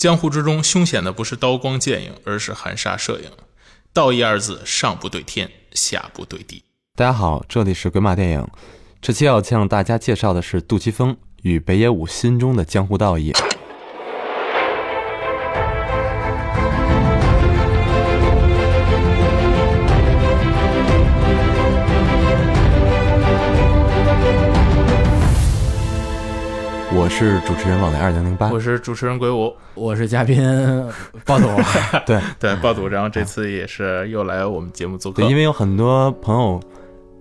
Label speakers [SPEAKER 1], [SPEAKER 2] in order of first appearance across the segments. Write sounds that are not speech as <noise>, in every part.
[SPEAKER 1] 江湖之中，凶险的不是刀光剑影，而是含沙射影。道义二字，上不对天，下不对地。
[SPEAKER 2] 大家好，这里是鬼马电影。这期要向大家介绍的是杜琪峰与北野武心中的江湖道义。我是主持人网雷二零零八
[SPEAKER 1] 我，是主持人鬼舞，
[SPEAKER 3] 我是嘉宾 <laughs> 包总，
[SPEAKER 2] <laughs> 对
[SPEAKER 1] 对暴徒，然后这次也是又来我们节目做客
[SPEAKER 2] 对，，因为有很多朋友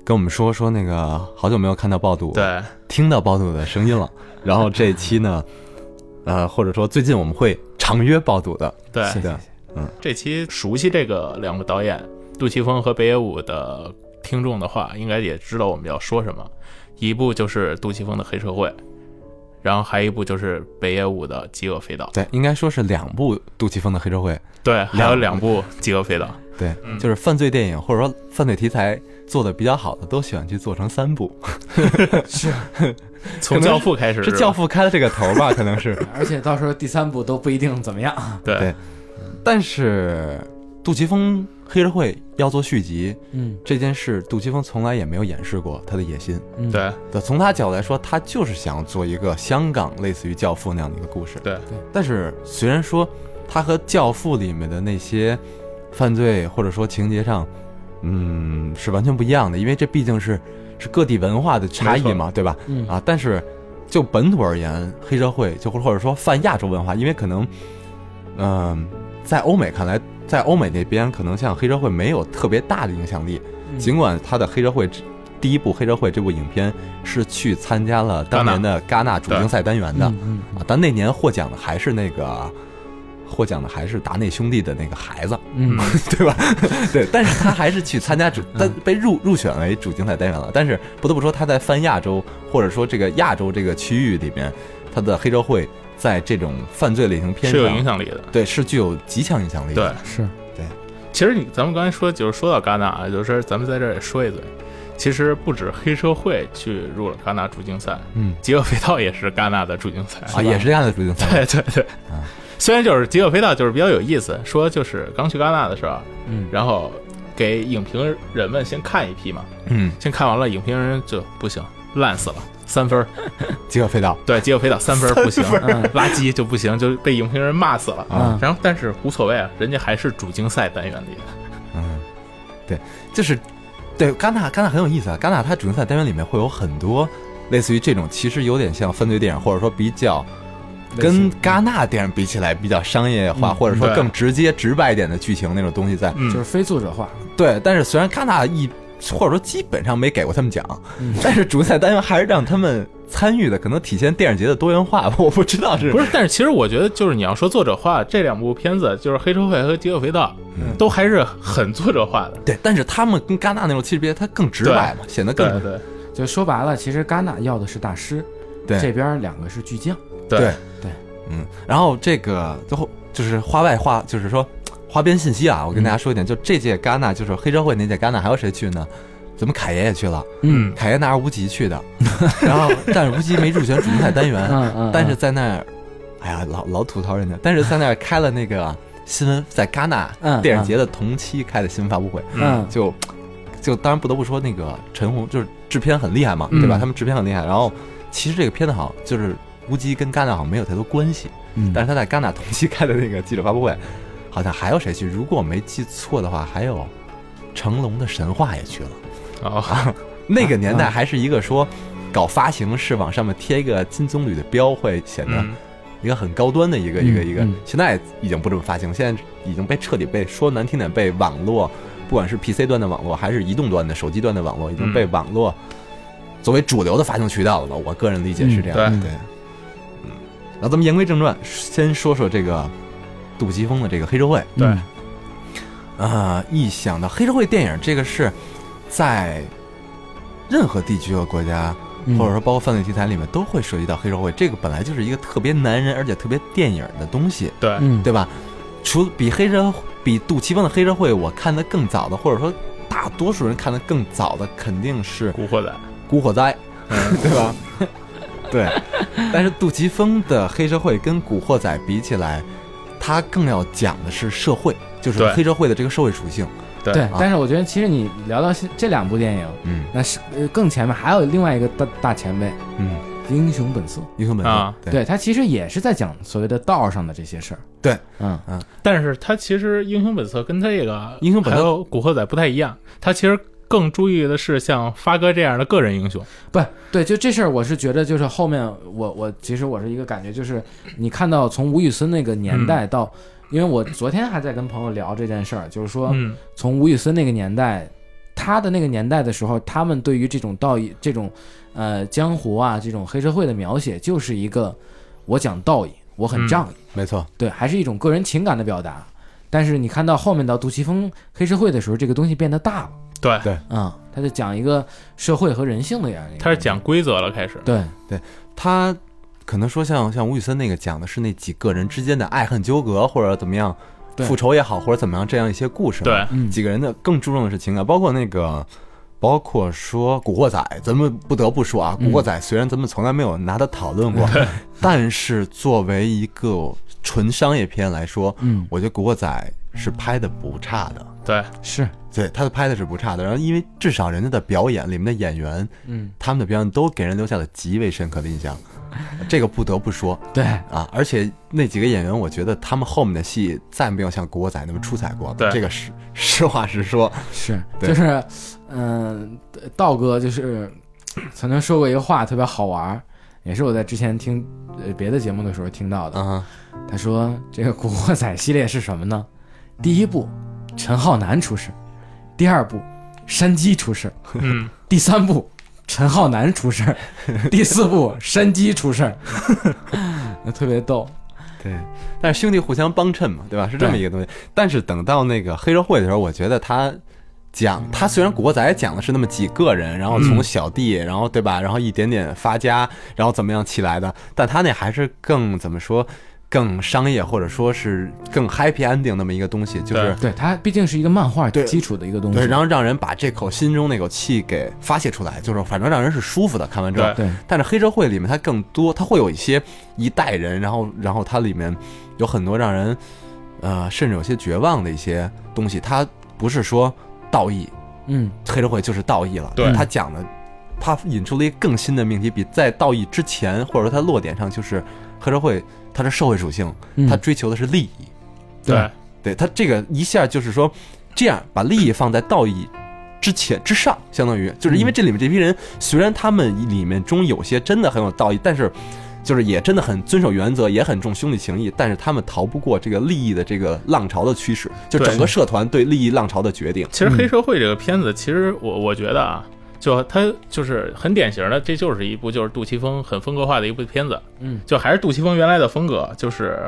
[SPEAKER 2] 跟我们说说那个好久没有看到爆肚，
[SPEAKER 1] 对
[SPEAKER 2] 听到包肚的声音了。然后这一期呢，呃，或者说最近我们会常约包肚的，
[SPEAKER 1] 对
[SPEAKER 3] 谢谢
[SPEAKER 2] 对。
[SPEAKER 1] 这期熟悉这个两个导演杜琪峰和北野武的听众的话，应该也知道我们要说什么。一部就是杜琪峰的《黑社会》，然后还一部就是北野武的《极恶飞刀》，
[SPEAKER 2] 对，应该说是两部杜琪峰的黑社会，
[SPEAKER 1] 对，还有两
[SPEAKER 2] 两
[SPEAKER 1] 部《极恶飞刀》。
[SPEAKER 2] 对，
[SPEAKER 1] 嗯
[SPEAKER 2] 就是犯罪电影或者说犯罪题材做的比较好的，都喜欢去做成三部。
[SPEAKER 1] 从《
[SPEAKER 2] 可能
[SPEAKER 1] 教父》开始
[SPEAKER 2] 是
[SPEAKER 1] 吧
[SPEAKER 2] 教父开了这个头吧，可能是，
[SPEAKER 3] 而且到时候第三部都不一定怎么样。
[SPEAKER 1] 对
[SPEAKER 2] 对但是杜琪峰黑社会要做续集
[SPEAKER 3] 嗯，
[SPEAKER 2] 这件事，杜琪峰从来也没有掩饰过他的野心。
[SPEAKER 3] 嗯，
[SPEAKER 1] 对
[SPEAKER 2] 对，从他角度来说，他就是想做一个香港类似于《教父》那样的一个故事。
[SPEAKER 1] 对
[SPEAKER 3] 对
[SPEAKER 2] 但是虽然说他和《教父》里面的那些犯罪或者说情节上，嗯，是完全不一样的，因为这毕竟是是各地文化的差
[SPEAKER 1] 没错
[SPEAKER 2] 异嘛，对吧？
[SPEAKER 3] 嗯
[SPEAKER 2] 啊，但是就本土而言，黑社会就或者说泛亚洲文化，因为可能，嗯、在欧美看来，在欧美那边可能像黑社会没有特别大的影响力，
[SPEAKER 3] 嗯
[SPEAKER 2] 尽管他的黑社会之第一部《黑社会》这部影片是去参加了当年的戛纳主竞赛单元的啊，
[SPEAKER 3] 嗯嗯
[SPEAKER 2] 但那年获奖的还是那个获奖的还是达内兄弟的那个孩子， <laughs>
[SPEAKER 3] 嗯
[SPEAKER 1] 嗯
[SPEAKER 2] 对吧？对，但是他还是去参加主，但被入入选为主竞赛单元了。但是不得不说，他在泛亚洲或者说这个亚洲这个区域里面，他的黑社会在这种犯罪类型片
[SPEAKER 1] 是有影
[SPEAKER 2] 上，
[SPEAKER 1] 响力的。
[SPEAKER 2] 对，是具有极强影响力的。嗯
[SPEAKER 1] 对，
[SPEAKER 3] 是
[SPEAKER 1] 其实你咱们刚才说，就是说到戛纳啊，就是咱们在这儿也说一嘴，其实不止黑社会去入了戛纳主竞赛，
[SPEAKER 2] 嗯
[SPEAKER 1] 《极恶飞刀》也是戛纳的主竞赛
[SPEAKER 2] 啊，也是这样的主竞赛。
[SPEAKER 1] 对对对
[SPEAKER 2] 啊，
[SPEAKER 1] 虽然就是《极恶飞刀》就是比较有意思，说就是刚去戛纳的时候，
[SPEAKER 3] 嗯
[SPEAKER 1] 然后给影评人们先看一批嘛，
[SPEAKER 2] 嗯，
[SPEAKER 1] 先看完了，影评人就不行，烂死了，三分儿，
[SPEAKER 2] 极恶飞刀
[SPEAKER 1] 对，《极恶飞刀》三分儿不行，
[SPEAKER 3] 嗯
[SPEAKER 1] <laughs> 垃圾就不行，就被影评人骂死了。
[SPEAKER 2] 啊。
[SPEAKER 1] 然后但是无所谓啊，人家还是主竞赛单元里的，
[SPEAKER 2] 嗯，对，就是对戛纳，戛纳很有意思啊。戛纳它主竞赛单元里面会有很多类似于这种，其实有点像犯罪电影，或者说比较跟戛纳电影比起来比较商业化，
[SPEAKER 3] 嗯
[SPEAKER 2] 或者说
[SPEAKER 1] 嗯对
[SPEAKER 2] 更直接直白一点的剧情那种东西在。
[SPEAKER 1] 嗯，
[SPEAKER 3] 就是非作者化，
[SPEAKER 2] 对，但是虽然戛纳一或者说基本上没给过他们奖，
[SPEAKER 3] 嗯
[SPEAKER 2] 但是主竞赛单元还是让他们参与的，可能体现电影节的多元化吧。我不知道是
[SPEAKER 1] 不是，但是其实我觉得，就是你要说作者化，这两部片子就是《黑社会》和《极恶肥皂》，
[SPEAKER 2] 嗯
[SPEAKER 1] 都还是很作者化的。
[SPEAKER 2] 对，但是他们跟戛纳那种区别，它更直白嘛，显得更
[SPEAKER 1] 对对
[SPEAKER 3] 就说白了，其实戛纳要的是大师，
[SPEAKER 2] 对
[SPEAKER 3] 这边两个是巨匠。
[SPEAKER 2] 对
[SPEAKER 3] 对，
[SPEAKER 2] 嗯，然后这个最后就是花外话，就是说花边信息啊，我跟
[SPEAKER 3] 嗯
[SPEAKER 2] 大家说一点，就这届戛纳就是黑社会那届戛纳还有谁去呢？咱们凯爷也去了，
[SPEAKER 1] 嗯
[SPEAKER 2] 凯爷拿着无极去
[SPEAKER 3] <laughs>
[SPEAKER 2] 的，然后但是无极没入选主竞赛单元，
[SPEAKER 3] 嗯嗯，
[SPEAKER 2] 但是在那儿，哎呀，老老吐槽人家，但是在那儿开了那个新闻，在戛纳
[SPEAKER 3] 嗯
[SPEAKER 2] 电影节的同期开的新闻发布会，
[SPEAKER 3] 嗯
[SPEAKER 2] 就就当然不得不说那个陈红就是制片很厉害嘛，
[SPEAKER 3] 嗯
[SPEAKER 2] 对吧？他们制片很厉害，然后其实这个片子好像就是无极跟戛纳好像没有太多关系，
[SPEAKER 3] 嗯，
[SPEAKER 2] 但是他在戛纳同期开的那个记者发布会，好像还有谁去？如果我没记错的话，还有成龙的神话也去了。
[SPEAKER 1] 哦，
[SPEAKER 2] 那个年代
[SPEAKER 3] 啊
[SPEAKER 2] 还是一个说搞发行是往上面贴一个金棕榈的标，会显得
[SPEAKER 1] 嗯，
[SPEAKER 2] 一个很高端的一个
[SPEAKER 3] 嗯
[SPEAKER 2] 一个一个
[SPEAKER 3] 嗯。
[SPEAKER 2] 现在已经不这么发行，现在已经被彻底被说难听点被网络，不管是 PC 端的网络还是移动端的手机端的网络，已经被
[SPEAKER 1] 嗯
[SPEAKER 2] 网络作为主流的发行渠道了吧？我个人理解是这样的。
[SPEAKER 3] 嗯
[SPEAKER 2] 对，嗯，然后咱们言归正传，先说说这个杜琪峰的这个黑社会
[SPEAKER 1] 对
[SPEAKER 3] 嗯
[SPEAKER 2] 啊、一想到黑社会电影这个是在任何地区和国家，
[SPEAKER 3] 嗯
[SPEAKER 2] 或者说包括犯罪题材里面都会涉及到黑社会，这个本来就是一个特别男人而且特别电影的东西，
[SPEAKER 1] 对，
[SPEAKER 3] 嗯
[SPEAKER 2] 对吧？除了比黑社比杜琪峰的黑社会我看的更早的，或者说大多数人看的更早的肯定是《
[SPEAKER 1] 古惑仔，
[SPEAKER 2] 古惑仔》，对吧？
[SPEAKER 1] <laughs>
[SPEAKER 2] 对，但是杜琪峰的黑社会跟《古惑仔》比起来，它更要讲的是社会，就是
[SPEAKER 1] 对
[SPEAKER 2] 黑社会的这个社会属性。
[SPEAKER 1] 对
[SPEAKER 3] 对
[SPEAKER 2] 啊，
[SPEAKER 3] 但是我觉得其实你聊到现这两部电影，
[SPEAKER 2] 嗯
[SPEAKER 3] 那是呃更前面还有另外一个大大前辈《
[SPEAKER 2] 嗯，
[SPEAKER 3] 英雄本色》，
[SPEAKER 2] 英雄本色、
[SPEAKER 1] 啊
[SPEAKER 2] 对
[SPEAKER 3] 对他其实也是在讲所谓的道上的这些事儿。
[SPEAKER 2] 对，
[SPEAKER 3] 嗯，
[SPEAKER 1] 但是它其实《英雄本色》跟这个
[SPEAKER 2] 英雄本色
[SPEAKER 1] 还有《古惑仔》不太一样，它其实更注意的是像发哥这样的个人英雄。
[SPEAKER 3] 不对，就这事儿，我是觉得就是后面我我其实我是一个感觉，就是你看到从吴宇森那个年代
[SPEAKER 1] 嗯
[SPEAKER 3] 到，因为我昨天还在跟朋友聊这件事儿，就是说
[SPEAKER 1] 嗯，
[SPEAKER 3] 从吴宇森那个年代，他的那个年代的时候，他们对于这种道义、这种呃江湖啊、这种黑社会的描写，就是一个我讲道义，我很
[SPEAKER 1] 嗯
[SPEAKER 3] 仗义，
[SPEAKER 2] 没错，
[SPEAKER 3] 对，还是一种个人情感的表达。但是你看到后面到杜琪峰黑社会的时候，这个东西变得大了，
[SPEAKER 1] 对，
[SPEAKER 2] 对
[SPEAKER 3] 嗯，他就讲一个社会和人性的这样一个，
[SPEAKER 1] 它是讲规则了，开始。
[SPEAKER 3] 对，
[SPEAKER 2] 他可能说像像吴宇森那个讲的是那几个人之间的爱恨纠葛，或者怎么样，
[SPEAKER 3] 对
[SPEAKER 2] 复仇也好，或者怎么样这样一些故事。
[SPEAKER 1] 对，
[SPEAKER 3] 嗯，
[SPEAKER 2] 几个人的更注重的是情感，啊包括那个，包括说《古惑仔》，咱们不得不说啊，《
[SPEAKER 3] 嗯
[SPEAKER 2] 古惑仔》虽然咱们从来没有拿它讨论过， <laughs> 但是作为一个纯商业片来说，
[SPEAKER 3] 嗯
[SPEAKER 2] 我觉得《古惑仔》是拍的不差的，
[SPEAKER 1] 对，
[SPEAKER 3] 是，
[SPEAKER 2] 对，它的拍的是不差的。然后因为至少人家的表演，里面的演员，
[SPEAKER 3] 嗯，
[SPEAKER 2] 他们的表演都给人留下了极为深刻的印象，这个不得不说。
[SPEAKER 3] 对，
[SPEAKER 2] 啊，而且那几个演员，我觉得他们后面的戏再没有像《古惑仔》那么出彩过。
[SPEAKER 1] 对
[SPEAKER 2] 这个实实话实说，
[SPEAKER 3] 是，
[SPEAKER 2] 对
[SPEAKER 3] 就是，嗯、道哥就是曾经说过一个话，特别好玩儿，也是我在之前听呃别的节目的时候听到的。
[SPEAKER 2] 嗯，
[SPEAKER 3] 他说，这个《古惑仔》系列是什么呢？第一部，陈浩南出事；第二部，山鸡出事；
[SPEAKER 1] 嗯，
[SPEAKER 3] 第三部，陈浩南出事；第四部，山鸡出事。 <laughs> 特别逗，
[SPEAKER 2] 对，但是兄弟互相帮衬嘛，对吧？是这么一个东西。但是等到那个黑社会的时候，我觉得他讲他虽然《古惑仔》讲的是那么几个人，然后从小弟，然后对吧，然后一点点发家，然后怎么样起来的，但他那还是更怎么说，更商业或者说是更 happy ending 那么一个东西，就是
[SPEAKER 1] 对
[SPEAKER 3] 对它毕竟是一个漫画
[SPEAKER 2] 对
[SPEAKER 3] 基础的一个东西
[SPEAKER 2] 对，，然后让人把这口心中那口气给发泄出来，就是反正让人是舒服的。看完之后
[SPEAKER 1] 对，
[SPEAKER 3] 对
[SPEAKER 2] 但是黑社会里面它更多，它会有一些一代人，然后然后它里面有很多让人呃甚至有些绝望的一些东西。它不是说道义，
[SPEAKER 3] 嗯，
[SPEAKER 2] 黑社会就是道义了。
[SPEAKER 1] 对
[SPEAKER 2] 它讲的，它引出了一个更新的命题，比在道义之前或者说它落点上，就是黑社会它的社会属性，
[SPEAKER 3] 嗯
[SPEAKER 2] 它追求的是利益。
[SPEAKER 1] 对，
[SPEAKER 2] 对他这个一下就是说，这样把利益放在道义之前之上，相当于就是因
[SPEAKER 1] 嗯
[SPEAKER 2] 为这里面这批人，虽然他们里面中有些真的很有道义，但是就是也真的很遵守原则，也很重兄弟情义，但是他们逃不过这个利益的这个浪潮的驱使，就
[SPEAKER 1] 对
[SPEAKER 2] 整个社团对利益浪潮的决定。
[SPEAKER 1] 其实黑社会这个片子，其实我我觉得啊，就它就是很典型的，这就是一部就是杜琪峰很风格化的一部片子，
[SPEAKER 3] 嗯，
[SPEAKER 1] 就还是杜琪峰原来的风格，就是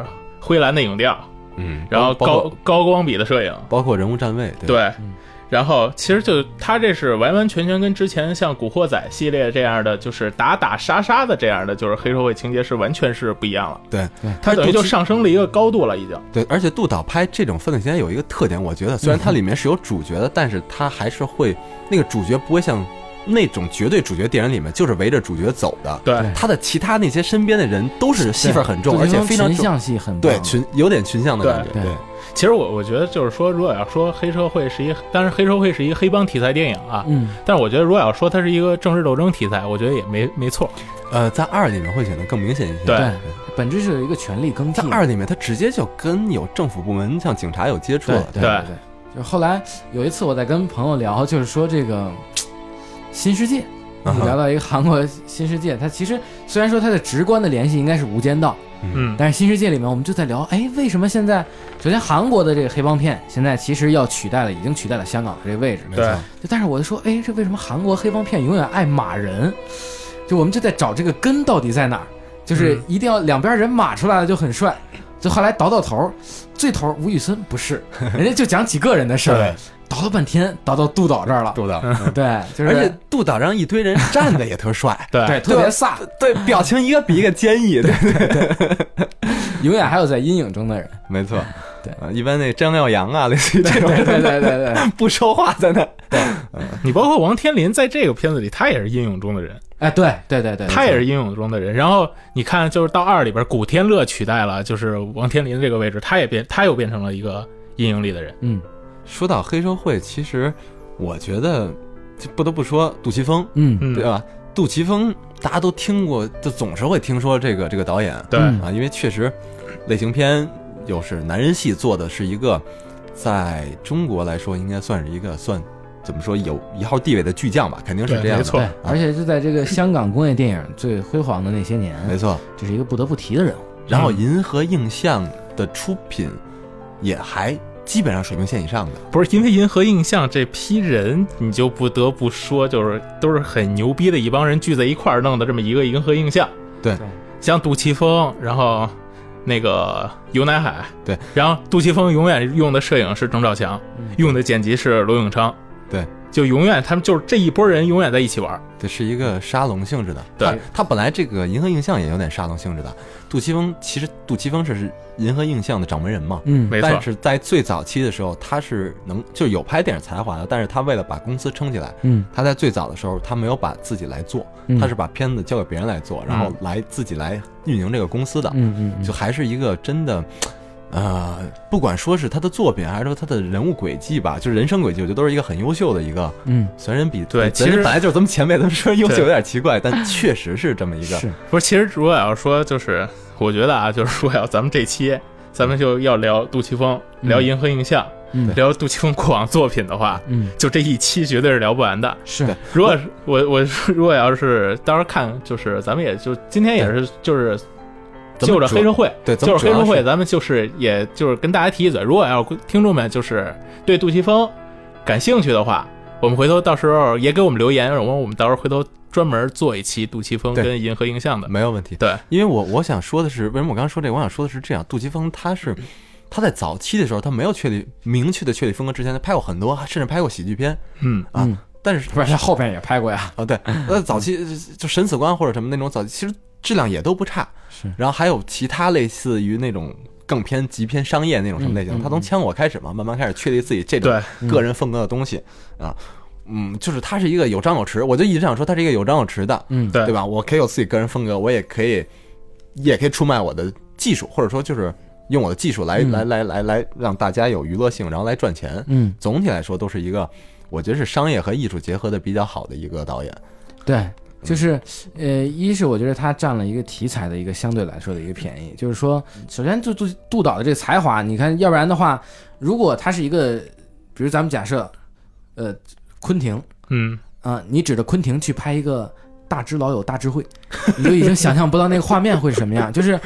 [SPEAKER 1] 灰蓝的影调，
[SPEAKER 2] 嗯
[SPEAKER 1] 然后
[SPEAKER 2] 包
[SPEAKER 1] 高
[SPEAKER 2] 括
[SPEAKER 1] 高光比的摄影，
[SPEAKER 2] 包括人物站位，吧
[SPEAKER 1] 对
[SPEAKER 3] 嗯。
[SPEAKER 1] 然后，其实就他这是完完全全跟之前像《古惑仔》系列这样的，就是打打杀杀的这样的，就是黑社会情节是完全是不一样了。
[SPEAKER 2] 对
[SPEAKER 3] 对
[SPEAKER 1] 他等于就
[SPEAKER 2] 上。
[SPEAKER 1] 上升了一个高度了，已经。
[SPEAKER 2] 对，而且杜导拍这种分类型有一个特点，我觉得虽然
[SPEAKER 3] 嗯
[SPEAKER 2] 它里面是有主角的，但是它还是会那个主角不会像那种绝对主角电影里面就是围着主角走的，
[SPEAKER 1] 对
[SPEAKER 2] 他的其他那些身边的人都是戏份很重，
[SPEAKER 3] 对
[SPEAKER 2] 而且
[SPEAKER 3] 杜琪
[SPEAKER 2] 非
[SPEAKER 3] 峰
[SPEAKER 2] 常
[SPEAKER 3] 群
[SPEAKER 2] 重，
[SPEAKER 3] 像戏很
[SPEAKER 2] 对
[SPEAKER 3] 棒
[SPEAKER 2] 群有点群像的感觉，
[SPEAKER 3] 对对
[SPEAKER 1] 其实我我觉得就是说，如果要说黑社会是一，当然黑社会是一个黑帮题材电影啊，
[SPEAKER 3] 嗯，
[SPEAKER 1] 但是我觉得如果要说它是一个政治斗争题材，我觉得也没没错。
[SPEAKER 2] 呃，在二里面会显得更明显一些，
[SPEAKER 1] 对
[SPEAKER 3] 对，本质是有一个权力更替
[SPEAKER 2] 在
[SPEAKER 3] 嘛。
[SPEAKER 2] 二里面他直接就跟有政府部门像警察有接触
[SPEAKER 3] 对
[SPEAKER 2] 了，
[SPEAKER 3] 对
[SPEAKER 1] 对
[SPEAKER 3] 对，就是后来有一次我在跟朋友聊，就是说这个新世界，
[SPEAKER 2] 啊哈
[SPEAKER 3] 聊到一个韩国新世界，它其实虽然说它的直观的联系应该是《无间道》，
[SPEAKER 1] 嗯，
[SPEAKER 3] 但是新世界里面我们就在聊，哎，为什么现在首先韩国的这个黑帮片现在其实要取代了，已经取代了香港的这个位置，
[SPEAKER 2] 没
[SPEAKER 1] 对
[SPEAKER 2] 错，
[SPEAKER 3] 就但是我就说，哎，这为什么韩国黑帮片永远爱码人？就我们就在找这个根到底在哪儿，就是
[SPEAKER 1] 嗯，
[SPEAKER 3] 一定要两边人码出来了就很帅。就后来倒倒头，最头吴宇森不是，人家就讲几个人的事儿，倒了半天，倒到杜导这儿了。
[SPEAKER 2] 杜导，
[SPEAKER 3] 对，就是
[SPEAKER 2] 而且杜导让一堆人站的也特帅
[SPEAKER 1] 对
[SPEAKER 3] 对特别飒，
[SPEAKER 2] 对，表情一个比一个坚
[SPEAKER 3] <laughs>
[SPEAKER 2] 毅，对，
[SPEAKER 3] 永远还有在阴影中的人。 <laughs>
[SPEAKER 2] 没错，
[SPEAKER 3] 对
[SPEAKER 2] 啊，一般那张耀扬啊，类似于这种
[SPEAKER 3] 对对对对对，
[SPEAKER 2] 不说话在那，
[SPEAKER 1] 你包括王天林在这个片子里，他也是阴影中的人，
[SPEAKER 3] 哎，对对对对，
[SPEAKER 1] 他也是阴影中的人。然后你看，就是到二里边，古天乐取代了就是王天林这个位置，他也变，他又变成了一个阴影里的人。
[SPEAKER 3] 嗯
[SPEAKER 2] <laughs> 说到黑社会，其实我觉得这不得不说杜琪峰，
[SPEAKER 3] 嗯
[SPEAKER 1] 嗯，
[SPEAKER 2] 对吧？杜琪峰大家都听过，就总是会听说这个这个导演
[SPEAKER 1] 对
[SPEAKER 3] 嗯
[SPEAKER 2] 啊，因为确实类型片又是男人戏做的是一个，在中国来说应该算是一个算怎么说有一号地位的巨匠吧，肯定是
[SPEAKER 1] 对
[SPEAKER 2] 这样
[SPEAKER 1] 没
[SPEAKER 2] 的，
[SPEAKER 1] 错
[SPEAKER 3] 对，而且就在这个香港工业电影最辉煌的那些年，
[SPEAKER 2] 没错。
[SPEAKER 3] 这是一个不得不提的人物。
[SPEAKER 2] 然后
[SPEAKER 1] 嗯
[SPEAKER 2] 银河映像的出品也还基本上水平线以上的，
[SPEAKER 1] 不是因为银河映像这批人，你就不得不说，就是都是很牛逼的一帮人聚在一块儿弄的这么一个银河映像。
[SPEAKER 2] 对
[SPEAKER 3] 对
[SPEAKER 1] 像杜琪峰，然后那个尤乃海，
[SPEAKER 2] 对，
[SPEAKER 1] 然后杜琪峰永远用的摄影是郑兆强，
[SPEAKER 3] 嗯
[SPEAKER 1] 用的剪辑是罗永昌，
[SPEAKER 2] 对，
[SPEAKER 1] 就永远他们就是这一波人永远在一起玩儿。
[SPEAKER 2] 这是一个沙龙性质的。
[SPEAKER 1] 对
[SPEAKER 2] 它，它本来这个银河映像也有点沙龙性质的。杜琪峰其实杜琪峰是是银河映像的掌门人嘛，
[SPEAKER 3] 嗯，
[SPEAKER 1] 没错
[SPEAKER 2] 但是在最早期的时候，他是能就有拍电影才华的，但是他为了把公司撑起来，
[SPEAKER 3] 嗯，
[SPEAKER 2] 他在最早的时候他没有把自己来做，
[SPEAKER 3] 嗯
[SPEAKER 2] 他是把片子交给别人来
[SPEAKER 1] 嗯
[SPEAKER 2] 做，然后来自己来运营这个公司的，
[SPEAKER 3] 嗯嗯嗯
[SPEAKER 2] 就还是一个真的。呃，不管说是他的作品，还是说他的人物轨迹吧，就是人生轨迹，我觉得都是一个很优秀的一个
[SPEAKER 3] 嗯，
[SPEAKER 2] 虽然比
[SPEAKER 1] 对
[SPEAKER 2] 比
[SPEAKER 1] 其
[SPEAKER 2] 咱
[SPEAKER 1] 实
[SPEAKER 2] 本来就是咱们前辈，咱们说优秀
[SPEAKER 1] 对
[SPEAKER 2] 有点奇怪，但确实是这么一个
[SPEAKER 3] 是
[SPEAKER 1] 不是，其实如果要说就是，我觉得啊，就是说要咱们这期咱们就要聊杜琪峰，
[SPEAKER 3] 嗯
[SPEAKER 1] 聊银河映像，
[SPEAKER 3] 嗯
[SPEAKER 1] 聊杜琪峰过往作品的话，
[SPEAKER 3] 嗯
[SPEAKER 1] 就这一期绝对是聊不完的。
[SPEAKER 3] 是
[SPEAKER 2] 对
[SPEAKER 1] 如果是我我是如果要是到时候看，就是咱们也就今天也是就是
[SPEAKER 2] 咱们
[SPEAKER 1] 就着
[SPEAKER 2] 主
[SPEAKER 1] 黑社会，
[SPEAKER 2] 对，咱
[SPEAKER 1] 就
[SPEAKER 2] 们
[SPEAKER 1] 是黑
[SPEAKER 2] 主要
[SPEAKER 1] 社会，咱们就是也就是跟大家提一嘴，如果要是听众们就是对杜琪峰感兴趣的话，我们回头到时候也给我们留言，我们我们到时候回头专门做一期杜琪峰
[SPEAKER 2] 对
[SPEAKER 1] 跟银河映像的。
[SPEAKER 2] 没有问题。
[SPEAKER 1] 对，
[SPEAKER 2] 因为我我想说的是，为什么我刚刚说这个？我想说的是这样，杜琪峰
[SPEAKER 1] <laughs>
[SPEAKER 2] 他是他在早期的时候，他没有确立明确的确立风格之前，他拍过很多，甚至拍过喜剧片
[SPEAKER 1] 嗯，
[SPEAKER 2] 啊。
[SPEAKER 3] 嗯
[SPEAKER 2] 但是
[SPEAKER 3] 不是他后边也拍过呀？
[SPEAKER 2] 啊，对，呃，早期 <laughs> 就审死官或者什么那种早期，其实质量也都不差。
[SPEAKER 3] 是
[SPEAKER 2] 然后还有其他类似于那种更偏极偏商业那种什么类型，
[SPEAKER 3] 嗯嗯
[SPEAKER 2] 他从枪我开始嘛，慢慢开始确立自己这种
[SPEAKER 1] 嗯对
[SPEAKER 2] 个人风格的东西啊，嗯，就是他是一个有张有弛，我就一直想说他是一个有张有弛的，
[SPEAKER 3] 嗯，
[SPEAKER 1] 对
[SPEAKER 2] 对吧？我可以有自己个人风格，我也可以，也可以出卖我的技术，或者说就是用我的技术来、
[SPEAKER 3] 嗯
[SPEAKER 2] 来来来来让大家有娱乐性，然后来赚钱。
[SPEAKER 3] 嗯，
[SPEAKER 2] 总体来说，都是一个我觉得是商业和艺术结合的比较好的一个导演。
[SPEAKER 3] 对，就是呃，一是我觉得他占了一个题材的一个相对来说的一个便宜，就是说，首先就杜杜导的这个才华，你看，要不然的话，如果他是一个，比如咱们假设，呃，昆汀
[SPEAKER 1] 嗯，
[SPEAKER 3] 啊、你指着昆汀去拍一个大智老友大智慧，你就已经想象不到那个画面会是什么样，就是。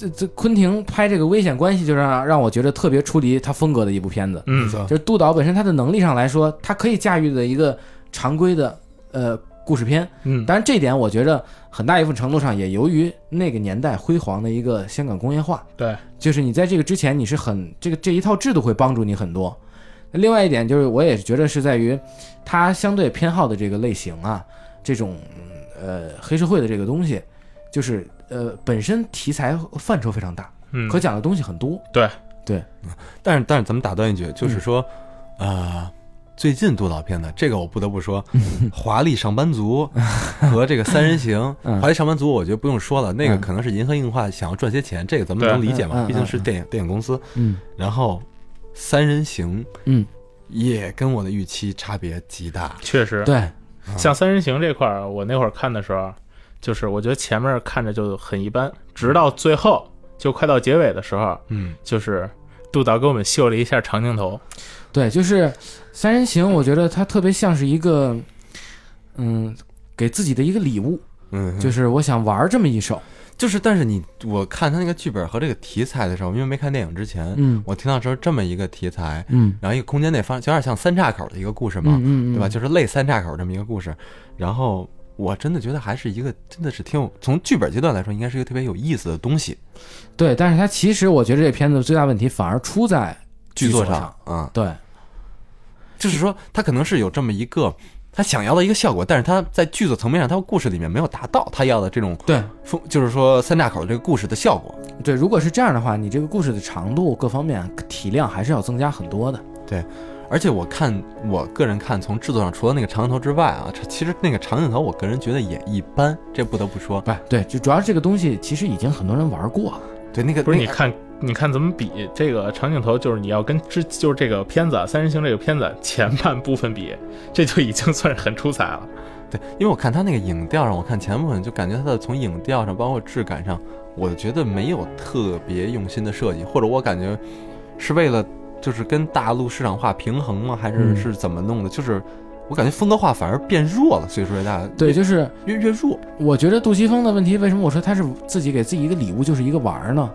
[SPEAKER 3] 这这昆汀拍这个危险关系，就让让我觉得特别出离他风格的一部片子。
[SPEAKER 1] 嗯，
[SPEAKER 2] 错，
[SPEAKER 3] 就是杜导本身他的能力上来说，他可以驾驭的一个常规的呃故事片。
[SPEAKER 1] 嗯，
[SPEAKER 3] 当然，这一点我觉着很大一部分程度上也由于那个年代辉煌的一个香港工业化，
[SPEAKER 1] 对，
[SPEAKER 3] 就是你在这个之前你是很这个这一套制度会帮助你很多。另外一点就是，我也觉得是在于他相对偏好的这个类型啊，这种嗯呃黑社会的这个东西，就是呃本身题材范畴非常大，
[SPEAKER 1] 嗯，
[SPEAKER 3] 可讲的东西很多。
[SPEAKER 1] 对，
[SPEAKER 2] 但是但是咱们打断一
[SPEAKER 3] 嗯
[SPEAKER 2] 句，就是说，呃。最近杜导片的这个我不得不
[SPEAKER 3] <laughs>
[SPEAKER 2] 说，《华丽上班族》和这个《三人行》
[SPEAKER 3] <laughs> 嗯
[SPEAKER 2] 华丽上班族》我觉得不用说了，那个
[SPEAKER 3] 嗯
[SPEAKER 2] 可能是银河映画想要赚些钱，这个咱们
[SPEAKER 1] 对
[SPEAKER 2] 能理解嘛
[SPEAKER 3] 嗯嗯，
[SPEAKER 2] 毕竟是电影电影公司。
[SPEAKER 3] 嗯
[SPEAKER 2] 然后《三人行》
[SPEAKER 3] 嗯，
[SPEAKER 2] 也跟我的预期差别极大。
[SPEAKER 1] 确实，
[SPEAKER 3] 对，
[SPEAKER 2] 啊
[SPEAKER 1] 像三人行这块儿，我那会儿看的时候，就是我觉得前面看着就很一般，直到最后就快到结尾的时候，
[SPEAKER 2] 嗯，
[SPEAKER 1] 就是杜导给我们秀了一下长镜头，
[SPEAKER 3] 对，就是《三人行》，我觉得它特别像是一个，嗯，给自己的一个礼物，
[SPEAKER 2] 嗯，
[SPEAKER 3] 就是我想玩这么一手。
[SPEAKER 2] 就是，但是你我看他那个剧本和这个题材的时候，因为没看电影之前，
[SPEAKER 3] 嗯
[SPEAKER 2] 我听到说这么一个题材，
[SPEAKER 3] 嗯
[SPEAKER 2] 然后一个空间内发，就有点像三岔口的一个故事嘛，
[SPEAKER 3] 嗯嗯，
[SPEAKER 2] 对吧？？就是类三岔口这么一个故事，然后。我真的觉得还是一个，真的是挺有从剧本阶段来说，应该是一个特别有意思的东西。
[SPEAKER 3] 对，但是它其实我觉得这片子最大问题反而出在
[SPEAKER 2] 剧
[SPEAKER 3] 作
[SPEAKER 2] 作上，啊、
[SPEAKER 3] 对，
[SPEAKER 2] 就是说他可能是有这么一个他想要的一个效果，但是他在剧作层面上，他故事里面没有达到他要的这种
[SPEAKER 3] 对
[SPEAKER 2] 风，就是说三岔口这个故事的效果。
[SPEAKER 3] 对，如果是这样的话，你这个故事的长度各方面体量还是要增加很多的。
[SPEAKER 2] 而且我看，我个人看，从制作上除了那个长镜头之外啊，这其实那个长镜头，我个人觉得也一般，这不得不说。
[SPEAKER 3] 不，对，就主要是这个东西其实已经很多人玩过了。
[SPEAKER 2] 对，那个
[SPEAKER 1] 不是，
[SPEAKER 2] 那
[SPEAKER 1] 你
[SPEAKER 2] 个
[SPEAKER 1] 看，你看怎么比这个长镜头，就是你要跟之就是这个片子啊，《三人行》这个片子前半部分比，这就已经算是很出彩了。
[SPEAKER 2] 对，因为我看他那个影调上，我看前部分就感觉他的从影调上，包括质感上，我觉得没有特别用心的设计，或者我感觉是为了就是跟大陆市场化平衡吗？还是
[SPEAKER 3] 嗯
[SPEAKER 2] 是怎么弄的？就是我感觉风格化反而变弱了，所以说大家
[SPEAKER 3] 对，
[SPEAKER 2] 越
[SPEAKER 3] 就是
[SPEAKER 2] 越越弱。
[SPEAKER 3] 我觉得杜琪峰的问题，为什么我说他是自己给自己一个礼物，就是一个玩儿呢？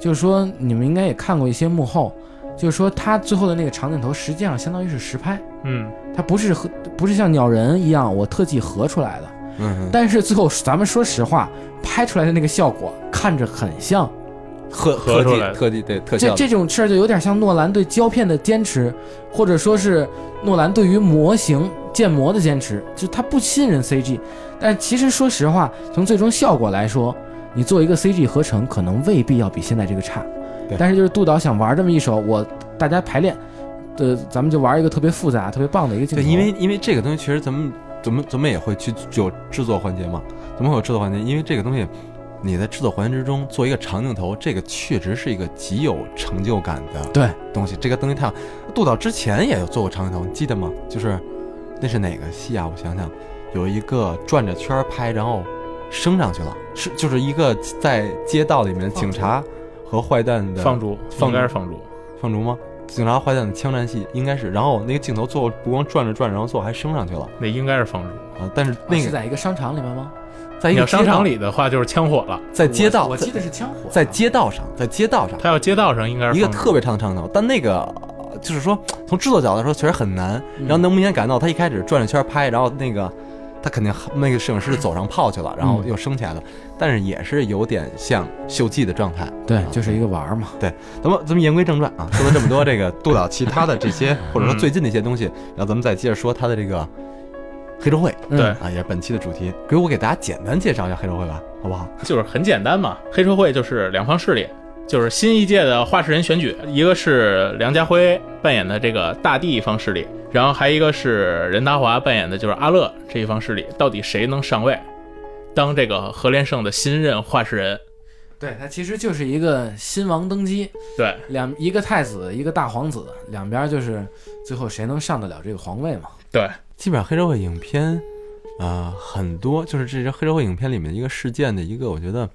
[SPEAKER 3] 就是说你们应该也看过一些幕后，就是说他最后的那个长镜头，实际上相当于是实拍，
[SPEAKER 1] 嗯，
[SPEAKER 3] 它不是和不是像鸟人一样我特技合出来的。
[SPEAKER 2] 嗯，
[SPEAKER 3] 但是最后咱们说实话，拍出来的那个效果看着很像，
[SPEAKER 2] 特
[SPEAKER 1] 合
[SPEAKER 2] 特
[SPEAKER 1] 出来
[SPEAKER 2] 技特技对特
[SPEAKER 3] 这
[SPEAKER 2] 效
[SPEAKER 3] 这种事儿就有点像诺兰对胶片的坚持，或者说是诺兰对于模型建模的坚持，就他不信任 CG。但其实说实话，从最终效果来说，你做一个 CG 合成，可能未必要比现在这个差
[SPEAKER 2] 对。
[SPEAKER 3] 但是就是杜导想玩这么一手，我大家排练，呃，咱们就玩一个特别复杂、特别棒的一个镜
[SPEAKER 2] 对，
[SPEAKER 3] 头。
[SPEAKER 2] 因为因为这个东西其实咱们咱们咱们也会去有制作环节嘛，咱们会有制作环节，因为这个东西你在制作环节之中做一个长镜头，这个确实是一个极有成就感的
[SPEAKER 3] 对
[SPEAKER 2] 东西。这个东西它杜导之前也有做过长镜头，你记得吗？就是那是哪个戏啊？我想想，有一个转着圈儿拍，然后升上去了，是就是一个在街道里面警察和坏蛋的
[SPEAKER 1] 放逐，
[SPEAKER 2] 放
[SPEAKER 1] 应该是放逐。
[SPEAKER 2] 放逐吗？警察坏蛋的枪战戏应该是，然后那个镜头最后不光转着转着，然后最后还升上去了。
[SPEAKER 1] 那应该是放逐。
[SPEAKER 2] 啊，但是那
[SPEAKER 3] 是
[SPEAKER 2] 个
[SPEAKER 3] 在一个商场里面吗？
[SPEAKER 2] 在一
[SPEAKER 1] 你
[SPEAKER 2] 个
[SPEAKER 1] 要
[SPEAKER 2] 哎街
[SPEAKER 1] 商
[SPEAKER 2] 道
[SPEAKER 1] 场，里的话，就是枪火了。
[SPEAKER 2] 在街道，
[SPEAKER 3] 我我记得
[SPEAKER 2] 在
[SPEAKER 3] 是枪火，啊
[SPEAKER 2] 在街道上，在街道上，
[SPEAKER 1] 他要街道上应该是
[SPEAKER 2] 一个
[SPEAKER 1] 放逐
[SPEAKER 2] 特别长的长镜头，但那个呃就是说从制作角度来说确实很难，
[SPEAKER 3] 嗯
[SPEAKER 2] 然后能明显感到他一开始转着圈拍，然后那个他肯定那个摄影师是走上炮去了，然后
[SPEAKER 3] 嗯
[SPEAKER 2] 又升起来了，但是也是有点像秀技的状态。
[SPEAKER 3] 对，就是一个玩儿嘛。
[SPEAKER 2] 咱们咱们言归正传啊，说了这么多这个杜导其他的这些，或者说最近的一些东西，然后咱们再接着说他的这个黑社会
[SPEAKER 3] 嗯
[SPEAKER 1] 对
[SPEAKER 2] 啊，也是本期的主题。给我给大家简单介绍一下黑社会吧，好不好？
[SPEAKER 1] 就是很简单嘛，黑社会就是两方势力，就是新一届的话事人选举，一个是梁家辉扮演的这个大地一方势力，然后还一个是任达华扮演的就是阿乐这一方势力，到底谁能上位，当这个何连胜的新任话事人？
[SPEAKER 3] 对，它其实就是一个新王登基，
[SPEAKER 1] 对，
[SPEAKER 3] 两一个太子，一个大皇子，两边就是最后谁能上得了这个皇位嘛？
[SPEAKER 2] 基本上黑社会影片，呃，很多就是这些黑社会影片里面的一个事件的一个，我觉得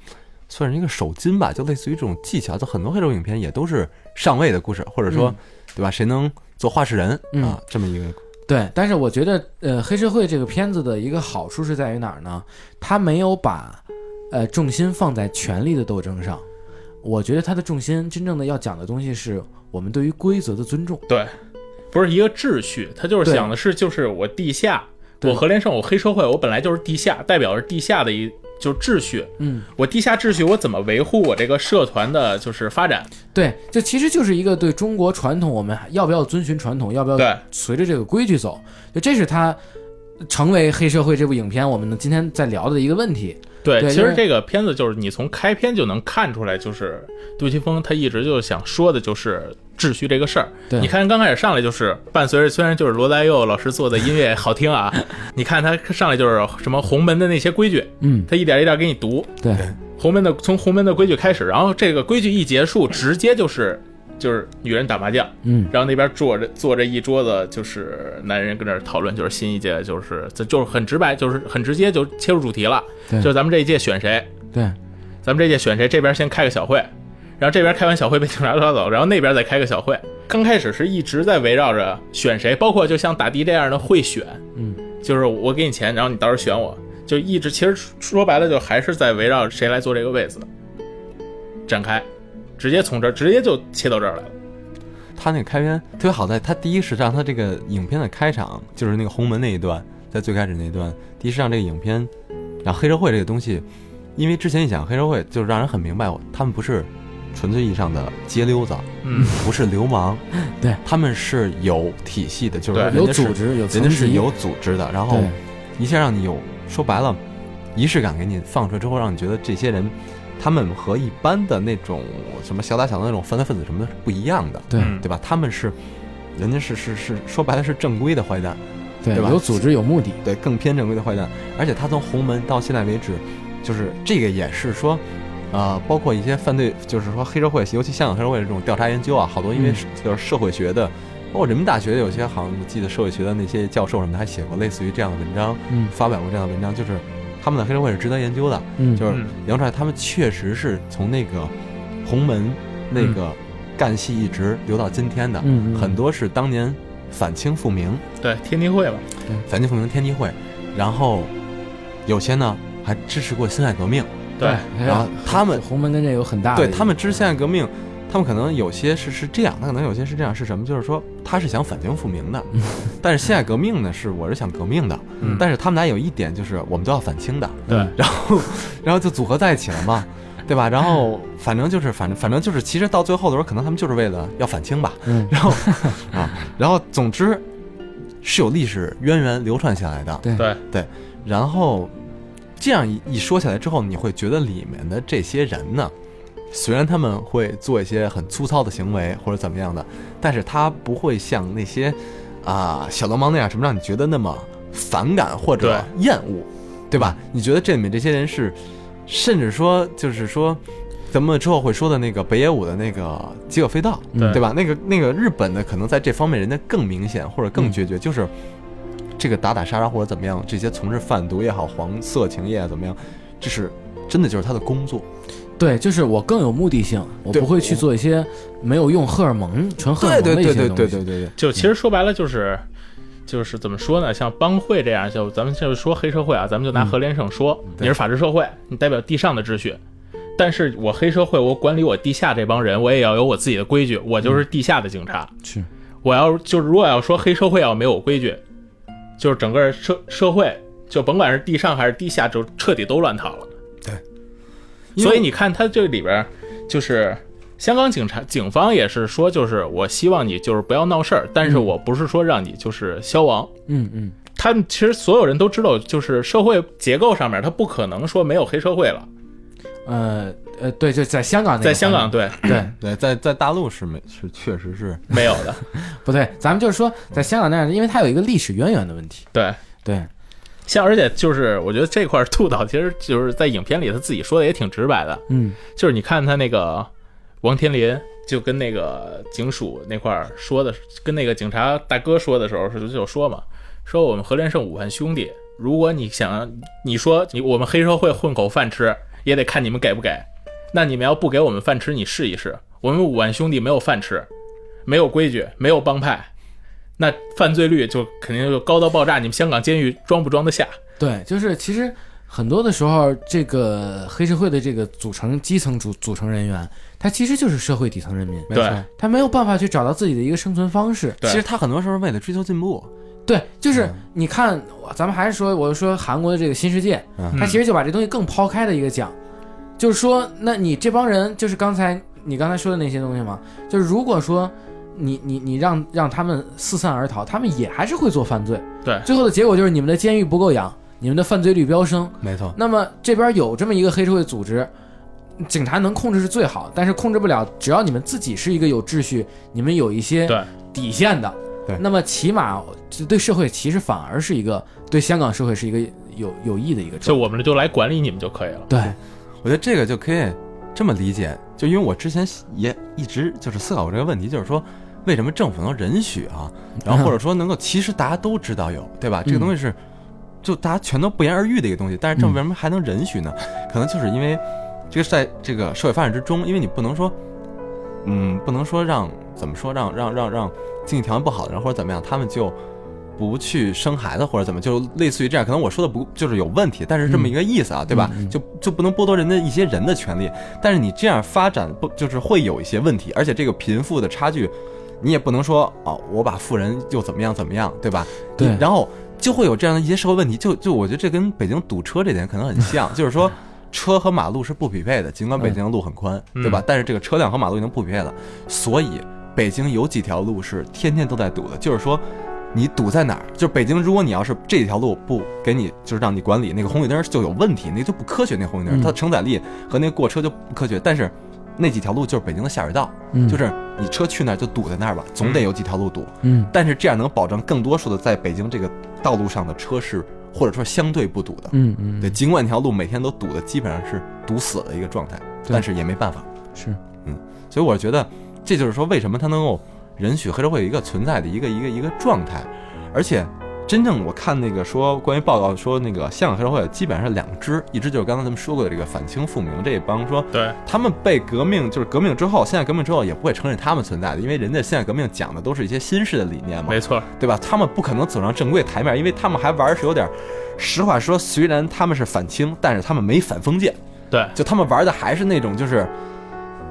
[SPEAKER 2] 算是一个手筋吧，就类似于这种技巧。就很多黑社会影片也都是上位的故事，或者说，
[SPEAKER 3] 嗯
[SPEAKER 2] 对吧？谁能做话事人、
[SPEAKER 3] 嗯
[SPEAKER 2] 啊？这么一个，
[SPEAKER 3] 对，但是我觉得，呃，黑社会这个片子的一个好处是在于哪儿呢？它没有把，呃，重心放在权力的斗争上。我觉得它的重心真正的要讲的东西是我们对于规则的尊重。
[SPEAKER 1] 对，不是一个秩序，他就是
[SPEAKER 3] 对
[SPEAKER 1] 想的是就是我地下，
[SPEAKER 3] 对
[SPEAKER 1] 我何连胜，我黑社会，我本来就是地下，代表着地下的一就是秩序，
[SPEAKER 3] 嗯，
[SPEAKER 1] 我地下秩序，我怎么维护我这个社团的就是发展？
[SPEAKER 3] 对，这其实就是一个对中国传统，我们要不要遵循传统，要不要
[SPEAKER 1] 对
[SPEAKER 3] 随着这个规矩走，就这是他成为黑社会这部影片我们今天在聊的一个问题。
[SPEAKER 1] 对，
[SPEAKER 3] 对
[SPEAKER 1] 其
[SPEAKER 3] 因
[SPEAKER 1] 实
[SPEAKER 3] 为
[SPEAKER 1] 这个片子就是你从开篇就能看出来，就是杜琪峰他一直就想说的就是秩序这个事儿。
[SPEAKER 3] 对
[SPEAKER 1] 你看刚开始上来就是伴随着，虽然就是罗大佑老师做的音乐好听啊， <laughs> 你看他上来就是什么洪门的那些规矩，
[SPEAKER 3] 嗯，
[SPEAKER 1] 他一点一点给你读
[SPEAKER 3] 对，
[SPEAKER 1] 洪门的从洪门的规矩开始，然后这个规矩一结束，直接就是就是女人打麻将，
[SPEAKER 3] 嗯，
[SPEAKER 1] 然后那边坐着坐着一桌子就是男人跟这儿讨论，就是新一届就是这就是很直白，就是很直接就切入主题了，
[SPEAKER 3] 对
[SPEAKER 1] 就是咱们这一届选谁。
[SPEAKER 3] 对，
[SPEAKER 1] 咱们这届选谁，这边先开个小会，然后这边开完小会被警察抓走，然后那边再开个小会。刚开始是一直在围绕着选谁，包括就像打的这样的会选，
[SPEAKER 3] 嗯，
[SPEAKER 1] 就是我给你钱，然后你到时候选我，就一直其实说白了就还是在围绕谁来坐这个位子展开，直接从这儿直接就切到这儿来了。
[SPEAKER 2] 他那个开篇特别好在，他第一是让他这个影片的开场，就是那个红门那一段，在最开始那一段，第一是让这个影片，然后黑社会这个东西，因为之前一想黑社会，就是让人很明白，他们不是纯粹意义上的街溜子，
[SPEAKER 1] 嗯，
[SPEAKER 2] 不是流氓，
[SPEAKER 3] 对，
[SPEAKER 2] 他们是有体系的，就是
[SPEAKER 1] 对
[SPEAKER 2] 说人
[SPEAKER 3] 有
[SPEAKER 2] 家是
[SPEAKER 3] 组，织有
[SPEAKER 2] 人
[SPEAKER 3] 层
[SPEAKER 2] 家
[SPEAKER 3] 级，
[SPEAKER 2] 是有组织的，然后
[SPEAKER 3] 对
[SPEAKER 2] 一下让你有说白了仪式感给你放出来之后，让你觉得这些人他们和一般的那种什么小打小闹那种犯罪分子什么的是不一样的，
[SPEAKER 3] 对
[SPEAKER 1] 嗯
[SPEAKER 2] 对吧？他们是人家是是是说白了是正规的坏蛋，
[SPEAKER 3] 对
[SPEAKER 2] 对吧
[SPEAKER 3] 有组织有目的，
[SPEAKER 2] 对，更偏正规的坏蛋。而且他从红门到现在为止，就是这个也是说，呃，包括一些犯罪，就是说黑社会，尤其香港黑社会这种调查研究啊，好多因为
[SPEAKER 3] 嗯
[SPEAKER 2] 是就是社会学的，包括人民大学有些好像我记得社会学的那些教授什么的还写过类似于这样的文章，
[SPEAKER 3] 嗯
[SPEAKER 2] 发表过这样的文章，就是他们的黑社会是值得研究的，
[SPEAKER 3] 嗯，
[SPEAKER 2] 就是
[SPEAKER 1] 嗯
[SPEAKER 2] 杨出来他们确实是从那个红门那
[SPEAKER 3] 嗯
[SPEAKER 2] 个干系一直留到今天的，
[SPEAKER 3] 嗯嗯
[SPEAKER 2] 很多是当年反清复明。
[SPEAKER 1] 对，天地会吧，
[SPEAKER 2] 反清复明天地会，然后有些呢还支持过辛亥革命，
[SPEAKER 1] 对，
[SPEAKER 3] 哎
[SPEAKER 2] 然后他们
[SPEAKER 3] 红门跟这有很大的
[SPEAKER 2] 对他们支持辛亥革命，他们可能有些是是这样，他可能有些是这样是什么？就是说他是想反清复明的，但是辛亥革命呢是我是想革命的，
[SPEAKER 1] 嗯
[SPEAKER 2] 但是他们俩有一点就是我们都要反清的，
[SPEAKER 1] 对，
[SPEAKER 2] 然后然后就组合在一起了嘛。对吧？然后反正就是反正反正就是，其实到最后的时候，可能他们就是为了要反清吧。
[SPEAKER 3] 嗯
[SPEAKER 2] 然后啊，然后总之是有历史渊源流传下来的。
[SPEAKER 3] 对
[SPEAKER 1] 对，
[SPEAKER 2] 然后这样一一说起来之后，你会觉得里面的这些人呢，虽然他们会做一些很粗糙的行为或者怎么样的，但是他不会像那些啊、小流氓那样什么让你觉得那么反感或者厌恶，对吧？你觉得这里面这些人是，甚至说就是说。咱们之后会说的那个北野武的那个极恶飞盗，
[SPEAKER 1] 对
[SPEAKER 2] 对吧？那个那个日本的可能在这方面人家更明显或者更决绝，就是这个打打杀杀或者怎么样，这些从事贩毒也好，黄色情业啊怎么样，这是真的就是他的工作。
[SPEAKER 3] 对，就是我更有目的性，我
[SPEAKER 2] 对
[SPEAKER 3] 不会去
[SPEAKER 2] 我
[SPEAKER 3] 做一些没有用荷尔蒙、纯荷尔
[SPEAKER 2] 对
[SPEAKER 3] 蒙
[SPEAKER 2] 对
[SPEAKER 3] 的
[SPEAKER 2] 对
[SPEAKER 3] 一些
[SPEAKER 2] 对
[SPEAKER 3] 东西。
[SPEAKER 2] 对对对对，
[SPEAKER 1] 就其实说白了就是。就是怎么说呢？像帮会这样，就咱们就说黑社会啊，咱们就拿河联省说，你
[SPEAKER 2] 对
[SPEAKER 1] 是法治社会，你代表地上的秩序。但是我黑社会，我管理我地下这帮人，我也要有我自己的规矩，我就是地下的警察。
[SPEAKER 3] 是，
[SPEAKER 1] 我要就是如果要说黑社会要没有规矩，就是整个社社会就甭管是地上还是地下，就彻底都乱套了。
[SPEAKER 2] 因为
[SPEAKER 1] 所以你看他这里边儿就是。香港警察警方也是说，就是我希望你就是不要闹事儿，但是我不是说让你就是消亡。
[SPEAKER 3] 嗯嗯，
[SPEAKER 1] 他们其实所有人都知道，就是社会结构上面，他不可能说没有黑社会了。
[SPEAKER 3] 呃呃，对，就在香港那个
[SPEAKER 1] 在香
[SPEAKER 3] 环
[SPEAKER 1] 港，嗯对，
[SPEAKER 3] 境，对，
[SPEAKER 2] 对，在在大陆是没是确实是
[SPEAKER 1] 没有的，
[SPEAKER 3] 不对？咱们就是说，在香港那样，因为它有一个历史渊源的问题。
[SPEAKER 1] 对。
[SPEAKER 3] 对，
[SPEAKER 1] 像而且就是我觉得这块儿杜导其实就是在影片里他自己说的也挺直白的，
[SPEAKER 3] 嗯
[SPEAKER 1] 就是你看他那个王天林就跟那个警署那块儿说的，跟那个警察大哥说的时候是就说嘛，说我们何连胜武汉兄弟，如果你想你说你我们黑社会混口饭吃，也得看你们给不给。那你们要不给我们饭吃，你试一试，我们武汉兄弟没有饭吃，没有规矩，没有帮派。那犯罪率就肯定就高到爆炸，你们香港监狱装不装得下？
[SPEAKER 3] 对，就是其实很多的时候，这个黑社会的这个组成基层组组成人员，他其实就是社会底层人民，
[SPEAKER 1] 对
[SPEAKER 2] 没错
[SPEAKER 3] 他没有办法去找到自己的一个生存方式。
[SPEAKER 1] 对
[SPEAKER 2] 其实他很多时候是为了追求进步，
[SPEAKER 3] 对，就是你看，咱们还是说，我说韩国的这个新世界，
[SPEAKER 2] 嗯
[SPEAKER 3] 他其实就把这东西更抛开的一个讲，就是说，那你这帮人，就是刚才你刚才说的那些东西嘛，就是如果说你你你让让他们四散而逃，他们也还是会做犯罪，
[SPEAKER 1] 对
[SPEAKER 3] 最后的结果就是你们的监狱不够养，你们的犯罪率飙升，
[SPEAKER 2] 没错。
[SPEAKER 3] 那么这边有这么一个黑社会组织，警察能控制是最好，但是控制不了，只要你们自己是一个有秩序，你们有一些
[SPEAKER 1] 对
[SPEAKER 3] 底线的，
[SPEAKER 2] 对
[SPEAKER 3] 那么起码这对社会其实反而是一个对香港社会是一个有有益的一个
[SPEAKER 1] 就
[SPEAKER 3] 状态。
[SPEAKER 1] 我们就来管理你们就可以了。
[SPEAKER 3] 对，
[SPEAKER 2] 我觉得这个就可以这么理解，就因为我之前也一直就是思考过这个问题，就是说为什么政府能允许啊，然
[SPEAKER 3] 嗯
[SPEAKER 2] 后或者说能够，其实大家都知道有，对吧？这个东西是就大家全都不言而喻的一个东西，但是政府
[SPEAKER 3] 嗯
[SPEAKER 2] 为什么还能允许呢？可能就是因为这个是在这个社会发展之中，因为你不能说，嗯，不能说让怎么说让让让让经济条件不好的人或者怎么样，他们就。不去生孩子或者怎么，就类似于这样，可能我说的不就是有问题，但是这么一个意思啊，对吧？
[SPEAKER 3] 嗯嗯
[SPEAKER 2] 就就不能剥夺人的一些人的权利，但是你这样发展不就是会有一些问题，而且这个贫富的差距，你也不能说啊、我把富人又怎么样怎么样，对吧？
[SPEAKER 3] 对
[SPEAKER 2] 你然后就会有这样的一些社会问题，就就我觉得这跟北京堵车这点可能很像，就是说车和马路是不匹配的，尽管北京的路很宽，
[SPEAKER 1] 嗯
[SPEAKER 2] 对吧？但是这个车辆和马路已经不匹配了，所以北京有几条路是天天都在堵的，就是说。你堵在哪儿？就是北京，如果你要是这条路不给你，就是让你管理那个红绿灯就有问题，那就不科学。那红绿灯、
[SPEAKER 3] 嗯
[SPEAKER 2] 它承载力和那过车就不科学。但是那几条路就是北京的下水道，
[SPEAKER 3] 嗯
[SPEAKER 2] 就是你车去那儿就堵在那儿吧，总得有几条路堵。
[SPEAKER 3] 嗯
[SPEAKER 2] 但是这样能保证更多数的在北京这个道路上的车是或者说相对不堵的。
[SPEAKER 3] 嗯嗯，
[SPEAKER 2] 对，尽管那条路每天都堵的基本上是堵死的一个状态，
[SPEAKER 3] 对
[SPEAKER 2] 但是也没办法。
[SPEAKER 3] 是
[SPEAKER 2] 所以我觉得这就是说为什么它能够允许黑社会有一个存在的一个一个一个状态，而且。真正我看那个说关于报告说那个香港黑社会基本上是两支，一支就是刚才咱们说过的这个反清复明这一帮说
[SPEAKER 1] 对，
[SPEAKER 2] 他们被革命，就是革命之后，现在革命之后也不会承认他们存在的，因为人家现在革命讲的都是一些新式的理念嘛
[SPEAKER 1] 没，错，
[SPEAKER 2] 对吧？他们不可能走上正规台面，因为他们还玩儿是有点儿，实话说，虽然他们是反清，但是他们没反封建，
[SPEAKER 1] 对，
[SPEAKER 2] 就他们玩的还是那种就是。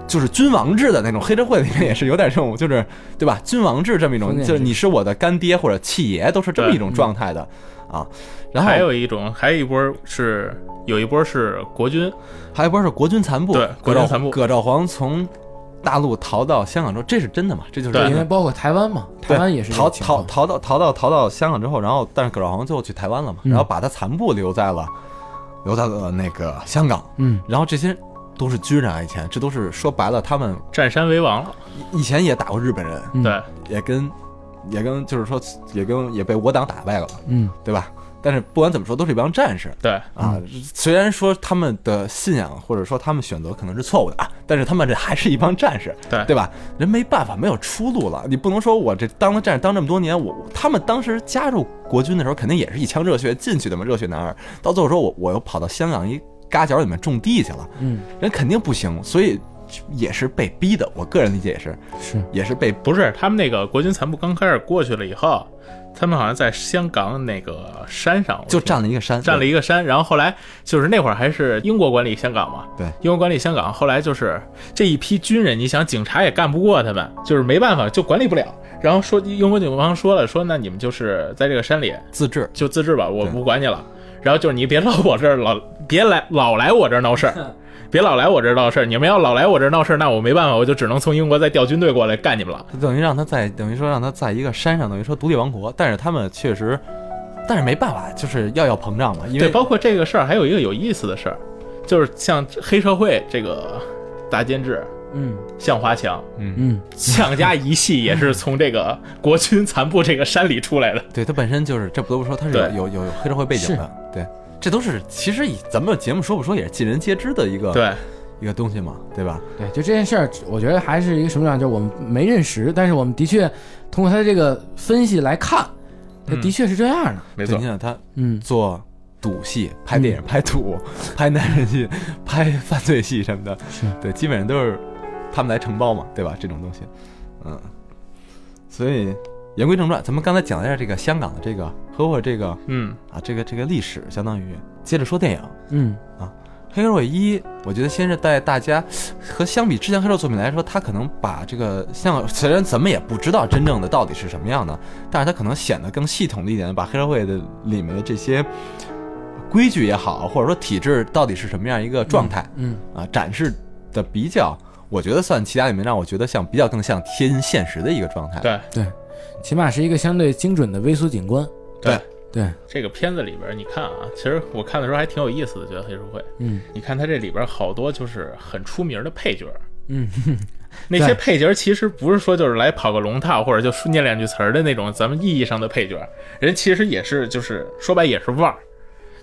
[SPEAKER 2] 就是君王制的那种黑社会里面也是有点这种，就是对吧？君王制这么一
[SPEAKER 3] 封
[SPEAKER 2] 种，
[SPEAKER 3] 建
[SPEAKER 2] 就是
[SPEAKER 3] 制
[SPEAKER 2] 你是我的干爹或者契爷，都是这么
[SPEAKER 1] 对嗯
[SPEAKER 2] 一种状态的啊。然后
[SPEAKER 1] 还有一种，还有一波是有一波是国军，
[SPEAKER 2] 还有一波是国军残部，
[SPEAKER 1] 对
[SPEAKER 2] 葛
[SPEAKER 1] 国
[SPEAKER 2] 兆
[SPEAKER 1] 军残部
[SPEAKER 2] 葛兆黄从大陆逃到香港之后，这是真的吗？这就是
[SPEAKER 1] 对
[SPEAKER 2] 真
[SPEAKER 3] 因
[SPEAKER 2] 的
[SPEAKER 3] 为包括台湾嘛，台
[SPEAKER 2] 对
[SPEAKER 3] 湾也是
[SPEAKER 2] 逃逃逃到逃到逃到香港之后，然后但是葛兆黄最后去台湾了嘛，
[SPEAKER 3] 嗯
[SPEAKER 2] 然后把他残部留在了留在了呃那个香港，
[SPEAKER 3] 嗯
[SPEAKER 2] 然后这些都是军人啊，以前这都是说白了，他们
[SPEAKER 1] 占山为王了，
[SPEAKER 2] 以以前也打过日本人，
[SPEAKER 3] 嗯
[SPEAKER 1] 对，
[SPEAKER 2] 也跟也跟就是说也跟也被我党打败了，
[SPEAKER 3] 嗯
[SPEAKER 2] 对吧？但是不管怎么说，都是一帮战士
[SPEAKER 1] 对，
[SPEAKER 2] 啊。虽然说他们的信仰或者说他们选择可能是错误的啊，但是他们这还是一帮战士，
[SPEAKER 1] 对
[SPEAKER 2] 对吧？人没办法，没有出路了。你不能说我这当了战士当这么多年，我他们当时加入国军的时候，肯定也是一腔热血进去的嘛，热血男儿。到最后说我我又跑到香港一旮角里面种地去了，
[SPEAKER 3] 嗯
[SPEAKER 2] 人肯定不行，所以也是被逼的。我个人理解也是，
[SPEAKER 3] 是
[SPEAKER 2] 也是被
[SPEAKER 1] 不是他们那个国军残部刚开始过去了以后，他们好像在香港那个山上，我
[SPEAKER 2] 就
[SPEAKER 1] 记得
[SPEAKER 2] 占了一个山，
[SPEAKER 1] 占了一个山，然后后来就是那会儿还是英国管理香港嘛，
[SPEAKER 2] 对
[SPEAKER 1] 英国管理香港，后来就是这一批军人，你想警察也干不过他们，就是没办法，就管理不了。然后说英国警方说了，说那你们就是在这个山里
[SPEAKER 2] 自治。
[SPEAKER 1] 就自治吧，我
[SPEAKER 2] 对
[SPEAKER 1] 不管你了。然后就是你别老我这儿老 <laughs> 别来老来我这儿闹事儿，
[SPEAKER 2] <laughs>
[SPEAKER 1] 别老来我这儿闹事儿。你们要老来我这儿闹事儿，那我没办法，我就只能从英国再调军队过来干你们了。
[SPEAKER 2] 等于让他在，等于说让他在一个山上，等于说独立王国。但是他们确实，但是没办法，就是要要膨胀嘛，因
[SPEAKER 1] 对，
[SPEAKER 2] 为
[SPEAKER 1] 包括这个事儿，还有一个有意思的事儿，就是像黑社会这个大监制
[SPEAKER 3] 嗯
[SPEAKER 1] 向华强，
[SPEAKER 3] 嗯
[SPEAKER 1] 向家一系也是从这个国军残部这个山里出
[SPEAKER 2] <laughs>
[SPEAKER 1] 来的。
[SPEAKER 2] 对他本身就是，这不得不说他是有
[SPEAKER 1] 对
[SPEAKER 2] 有有有黑社会背景的，对，这都是其实以咱们节目说不说也是尽人皆知的一个
[SPEAKER 1] 对，
[SPEAKER 2] 一个东西嘛，对吧？
[SPEAKER 3] 对，就这件事儿，我觉得还是一个什么样，就是我们没认识，但是我们的确通过他的这个分析来看，他的确是这样的。
[SPEAKER 1] 没
[SPEAKER 2] 对你想他
[SPEAKER 3] 嗯，
[SPEAKER 2] 做赌戏、拍电影、拍赌、拍男人戏、拍犯罪戏什么的，
[SPEAKER 3] 是
[SPEAKER 2] 对，基本上都是他们来承包嘛，对吧？这种东西，嗯，所以言归正传，咱们刚才讲了一下这个香港的这个和我这个
[SPEAKER 1] 嗯，
[SPEAKER 2] 啊这个这个历史，相当于接着说电影。
[SPEAKER 3] 嗯
[SPEAKER 2] 黑社会一，我觉得先是带大家呃和相比之前黑社会作品来说，他可能把这个像虽然咱们也不知道真正的到底是什么样的，但是他可能显得更系统的一点，把黑社会的里面的这些规矩也好，或者说体制到底是什么样一个状态、
[SPEAKER 3] 嗯
[SPEAKER 2] 啊展示的比较，我觉得算其他里面让我觉得像比较更像贴近现实的一个状态。
[SPEAKER 1] 对，
[SPEAKER 3] 对，起码是一个相对精准的微缩景观。
[SPEAKER 1] 对
[SPEAKER 3] 对，
[SPEAKER 1] 这个片子里边儿你看啊，其实我看的时候还挺有意思的，觉得黑社会。
[SPEAKER 3] 嗯
[SPEAKER 1] 你看他这里边儿好多就是很出名的配角儿，
[SPEAKER 3] 嗯，
[SPEAKER 1] 那些配角儿其实不是说就是来跑个龙套或者就念两句词儿的那种咱们意义上的配角儿，人其实也是就是说白也是腕儿。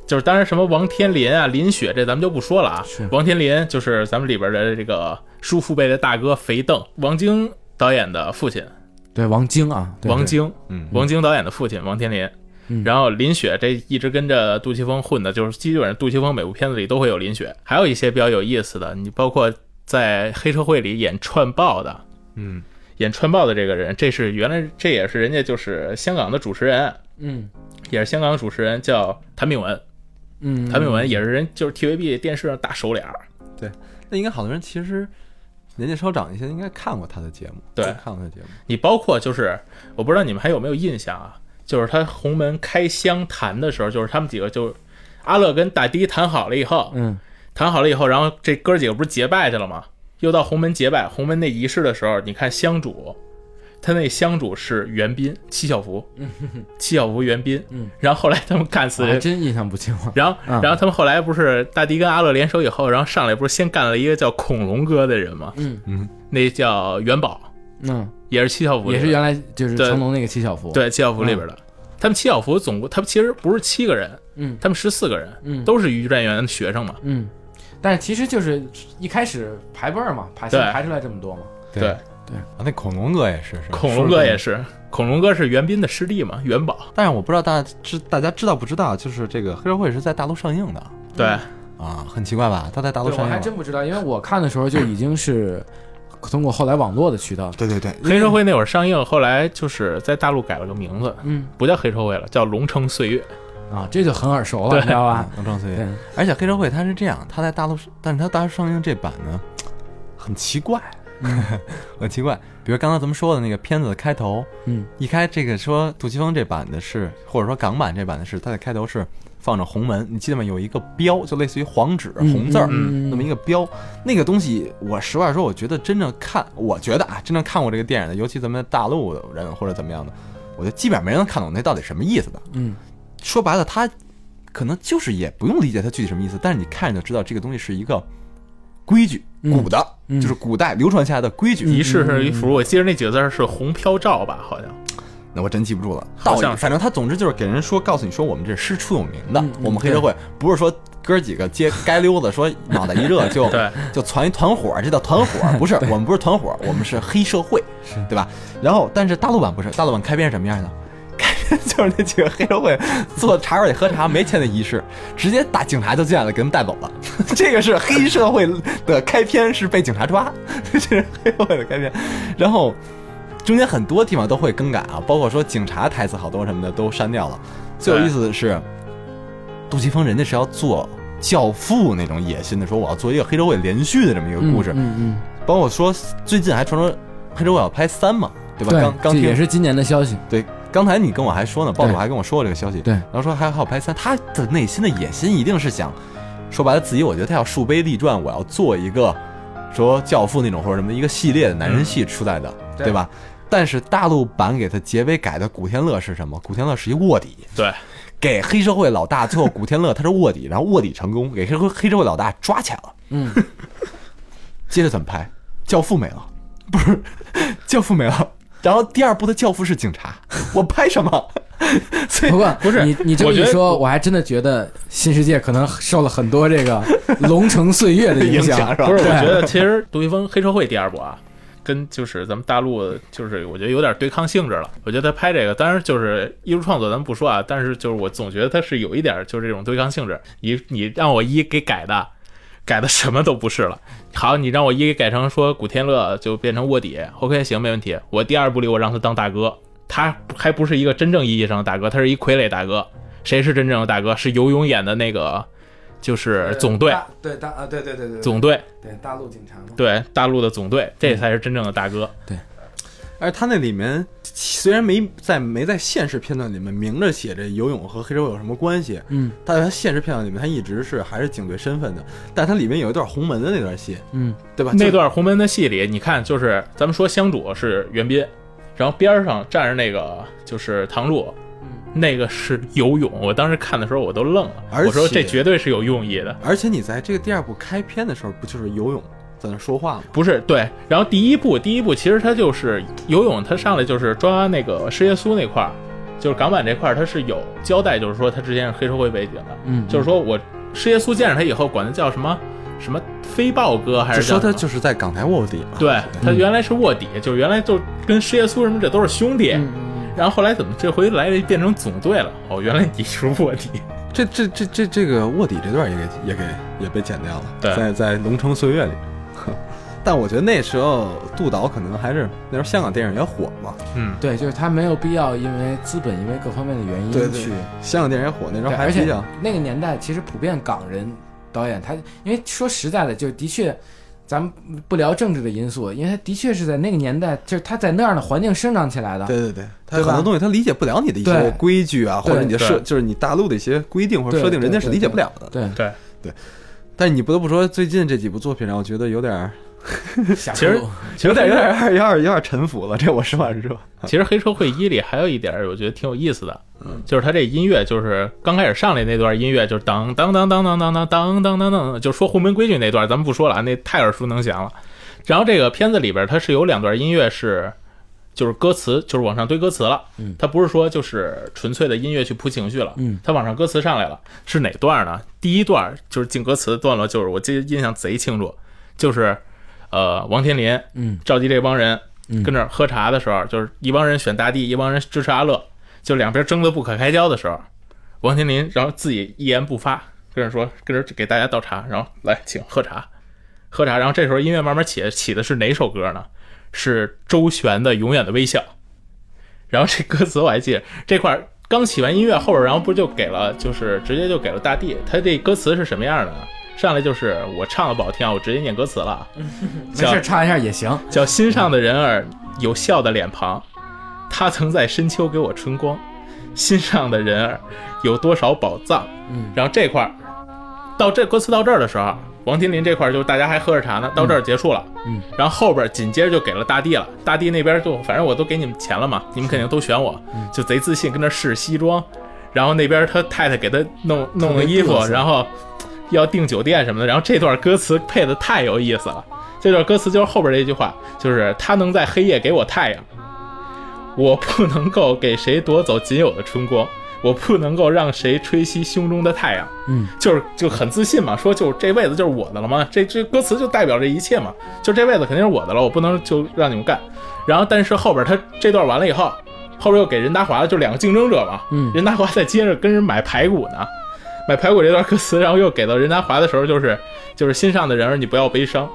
[SPEAKER 1] 就是当然什么王天林啊、林雪这咱们就不说了啊
[SPEAKER 3] 是。
[SPEAKER 1] 王天林就是咱们里边的这个叔父辈的大哥肥邓，王晶导演的父亲，
[SPEAKER 3] 对，王晶啊，对
[SPEAKER 1] 王，晶，
[SPEAKER 2] 嗯
[SPEAKER 1] 王晶导演的父亲王天林。
[SPEAKER 3] 嗯
[SPEAKER 1] 然后林雪这一直跟着杜琪峰混的，就是基本上杜琪峰每部片子里都会有林雪，还有一些比较有意思的，你包括在黑社会里演串爆的，
[SPEAKER 2] 嗯，
[SPEAKER 1] 演串爆的这个人，这是原来这也是人家就是香港的主持人，
[SPEAKER 3] 嗯
[SPEAKER 1] 也是香港主持人叫谭炳文，
[SPEAKER 3] 嗯，
[SPEAKER 1] 谭炳文也是人就是 TVB 电视上大手脸儿，
[SPEAKER 2] 那应该好多人其实年纪稍长一些，应该看过他的节目，
[SPEAKER 1] 对
[SPEAKER 2] 看过他的节目。
[SPEAKER 1] 你包括就是，我不知道你们还有没有印象啊？就是他红门开箱谈的时候，就是他们几个就阿乐跟大迪谈好了以后，
[SPEAKER 3] 嗯
[SPEAKER 1] 谈好了以后，然后这哥几个不是结拜去了吗？又到鸿门结拜，鸿门那仪式的时候，你看香主，他那香主是袁斌，戚小
[SPEAKER 3] <laughs>
[SPEAKER 1] 福，戚小福袁斌，
[SPEAKER 3] 嗯，
[SPEAKER 1] 然后后来他们干
[SPEAKER 3] 我
[SPEAKER 1] 死
[SPEAKER 3] 还真印象不清
[SPEAKER 1] <laughs>
[SPEAKER 3] 了。
[SPEAKER 1] 然后，
[SPEAKER 3] 嗯
[SPEAKER 1] 然后他们后来不是大迪跟阿乐联手以后，然后上来不是先干了一个叫恐龙哥的人吗？
[SPEAKER 3] 嗯
[SPEAKER 2] 嗯，
[SPEAKER 1] 那叫元宝，
[SPEAKER 3] 嗯，
[SPEAKER 1] 也是七小福里
[SPEAKER 3] 也
[SPEAKER 1] 边的，
[SPEAKER 3] 是原来就是
[SPEAKER 1] 对
[SPEAKER 3] 成龙那个戚小福。，
[SPEAKER 1] 对七小福里边的。他们七小福总共，他们其实不是七个人，
[SPEAKER 3] 嗯
[SPEAKER 1] 他们十四个人，
[SPEAKER 3] 嗯
[SPEAKER 1] 都是于占元的学生嘛。
[SPEAKER 3] 嗯，但是其实就是一开始排辈儿嘛，排先
[SPEAKER 1] 对
[SPEAKER 3] 排出来这么多嘛。
[SPEAKER 1] 对
[SPEAKER 3] 对
[SPEAKER 2] 啊那恐龙哥也是，是吧
[SPEAKER 1] 恐龙哥也
[SPEAKER 2] 是。
[SPEAKER 1] 是，恐龙哥是袁斌的师弟嘛，元宝。
[SPEAKER 2] 但是我不知道大家知大家知道不知道，就是这个黑社会是在大陆上映的
[SPEAKER 1] 对，
[SPEAKER 2] 啊，很奇怪吧？他在大陆
[SPEAKER 3] 对，我
[SPEAKER 2] 上映
[SPEAKER 3] 还
[SPEAKER 2] 了，
[SPEAKER 3] 真不知道，因为我看的时候就已经是通过后来网络的渠道。
[SPEAKER 2] 对对对，
[SPEAKER 1] 黑社会那会儿上映，后来就是在大陆改了个名字，
[SPEAKER 3] 嗯
[SPEAKER 1] 不叫黑社会了，叫《龙城岁月》。
[SPEAKER 3] 啊，这就很耳熟了，
[SPEAKER 1] 对
[SPEAKER 3] 你知道吧
[SPEAKER 2] 啊？，能撞碎
[SPEAKER 3] 对，
[SPEAKER 2] 而且黑社会它是这样，它在大陆，但是它大陆上映这版呢，很奇怪，
[SPEAKER 3] 嗯
[SPEAKER 2] <laughs> 很奇怪。比如刚刚咱们说的那个片子的开头，
[SPEAKER 3] 嗯，
[SPEAKER 2] 一开这个说杜琪峰这版的是，或者说港版这版的是，它的开头是放着红门，你记得吗？有一个标，就类似于黄纸、
[SPEAKER 3] 嗯
[SPEAKER 2] 红字儿，
[SPEAKER 3] 嗯嗯嗯
[SPEAKER 2] 那么一个标，那个东西，我实话说，我觉得真正看，我觉得啊，真正看过这个电影的，尤其咱们大陆的人或者怎么样的，我觉得基本上没人能看懂那到底什么意思的。
[SPEAKER 3] 嗯，
[SPEAKER 2] 说白了，他可能就是也不用理解它具体什么意思，但是你看着就知道这个东西是一个规矩，
[SPEAKER 3] 嗯
[SPEAKER 2] 古的，
[SPEAKER 3] 嗯
[SPEAKER 2] 就是古代流传下来的规矩。
[SPEAKER 1] 仪式是一幅，我记得那几个字儿是“红飘照”吧，好像。
[SPEAKER 2] 那我真记不住了，
[SPEAKER 1] 好
[SPEAKER 2] 道
[SPEAKER 1] 像
[SPEAKER 2] 理
[SPEAKER 1] 是
[SPEAKER 2] 反正他总之就是给人说，告诉你说我们这是师出有名的，
[SPEAKER 3] 嗯嗯
[SPEAKER 2] 我们黑社会不是说哥几个街街溜子说脑袋一
[SPEAKER 3] <laughs>
[SPEAKER 2] 热就
[SPEAKER 1] 对
[SPEAKER 2] 就攒一团伙，这叫团伙，不是我们不是团伙，我们是黑社会，对吧？然后但是大陆版不是，大陆版开篇是什么样的？开篇 <laughs> 就是那几个黑社会坐茶水里喝茶，没钱的仪式，直接打警察就进来了，给他们带走了。 <laughs> 这个是黑社会的开篇，是被警察抓， <laughs> 这是黑社会的开篇。然后中间很多地方都会更改啊，包括说警察台词好多什么的都删掉了。最有意思的是，杜琪峰人家是要做教父那种野心的，说我要做一个黑社会连续的这么一个故事。
[SPEAKER 3] 嗯嗯，
[SPEAKER 2] 包括说最近还传说黑社会要拍三嘛，对吧？
[SPEAKER 3] 对，
[SPEAKER 2] 刚刚
[SPEAKER 3] 这
[SPEAKER 2] 听
[SPEAKER 3] 也是今年的消息。
[SPEAKER 2] 对，刚才你跟我还说呢，鲍主
[SPEAKER 3] 对
[SPEAKER 2] 还跟我说这个消息，
[SPEAKER 3] 对
[SPEAKER 2] 然后说还好拍三，他的内心的野心一定是想，说白了自己，我觉得他要树碑立传，我要做一个说教父那种或者什么的一个系列的男人戏出来的，
[SPEAKER 3] 对
[SPEAKER 2] 对吧？但是大陆版给他结尾改的古天乐是什么？古天乐是一卧底，
[SPEAKER 1] 对，
[SPEAKER 2] 给黑社会老大，最后古天乐他是卧底，然后卧底成功，给黑社黑社会老大抓起来了。
[SPEAKER 3] 嗯，
[SPEAKER 2] 接着怎么拍？教父没了，不是，教父没了。然后第二部的教父是警察，我拍什么？ <laughs> 所以
[SPEAKER 3] <laughs> 不过
[SPEAKER 1] 不是
[SPEAKER 3] 你，你这么
[SPEAKER 1] 我觉
[SPEAKER 3] 一
[SPEAKER 1] 得
[SPEAKER 3] 说，我还真的觉得新世界可能受了很多这 <laughs> 个龙城岁月的
[SPEAKER 2] 影
[SPEAKER 3] 响
[SPEAKER 2] 响。是吧？
[SPEAKER 1] 不是，我
[SPEAKER 3] 对
[SPEAKER 1] 觉得其实杜琪峰黑社会第二部啊，跟就是咱们大陆就是我觉得有点对抗性质了。我觉得他拍这个，当然就是艺术创作咱们不说啊，但是就是我总觉得他是有一点就是这种对抗性质。你你让我一给改的，改的什么都不是了。好，你让我一给改成说古天乐就变成卧底，OK 行没问题。我第二部里我让他当大哥，他还不是一个真正意义上的大哥，他是一傀儡大哥。谁是真正的大哥？是游泳演的那个，就是总队，
[SPEAKER 3] 对大啊，对对对对，
[SPEAKER 1] 总队。
[SPEAKER 3] 对大陆警察嘛。
[SPEAKER 1] 对大陆的总
[SPEAKER 2] 嗯
[SPEAKER 1] 队，这才是真正的大哥。
[SPEAKER 2] 而他那里面虽然没在没在现实片段里面明着写着游泳和黑社会有什么关系，
[SPEAKER 3] 嗯
[SPEAKER 2] 但是他现实片段里面他一直是还是警队身份的，但他里面有一段红门的那段戏，
[SPEAKER 3] 嗯
[SPEAKER 2] 对吧？
[SPEAKER 1] 那段鸿门的戏里，你看，就是咱们说香主是袁斌，然后边上站着那个就是唐柱，
[SPEAKER 3] 嗯，
[SPEAKER 1] 那个是游泳。我当时看的时候我都愣了，
[SPEAKER 2] 而且
[SPEAKER 1] 我说这绝对是有用意的，
[SPEAKER 2] 而且你在这个第二部开篇的时候，不就是游泳在那说话吗？
[SPEAKER 1] 不是对。然后第一部，第一部其实他就是游泳，他上来就是抓那个施耶苏那块儿，就是港版这块儿，他是有交代，就是说他之前是黑社会背景的，
[SPEAKER 3] 嗯
[SPEAKER 1] 就是说我施耶苏见着他以后，管他叫什么什么飞豹哥还
[SPEAKER 2] 就是说
[SPEAKER 1] 叫
[SPEAKER 2] 他
[SPEAKER 1] 什么
[SPEAKER 2] 就是在港台卧底嘛。
[SPEAKER 1] 对他原来是卧底，就是原来就跟施耶苏什么这都是兄弟，
[SPEAKER 3] 嗯
[SPEAKER 1] 然后后来怎么这回来变成总队了？哦，原来你是卧底，
[SPEAKER 2] 这这这这这个卧底这段也给也给也被剪掉了，
[SPEAKER 1] 对
[SPEAKER 2] 在在《龙城岁月》里。 <laughs> 但我觉得那时候杜导可能还是那时候香港电影也火嘛，
[SPEAKER 1] 嗯，
[SPEAKER 3] 对，就是他没有必要因为资本，因为各方面的原因去。
[SPEAKER 2] 对对香港电影也火，那时候
[SPEAKER 3] 对，
[SPEAKER 2] 还
[SPEAKER 3] 而
[SPEAKER 2] 比
[SPEAKER 3] 且
[SPEAKER 2] 较
[SPEAKER 3] 那个年代其实普遍港人导演他，因为说实在的，就的确，咱们不聊政治的因素，因为他的确是在那个年代，就是他在那样的环境生长起来的。
[SPEAKER 2] 对对对，他
[SPEAKER 3] 对
[SPEAKER 2] 很
[SPEAKER 3] 吧
[SPEAKER 2] 多东西他理解不了你的一些
[SPEAKER 3] 对
[SPEAKER 2] 规矩啊，或
[SPEAKER 3] 对
[SPEAKER 2] 者你的
[SPEAKER 1] 对
[SPEAKER 2] 设，就是你大陆的一些规定或者
[SPEAKER 3] 对
[SPEAKER 2] 设定，
[SPEAKER 3] 对
[SPEAKER 2] 人家是
[SPEAKER 3] 对
[SPEAKER 2] 理解
[SPEAKER 3] 对
[SPEAKER 2] 不了的。
[SPEAKER 3] 对
[SPEAKER 1] 对，
[SPEAKER 2] 但是你不得不说，最近这几部作品让我觉得有点
[SPEAKER 3] <laughs>
[SPEAKER 2] 儿，
[SPEAKER 1] 其实
[SPEAKER 2] 有点儿，有点儿，有点儿，有点儿臣服了。这我实话实说。
[SPEAKER 1] 其实《黑社会一》里还有一点儿我觉得挺有意思的，
[SPEAKER 3] 嗯
[SPEAKER 1] 就是他这音乐，就是刚开始上来那段音乐，就是当当当当当当当当当当当，就说红门规矩那段，咱们不说了，啊那太耳熟能详了。然后这个片子里边，它是有两段音乐是，就是歌词，就是往上堆歌词了。
[SPEAKER 3] 嗯
[SPEAKER 1] 它不是说就是纯粹的音乐去铺情绪了，
[SPEAKER 3] 嗯，
[SPEAKER 1] 它往上歌词上来了，是哪段呢？第一段就是进歌词的段落，就是我记得印象贼清楚，就是呃王天林
[SPEAKER 3] 嗯
[SPEAKER 1] 召集这帮人
[SPEAKER 3] 嗯
[SPEAKER 1] 跟那儿喝茶的时候，就是一帮人选大地，一帮人支持阿乐，就两边争得不可开交的时候，王天林然后自己一言不发，跟着说跟着给大家倒茶，然后来请喝茶，喝茶，然后这时候音乐慢慢起，起的是哪首歌呢？是周璇的《永远的微笑》，然后这歌词我还记得这块儿刚起完音乐后边儿，然后不就给了，就是直接就给了大地，他这歌词是什么样的呢？上来就是我唱的不好听啊，我直接念歌词了啊。
[SPEAKER 3] 没事儿唱一下也行。
[SPEAKER 1] 叫心上的人儿有笑的脸庞，他曾在深秋给我春光。心上的人儿有多少宝藏？
[SPEAKER 3] 嗯，
[SPEAKER 1] 然后这块儿到这歌词到这儿的时候，王天林这块儿就是大家还喝着茶呢，到这儿结束了。
[SPEAKER 3] 嗯，
[SPEAKER 1] 然后后边紧接着就给了大地了，大地那边就反正我都给你们钱了嘛，你们肯定都选我，
[SPEAKER 3] 嗯
[SPEAKER 1] 就贼自信跟那试西装，然后那边他太太给他弄弄
[SPEAKER 3] 特
[SPEAKER 1] 了
[SPEAKER 3] 别
[SPEAKER 1] 衣服
[SPEAKER 3] 嘚，瑟
[SPEAKER 1] 然后要订酒店什么的，然后这段歌词配的太有意思了。这段歌词就是后边这句话，就是他能在黑夜给我太阳，我不能够给谁夺走仅有的春光，我不能够让谁吹熄胸中的太阳。
[SPEAKER 3] 嗯，
[SPEAKER 1] 就是就很自信嘛，说就是这辈子就是我的了嘛，这这歌词就代表这一切嘛，就这辈子肯定是我的了，我不能就让你们干。然后但是后边他这段完了以后，后边又给任达华了，就两个竞争者嘛，
[SPEAKER 3] 嗯
[SPEAKER 1] 任达华在街上跟人买排骨呢。买排骨这段歌词， <laughs> 然后又给到任达华的时候，就是就是心上的人儿，你不要悲伤，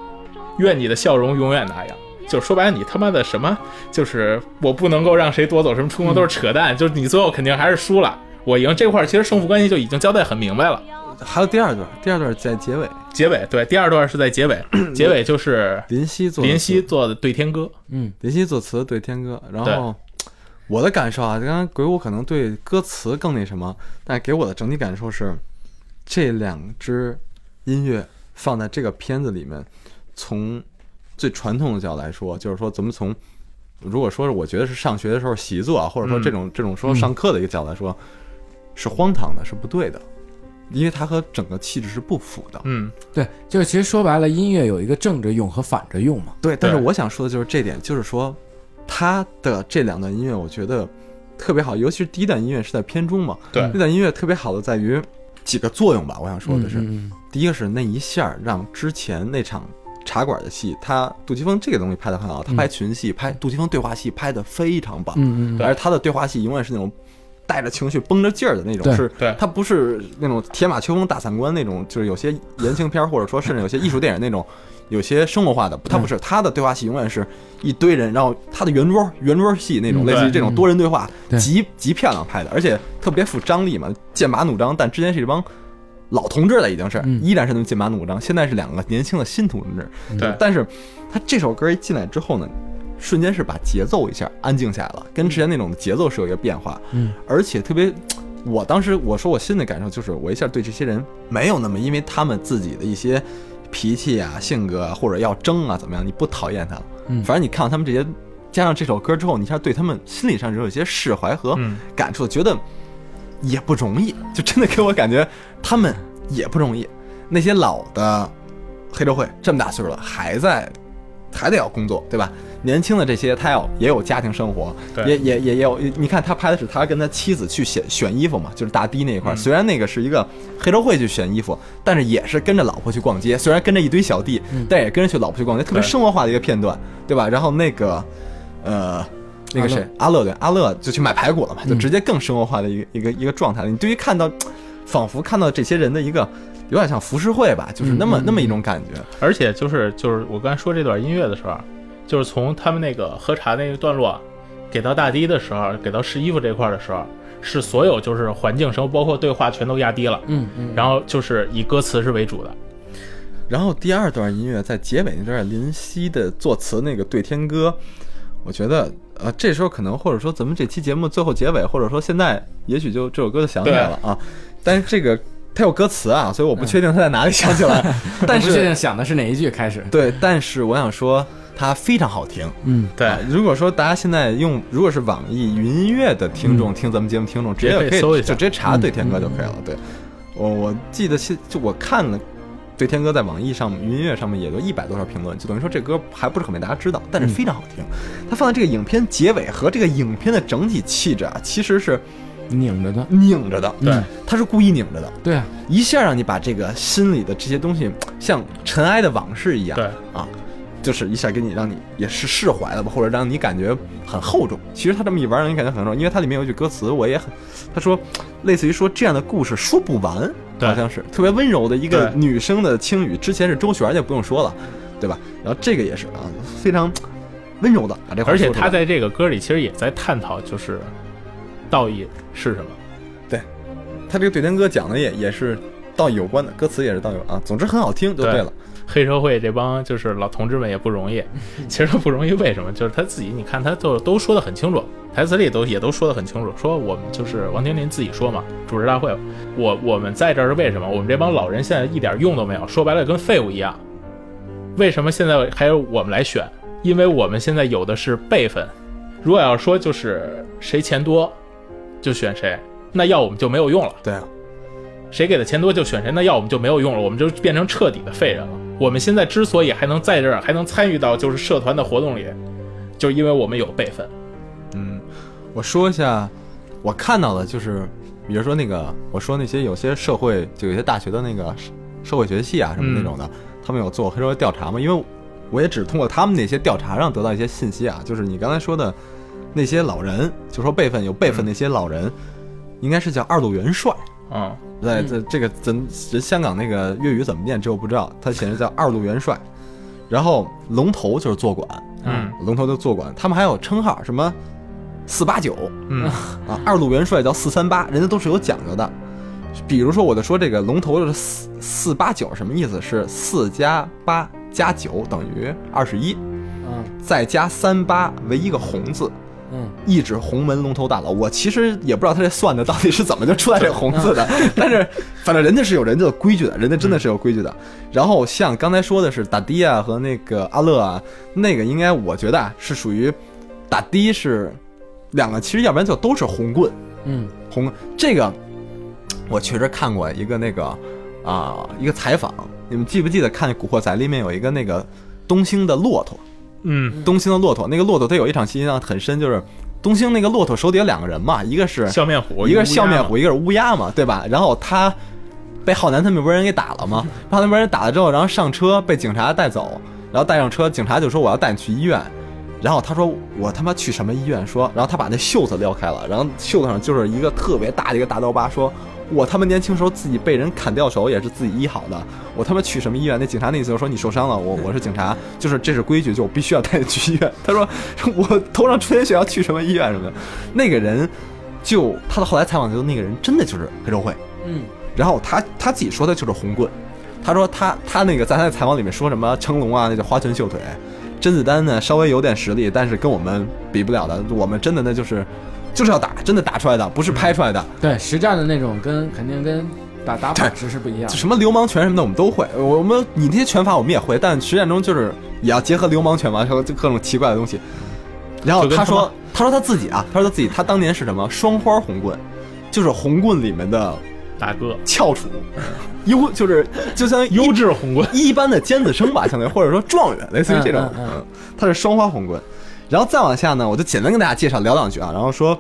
[SPEAKER 1] 愿你的笑容永远那样。就是说白了，你他妈的什么？就是我不能够让谁夺走什么春光，都是扯淡。就是你最后肯定还是输了，我赢这块儿，其实胜负关系就已经交代很明白了。
[SPEAKER 2] 还有第二段，第二段在结尾，
[SPEAKER 1] 结尾对，第二段是在结尾，结尾就是
[SPEAKER 2] 林夕作
[SPEAKER 1] 林夕
[SPEAKER 2] 词
[SPEAKER 1] 做的《对天歌》，
[SPEAKER 3] 嗯
[SPEAKER 2] 林夕作词对天歌，然
[SPEAKER 1] 对
[SPEAKER 2] 后我的感受啊，刚刚鬼舞可能对歌词更那什么，但给我的整体感受是，这两支音乐放在这个片子里面，从最传统的角度来说，就是说咱们从如果说是我觉得是上学的时候习作啊，或者说
[SPEAKER 1] 嗯
[SPEAKER 2] 这种、这种说上课的一个角度来说，是荒唐的，是不对的，因为它和整个气质是不符的。
[SPEAKER 1] 嗯，
[SPEAKER 3] 对，就是其实说白了，音乐有一个正着用和反着用嘛。
[SPEAKER 2] 对，但是
[SPEAKER 1] 对
[SPEAKER 2] 我想说的就是这点，就是说他的这两段音乐，我觉得特别好，尤其是第一段音乐是在片中嘛，
[SPEAKER 1] 对
[SPEAKER 2] 那段音乐特别好的在于几个作用吧，我想说的是，
[SPEAKER 3] 嗯，嗯
[SPEAKER 2] 第一个是那一下儿让之前那场茶馆的戏，他杜琪峰这个东西拍的很
[SPEAKER 3] 嗯
[SPEAKER 2] 好，他拍群戏、拍杜琪峰对话戏拍的非常棒，
[SPEAKER 3] 嗯嗯嗯，
[SPEAKER 2] 而他的对话戏永远是那种带着情绪、绷着劲儿的那种，
[SPEAKER 3] 对
[SPEAKER 2] 是
[SPEAKER 1] 对
[SPEAKER 2] 他不是那种铁马秋风大散关那种，就是有些言情片儿或者说甚至有些艺术电影那种。 <laughs> 有些生活化的，他不是他的对话戏永远是一堆人，然后他的圆桌圆桌戏那种，
[SPEAKER 1] 嗯
[SPEAKER 2] 类似于
[SPEAKER 1] 对
[SPEAKER 2] 这种多人对话，
[SPEAKER 3] 嗯对
[SPEAKER 2] 极极漂亮拍的，而且特别富张力嘛，剑拔弩张。但之前是一帮老同志了，已经是
[SPEAKER 3] 嗯
[SPEAKER 2] 依然是能剑拔弩张，现在是两个年轻的新同志。
[SPEAKER 1] 对
[SPEAKER 2] 但是他这首歌一进来之后呢，瞬间是把节奏一下安静下来了，跟之前那种节奏是有一个变化，
[SPEAKER 3] 嗯，
[SPEAKER 2] 而且特别。我当时我说我心里感受就是，我一下对这些人没有那么，因为他们自己的一些脾气啊、性格啊，或者要争啊怎么样，你不讨厌他了。
[SPEAKER 3] 嗯
[SPEAKER 2] 反正你看到他们这些，加上这首歌之后，你一下对他们心理上是有一些释怀和
[SPEAKER 1] 嗯
[SPEAKER 2] 感触，觉得也不容易，就真的给我感觉他们也不容易。那些老的黑社会这么大岁数了，还在还得要工作，对吧？年轻的这些他要也有家庭生活，
[SPEAKER 1] 对
[SPEAKER 2] 也也也也有。你看他拍的是他跟他妻子去选选衣服嘛，就是大堤那一块儿。
[SPEAKER 1] 嗯
[SPEAKER 2] 虽然那个是一个黑社会去选衣服，但是也是跟着老婆去逛街，虽然跟着一堆小弟，但也跟着去老婆去逛街，特别
[SPEAKER 1] 对
[SPEAKER 2] 生活化的一个片段，对吧？然后那个呃。那个谁，阿乐对阿乐就去买排骨了嘛，就直接更生活化的一个、一个一个状态了。你对于看到，仿佛看到这些人的一个有点像浮世绘吧，就是那么、那么一种感觉。
[SPEAKER 1] 而且就是就是我刚才说这段音乐的时候，就是从他们那个喝茶那个段落，给到大堤的时候，给到试衣服这块儿的时候，是所有就是环境声包括对话全都压低了，
[SPEAKER 3] 嗯嗯，
[SPEAKER 1] 然后就是以歌词是为主的，
[SPEAKER 2] 然后第二段音乐在结尾那段林夕的作词那个《对天歌》，我觉得呃这时候可能或者说咱们这期节目最后结尾，或者说现在也许就这首歌就想起来了啊。但是这个它有歌词啊，所以我不确定它在哪里想起来，但
[SPEAKER 3] 嗯我不确
[SPEAKER 2] 是
[SPEAKER 3] 定想的是哪一句开始。
[SPEAKER 2] 对，但是我想说它非常好听。
[SPEAKER 3] 嗯，
[SPEAKER 1] 对，
[SPEAKER 2] 啊如果说大家现在用，如果是网易云音乐的听众、听咱们节目听众，直接
[SPEAKER 1] 嗯也可以搜一下嗯
[SPEAKER 2] 就直接查
[SPEAKER 3] 嗯
[SPEAKER 2] 对天歌就可以了。对，我我记得现就我看了。对天歌在网易上、云音乐上面也就一百多条评论，就等于说这歌还不是很被大家知道，但是非常好听。
[SPEAKER 1] 嗯
[SPEAKER 2] 它放在这个影片结尾和这个影片的整体气质啊，其实是
[SPEAKER 3] 拧着的。
[SPEAKER 2] 拧着的，
[SPEAKER 3] 嗯，
[SPEAKER 2] 它是故意拧着的，
[SPEAKER 3] 对啊，
[SPEAKER 2] 一下让你把这个心里的这些东西像尘埃的往事一样，
[SPEAKER 1] 对
[SPEAKER 2] 啊，就是一下给你让你也是释怀了吧，或者让你感觉很厚重。其实他这么一玩，让你感觉很厚重，因为它里面有一句歌词，我也很，他说，类似于说这样的故事说不完，
[SPEAKER 1] 对
[SPEAKER 2] 好像是特别温柔的一个
[SPEAKER 1] 对
[SPEAKER 2] 女生的轻语。之前是周璇就不用说了，对吧？然后这个也是啊，非常温柔的把这话
[SPEAKER 1] 而且
[SPEAKER 2] 说出来
[SPEAKER 1] 他在这个歌里其实也在探讨，就是道义是什么。
[SPEAKER 2] 他这个对天歌讲的也也是道义有关的，歌词也是道义有啊，总之很好听就对
[SPEAKER 1] 对
[SPEAKER 2] 了。
[SPEAKER 1] 黑社会这帮就是老同志们也不容易，其实都不容易。为什么？就是他自己，你看他就都说的很清楚，台词里都也都说的很清楚。说我们就是王天林自己说嘛，主持大会，我我们在这儿是为什么？我们这帮老人现在一点用都没有，说白了跟废物一样。为什么现在还有我们来选？因为我们现在有的是辈分。如果要说就是谁钱多，就选谁，那要我们就没有用了。
[SPEAKER 2] 对啊，
[SPEAKER 1] 谁给的钱多就选谁，那要我们就没有用了，我们就变成彻底的废人了。我们现在之所以还能在这儿，还能参与到就是社团的活动里，就是因为我们有辈分。
[SPEAKER 2] 嗯，我说一下，我看到的就是，比如说那个，我说那些有些社会，就有些大学的那个社社会学系啊什么那种的，他们有做黑社会调查嘛？因为我也只通过他们那些调查上得到一些信息啊，就是你刚才说的那些老人，就说辈分有辈分那些老人，应该是叫二路元帅。
[SPEAKER 1] 嗯，
[SPEAKER 2] 对，
[SPEAKER 3] 嗯
[SPEAKER 2] 这这个咱人香港那个粤语怎么念，这我不知道，他显示叫二路元帅。然后龙头就是坐馆，啊
[SPEAKER 1] 嗯，
[SPEAKER 2] 龙头就坐馆，他们还有称号，什么四八九
[SPEAKER 1] 嗯，
[SPEAKER 2] 啊，二路元帅叫四三八，人家都是有讲究的。比如说，我就说这个龙头的四四八九什么意思？是四加八加九等于二十一，
[SPEAKER 3] 嗯
[SPEAKER 2] 再加三八为一个红字，
[SPEAKER 3] 嗯，
[SPEAKER 2] 一指鸿门龙头大佬。我其实也不知道他这算的到底是怎么就出来这红字的， <laughs> 但是反正人家是有人家的规矩的，人家真的是有规矩的。然后像刚才说的是打的啊和那个阿乐啊，那个应该我觉得啊是属于打的是两个，其实要不然就都是红棍，
[SPEAKER 3] 嗯
[SPEAKER 2] 红这个我确实看过一个那个啊、一个采访，你们记不记得看《古惑仔》里面有一个那个东兴的骆驼？
[SPEAKER 1] 嗯，
[SPEAKER 2] 东兴的骆驼，那个骆驼它有一场戏印象很深，就是东兴那个骆驼手底下两个人嘛，一个是
[SPEAKER 1] 笑面虎，
[SPEAKER 2] 一个
[SPEAKER 1] 乌
[SPEAKER 2] 是
[SPEAKER 1] 鸦
[SPEAKER 2] 笑面
[SPEAKER 1] 嘛
[SPEAKER 2] 虎，，一个是乌鸦嘛，对吧？然后他被浩南他们那波人给打了
[SPEAKER 1] <laughs>
[SPEAKER 2] 嘛，被浩南那波人打了之后，然后上车被警察带走，然后带上车，警察就说我要带你去医院。然后他说我他妈去什么医院？说，然后他把那袖子撩开了，然后袖子上就是一个特别大的一个大刀疤，说我他妈年轻时候自己被人砍掉手也是自己医好的，我他妈去什么医院？那警察那意思就是说你受伤了，我我是警察，就是这是规矩，就我必须要带你去医院。 <laughs> 他说我头上出点血要去什么医院什么的，那个人就他的后来采访就那个人真的就是黑社会，
[SPEAKER 3] 嗯
[SPEAKER 2] 然后他他自己说他就是红棍，他说他他那个在他的采访里面说什么成龙啊，那叫花拳绣腿，甄子丹呢稍微有点实力，但是跟我们比不了的，我们真的那就是 <laughs> 就是要打，真的打出来的，不是拍出来的，
[SPEAKER 3] 对，实战的那种跟肯定跟打打
[SPEAKER 2] 对
[SPEAKER 3] 靶式是不一样
[SPEAKER 2] 就
[SPEAKER 3] 的。
[SPEAKER 2] 什么流氓拳什么的我们都会，我们你那些拳法我们也会，但实战中就是也要结合流氓拳嘛，和各种奇怪的东西。然后
[SPEAKER 1] 就跟
[SPEAKER 2] 他
[SPEAKER 1] 他妈
[SPEAKER 2] 说，他说他自己啊，他说他自己，他当年是什么双花红棍，就是红棍里面的
[SPEAKER 1] 大哥，
[SPEAKER 2] 翘楚， <laughs> 优就是就相当于一
[SPEAKER 1] 优质红棍，
[SPEAKER 2] 一般的尖子生吧，相当于或者说状元，类似于这种
[SPEAKER 3] 嗯，嗯嗯
[SPEAKER 2] 他是双花红棍。然后再往下呢，我就简单跟大家介绍聊两句啊，然后说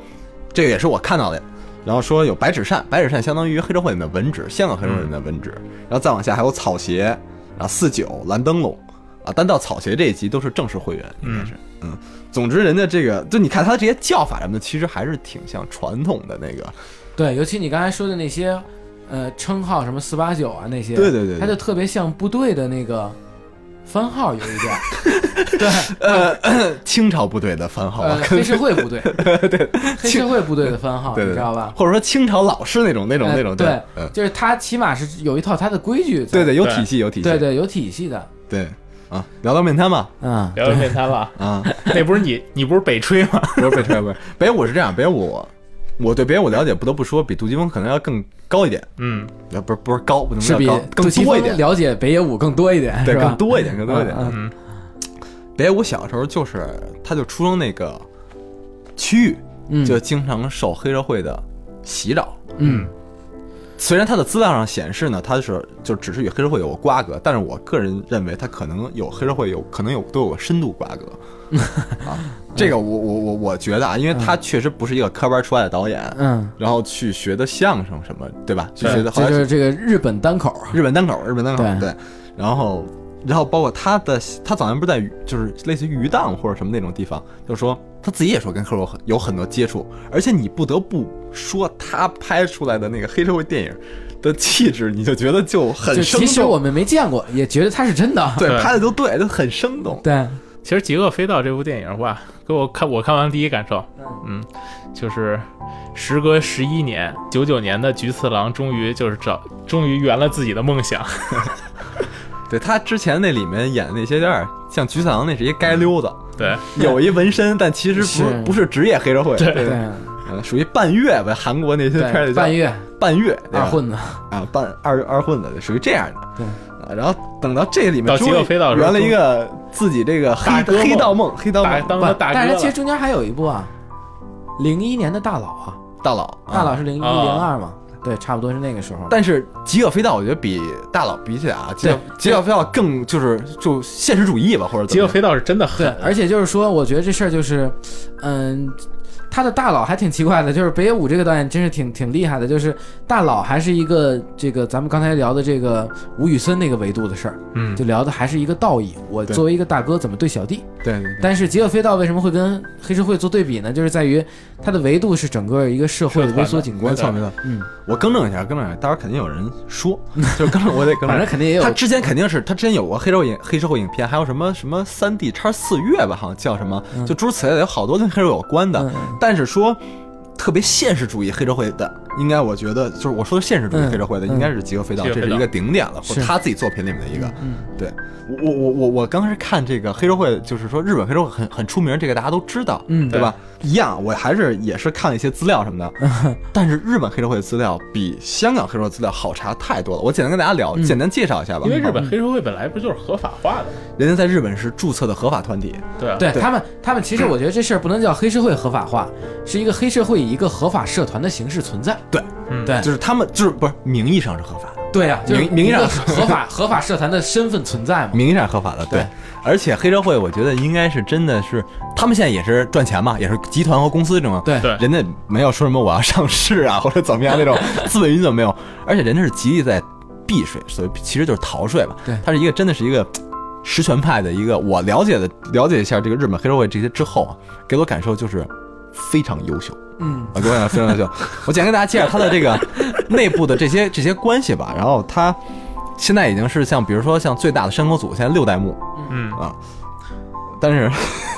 [SPEAKER 2] 这个也是我看到的，然后说有白纸扇，白纸扇相当于黑社会里面的文职，香港黑社会里面的文职。然后再往下还有草鞋，然后四九蓝灯笼啊，单到草鞋这一集都是正式会员，应该是嗯。总之，人家这个就你看他这些叫法什么的，其实还是挺像传统的那个，
[SPEAKER 3] 对，尤其你刚才说的那些，呃，称号什么四八九啊那些，
[SPEAKER 2] 对对对对
[SPEAKER 3] 它就特别像部队的那个番号有一
[SPEAKER 2] <laughs>
[SPEAKER 3] 点儿，
[SPEAKER 2] 呃，清朝部队的番号啊
[SPEAKER 3] 呃，，黑社会
[SPEAKER 2] <laughs>
[SPEAKER 3] 部队，对， <laughs> 黑社会部队的番号，
[SPEAKER 2] 对
[SPEAKER 3] 你
[SPEAKER 2] 对
[SPEAKER 3] 知
[SPEAKER 2] 对
[SPEAKER 3] 道吧？
[SPEAKER 2] 或者说清朝老式那种那种
[SPEAKER 3] 呃
[SPEAKER 2] 那种
[SPEAKER 3] 对
[SPEAKER 2] 嗯，，
[SPEAKER 3] 就是它起码是有一套它的规矩
[SPEAKER 2] 对
[SPEAKER 3] 在，
[SPEAKER 2] 对，有
[SPEAKER 1] 对
[SPEAKER 2] 体系有体系，
[SPEAKER 3] 对对，有体系的，
[SPEAKER 2] 对啊，聊到面瘫吧
[SPEAKER 3] 嗯，
[SPEAKER 1] 聊聊 <laughs> 面瘫了。
[SPEAKER 2] 啊，
[SPEAKER 1] 那不是你，你不是北吹吗？
[SPEAKER 2] 不是被吹不是，北我是这样，北我我对别人我了解不得不说，比杜琪峰可能要更高一点，
[SPEAKER 1] 嗯，
[SPEAKER 2] 呃，不是不是高，不能
[SPEAKER 3] 是
[SPEAKER 2] 叫
[SPEAKER 3] 比
[SPEAKER 2] 高，
[SPEAKER 3] 杜
[SPEAKER 2] 更
[SPEAKER 3] 琪
[SPEAKER 2] 多一
[SPEAKER 3] 峰
[SPEAKER 2] 点，
[SPEAKER 3] 了解北野武更多一点，
[SPEAKER 2] 对，
[SPEAKER 3] 是
[SPEAKER 2] 更
[SPEAKER 3] 吧？
[SPEAKER 2] 多一点，更多一点。
[SPEAKER 3] 嗯
[SPEAKER 1] 嗯
[SPEAKER 2] 别我小时候就是，他就出生那个区域，
[SPEAKER 3] 嗯，
[SPEAKER 2] 就经常受黑社会的袭扰。
[SPEAKER 3] 嗯
[SPEAKER 2] 虽然他的资料上显示呢，他是就只是与黑社会有过瓜葛，但是我个人认为他可能有黑社会有可能有都有个深度瓜葛
[SPEAKER 3] <laughs>
[SPEAKER 2] 啊。这个我我我我觉得啊，因为他确实不是一个科班出来的导演，
[SPEAKER 3] 嗯，
[SPEAKER 2] 然后去学的相声什么，对吧？去
[SPEAKER 1] 对
[SPEAKER 2] 学的好
[SPEAKER 3] 这
[SPEAKER 2] 像
[SPEAKER 3] 就是这个日本单口啊，
[SPEAKER 2] 日本单口，日本单口
[SPEAKER 3] 对
[SPEAKER 2] 对，然后然后包括他的他早年不是在鱼就是类似于鱼档或者什么那种地方，就说他自己也说跟黑社会有很多接触，而且你不得不说他拍出来的那个黑社会电影的气质，你就觉得就
[SPEAKER 3] 就
[SPEAKER 2] 很生
[SPEAKER 3] 其实
[SPEAKER 2] 动，
[SPEAKER 3] 我们没见过，也觉得它是真的。
[SPEAKER 2] 对
[SPEAKER 1] 对
[SPEAKER 2] 拍的都对，就很生动。
[SPEAKER 3] 对，
[SPEAKER 1] 其实《极恶飞盗》这部电影哇，给我看我看完第一感受，嗯，就是时隔十一年，九九年的菊次郎终于就是找，终于圆了自己的梦想。
[SPEAKER 2] 对他之前那里面演的那些有点像菊次郎，那是一街溜子，
[SPEAKER 1] 对，
[SPEAKER 2] 有一纹身，但其实不
[SPEAKER 3] 是
[SPEAKER 2] 不是职业黑社会，
[SPEAKER 1] 对
[SPEAKER 2] 对，嗯属于半月吧，韩国那些片儿
[SPEAKER 3] 对，
[SPEAKER 2] 里叫
[SPEAKER 3] 半月
[SPEAKER 2] 半月对吧
[SPEAKER 3] 二混子，
[SPEAKER 2] 啊，半二二混子，属于这样的。
[SPEAKER 3] 对
[SPEAKER 2] 啊，然后等到这里面
[SPEAKER 1] 到
[SPEAKER 2] 终于
[SPEAKER 1] 极恶飞盗的时候
[SPEAKER 2] 圆了一个自己这个黑
[SPEAKER 1] 大哥梦
[SPEAKER 2] 黑道梦，黑道
[SPEAKER 1] 大
[SPEAKER 2] 梦
[SPEAKER 1] 当了
[SPEAKER 3] 不
[SPEAKER 1] 大
[SPEAKER 3] 但
[SPEAKER 1] 哥
[SPEAKER 3] 是其实
[SPEAKER 1] 了，
[SPEAKER 3] 中间还有一部啊，零一年的大佬啊，
[SPEAKER 2] 大佬
[SPEAKER 3] 大。佬
[SPEAKER 2] 啊
[SPEAKER 3] 是零一零
[SPEAKER 1] 啊
[SPEAKER 3] 二嘛，对，差不多是那个时候。
[SPEAKER 2] 但是极恶飞盗，我觉得比大佬比起来啊，极恶
[SPEAKER 3] 对
[SPEAKER 2] 极恶飞盗更就是就现实主义吧，或者
[SPEAKER 1] 极恶
[SPEAKER 2] 怎么样
[SPEAKER 1] 飞盗是真的
[SPEAKER 3] 对
[SPEAKER 1] 狠，，
[SPEAKER 3] 而且就是说，我觉得这事儿就是，嗯，他的大佬还挺奇怪的，就是北野武这个导演真是挺挺厉害的，就是大佬还是一个这个咱们刚才聊的这个吴宇森那个维度的事儿，
[SPEAKER 1] 嗯，
[SPEAKER 3] 就聊的还是一个道义，我
[SPEAKER 2] 对
[SPEAKER 3] 作为一个大哥怎么对小弟。
[SPEAKER 2] 对对对
[SPEAKER 3] 但是《极恶飞盗》为什么会跟黑社会做对比呢？就是在于它的维度是整个一个社会的微缩景观
[SPEAKER 2] 没。错没错。
[SPEAKER 3] 嗯，
[SPEAKER 2] 我更正一下，更正一下，到时候肯定有人
[SPEAKER 3] <laughs>
[SPEAKER 2] 说，就是更正，我得更
[SPEAKER 3] 反
[SPEAKER 2] 正
[SPEAKER 3] 正。肯定也有
[SPEAKER 2] 他之前肯定是他之前有过黑社会影黑社会影片，还有什么什么三 D 叉四月吧，好像叫什么，
[SPEAKER 3] 嗯
[SPEAKER 2] 就诸如此类的，有好多跟黑社会有关的。
[SPEAKER 3] 嗯嗯
[SPEAKER 2] 但是说特别现实主义黑社会的，应该我觉得就是我说的现实主义
[SPEAKER 3] 嗯
[SPEAKER 2] 黑社会的，
[SPEAKER 3] 嗯
[SPEAKER 2] 应该是《极恶飞盗
[SPEAKER 1] 极》，恶
[SPEAKER 2] 这
[SPEAKER 1] 飞盗
[SPEAKER 2] 是一个顶点了，或
[SPEAKER 3] 是
[SPEAKER 2] 者他自己作品里面的一个。
[SPEAKER 3] 嗯，
[SPEAKER 2] 对我我我我我刚开始看这个黑社会，就是说日本黑社会很很出名，这个大家都知道，
[SPEAKER 3] 嗯
[SPEAKER 2] 对吧？一样，我还是也是看了一些资料什么的，但是日本黑社会的资料比香港黑社会资料好查太多了。我简单跟大家聊，
[SPEAKER 3] 嗯
[SPEAKER 2] 简单介绍一下吧。
[SPEAKER 1] 因为日本黑社会本来不就是合法化的，
[SPEAKER 2] 人家在日本是注册的合法团体，
[SPEAKER 1] 对啊
[SPEAKER 3] 对
[SPEAKER 2] 对
[SPEAKER 3] 他们，他们其实我觉得这事儿不能叫黑社会合法化，是一个黑社会以一个合法社团的形式存在。
[SPEAKER 2] 对，
[SPEAKER 1] 嗯
[SPEAKER 3] 对
[SPEAKER 2] 就是他们就是不是名义上是合法的。
[SPEAKER 3] 对呀、就是
[SPEAKER 2] 名名义上
[SPEAKER 3] 一个合法合法社团的身份存在嘛。
[SPEAKER 2] 名义上合法的，对
[SPEAKER 3] 对。
[SPEAKER 2] 而且黑社会，我觉得应该是真的是，他们现在也是赚钱嘛，也是集团和公司这种。
[SPEAKER 3] 对
[SPEAKER 1] 对
[SPEAKER 2] 人家没有说什么我要上市啊，或 <laughs> 者怎么样那种资本运作没有，而且人家是极力在避税，所以其实就是逃税吧。
[SPEAKER 3] 对
[SPEAKER 2] 它是一个真的是一个实权派的一个，我了解的了解一下这个日本黑社会这些之后啊，给我感受就是非常优秀。
[SPEAKER 3] 嗯
[SPEAKER 2] 啊，给我讲非常优秀。我简单给大家介绍他的这个内部的这些这些关系吧。然后他现在已经是像比如说像最大的山口组，现在六代目，啊
[SPEAKER 1] 嗯
[SPEAKER 2] 但是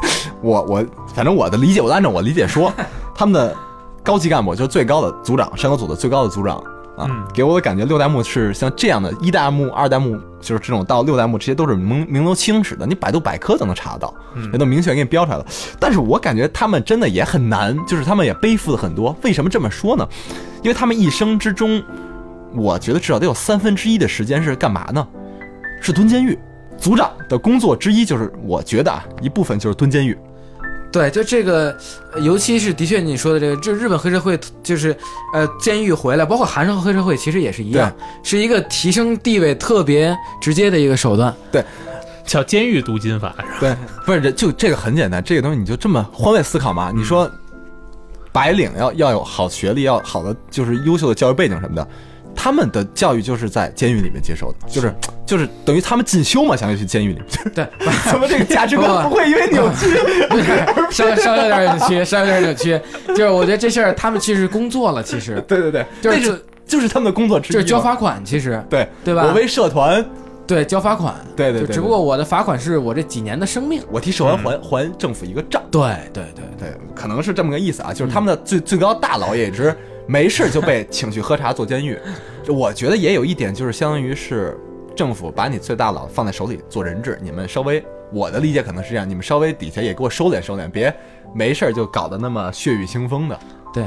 [SPEAKER 2] <laughs> 我我反正我的理解，我按照我理解说，他们的高级干部就是最高的组长，山口组的最高的组长啊，
[SPEAKER 1] 嗯
[SPEAKER 2] 给我的感觉六代目是像这样的，一代目、二代目就是这种到六代目，这些都是明明楼清史的，你百度百科都能查到，
[SPEAKER 1] 嗯
[SPEAKER 2] 人都明显给你标出来了。但是我感觉他们真的也很难，就是他们也背负了很多。为什么这么说呢？因为他们一生之中，我觉得至少得有三分之一的时间是干嘛呢？是蹲监狱。组长的工作之一就是，我觉得啊，一部分就是蹲监狱。
[SPEAKER 3] 对，就这个，呃尤其是的确你说的这个，就日本黑社会就是，呃，监狱回来，包括韩国黑社会，其实也是一样，是一个提升地位特别直接的一个手段。
[SPEAKER 1] 叫监狱镀金法，
[SPEAKER 2] <laughs> 对，不是，就这个很简单，这个东西你就这么换位思考嘛。
[SPEAKER 3] 嗯
[SPEAKER 2] 你说，白领要要有好学历，要好的就是优秀的教育背景什么的，他们的教育就是在监狱里面接受的，就是就是等于他们进修嘛，相当于去监狱
[SPEAKER 3] <laughs>
[SPEAKER 2] 里面。 <laughs>
[SPEAKER 3] 对，
[SPEAKER 2] 怎么这个价值观不会因为扭
[SPEAKER 3] <laughs>
[SPEAKER 2] 曲？
[SPEAKER 3] 对，稍稍有点扭曲，稍有点扭曲，就是我觉得这事儿他们其实工作了，其实
[SPEAKER 2] 对对对，
[SPEAKER 3] 就是
[SPEAKER 2] 那是就是他们的工作之一
[SPEAKER 3] 就
[SPEAKER 2] 嘛，
[SPEAKER 3] 是交罚款，其实
[SPEAKER 2] 对
[SPEAKER 3] 对吧
[SPEAKER 2] 我为社团，
[SPEAKER 3] 对交罚款，
[SPEAKER 2] 对对
[SPEAKER 3] 就
[SPEAKER 2] 对，
[SPEAKER 3] 只不
[SPEAKER 2] 对
[SPEAKER 3] 过嗯我的罚款是我这几年的生命。
[SPEAKER 2] 我替社团还还政府一个账。
[SPEAKER 3] 对对对
[SPEAKER 2] 对，可能是这么个意思啊，就是他们的最、最高大佬也是没事就被请去喝茶坐监狱，这我觉得也有一点就是相当于是政府把你最大佬放在手里做人质，你们稍微我的理解可能是这样，你们稍微底下也给我收敛收敛，别没事就搞得那么血雨腥风的。
[SPEAKER 3] 对，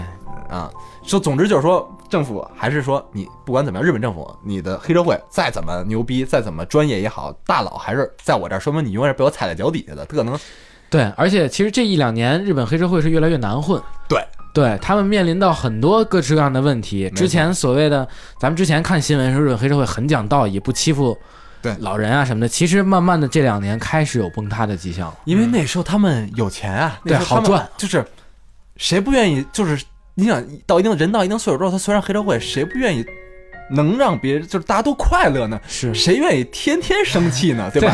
[SPEAKER 2] 啊。说，总之就是说，政府还是说你不管怎么样，日本政府你的黑社会再怎么牛逼，再怎么专业也好，大佬还是在我这儿，说明你永远是被我踩在脚底下的，他可能
[SPEAKER 3] 对，而且其实这一两年日本黑社会是越来越难混，
[SPEAKER 2] 对，
[SPEAKER 3] 对他们面临到很多各式各样的问题。
[SPEAKER 2] 错
[SPEAKER 3] 之前所谓的，咱们之前看新闻说日本黑社会很讲道义，不欺负
[SPEAKER 2] 对
[SPEAKER 3] 老人啊什么的，其实慢慢的这两年开始有崩塌的迹象了。
[SPEAKER 2] 因为那时候他们有钱啊，
[SPEAKER 3] 嗯对
[SPEAKER 2] 那时候他们
[SPEAKER 3] 好赚，
[SPEAKER 2] 就是谁不愿意？就是你想到一定人到一定岁数之后，他虽然黑社会，谁不愿意能让别人就是大家都快乐呢？
[SPEAKER 3] 是
[SPEAKER 2] 谁愿意天天生气呢？对吧？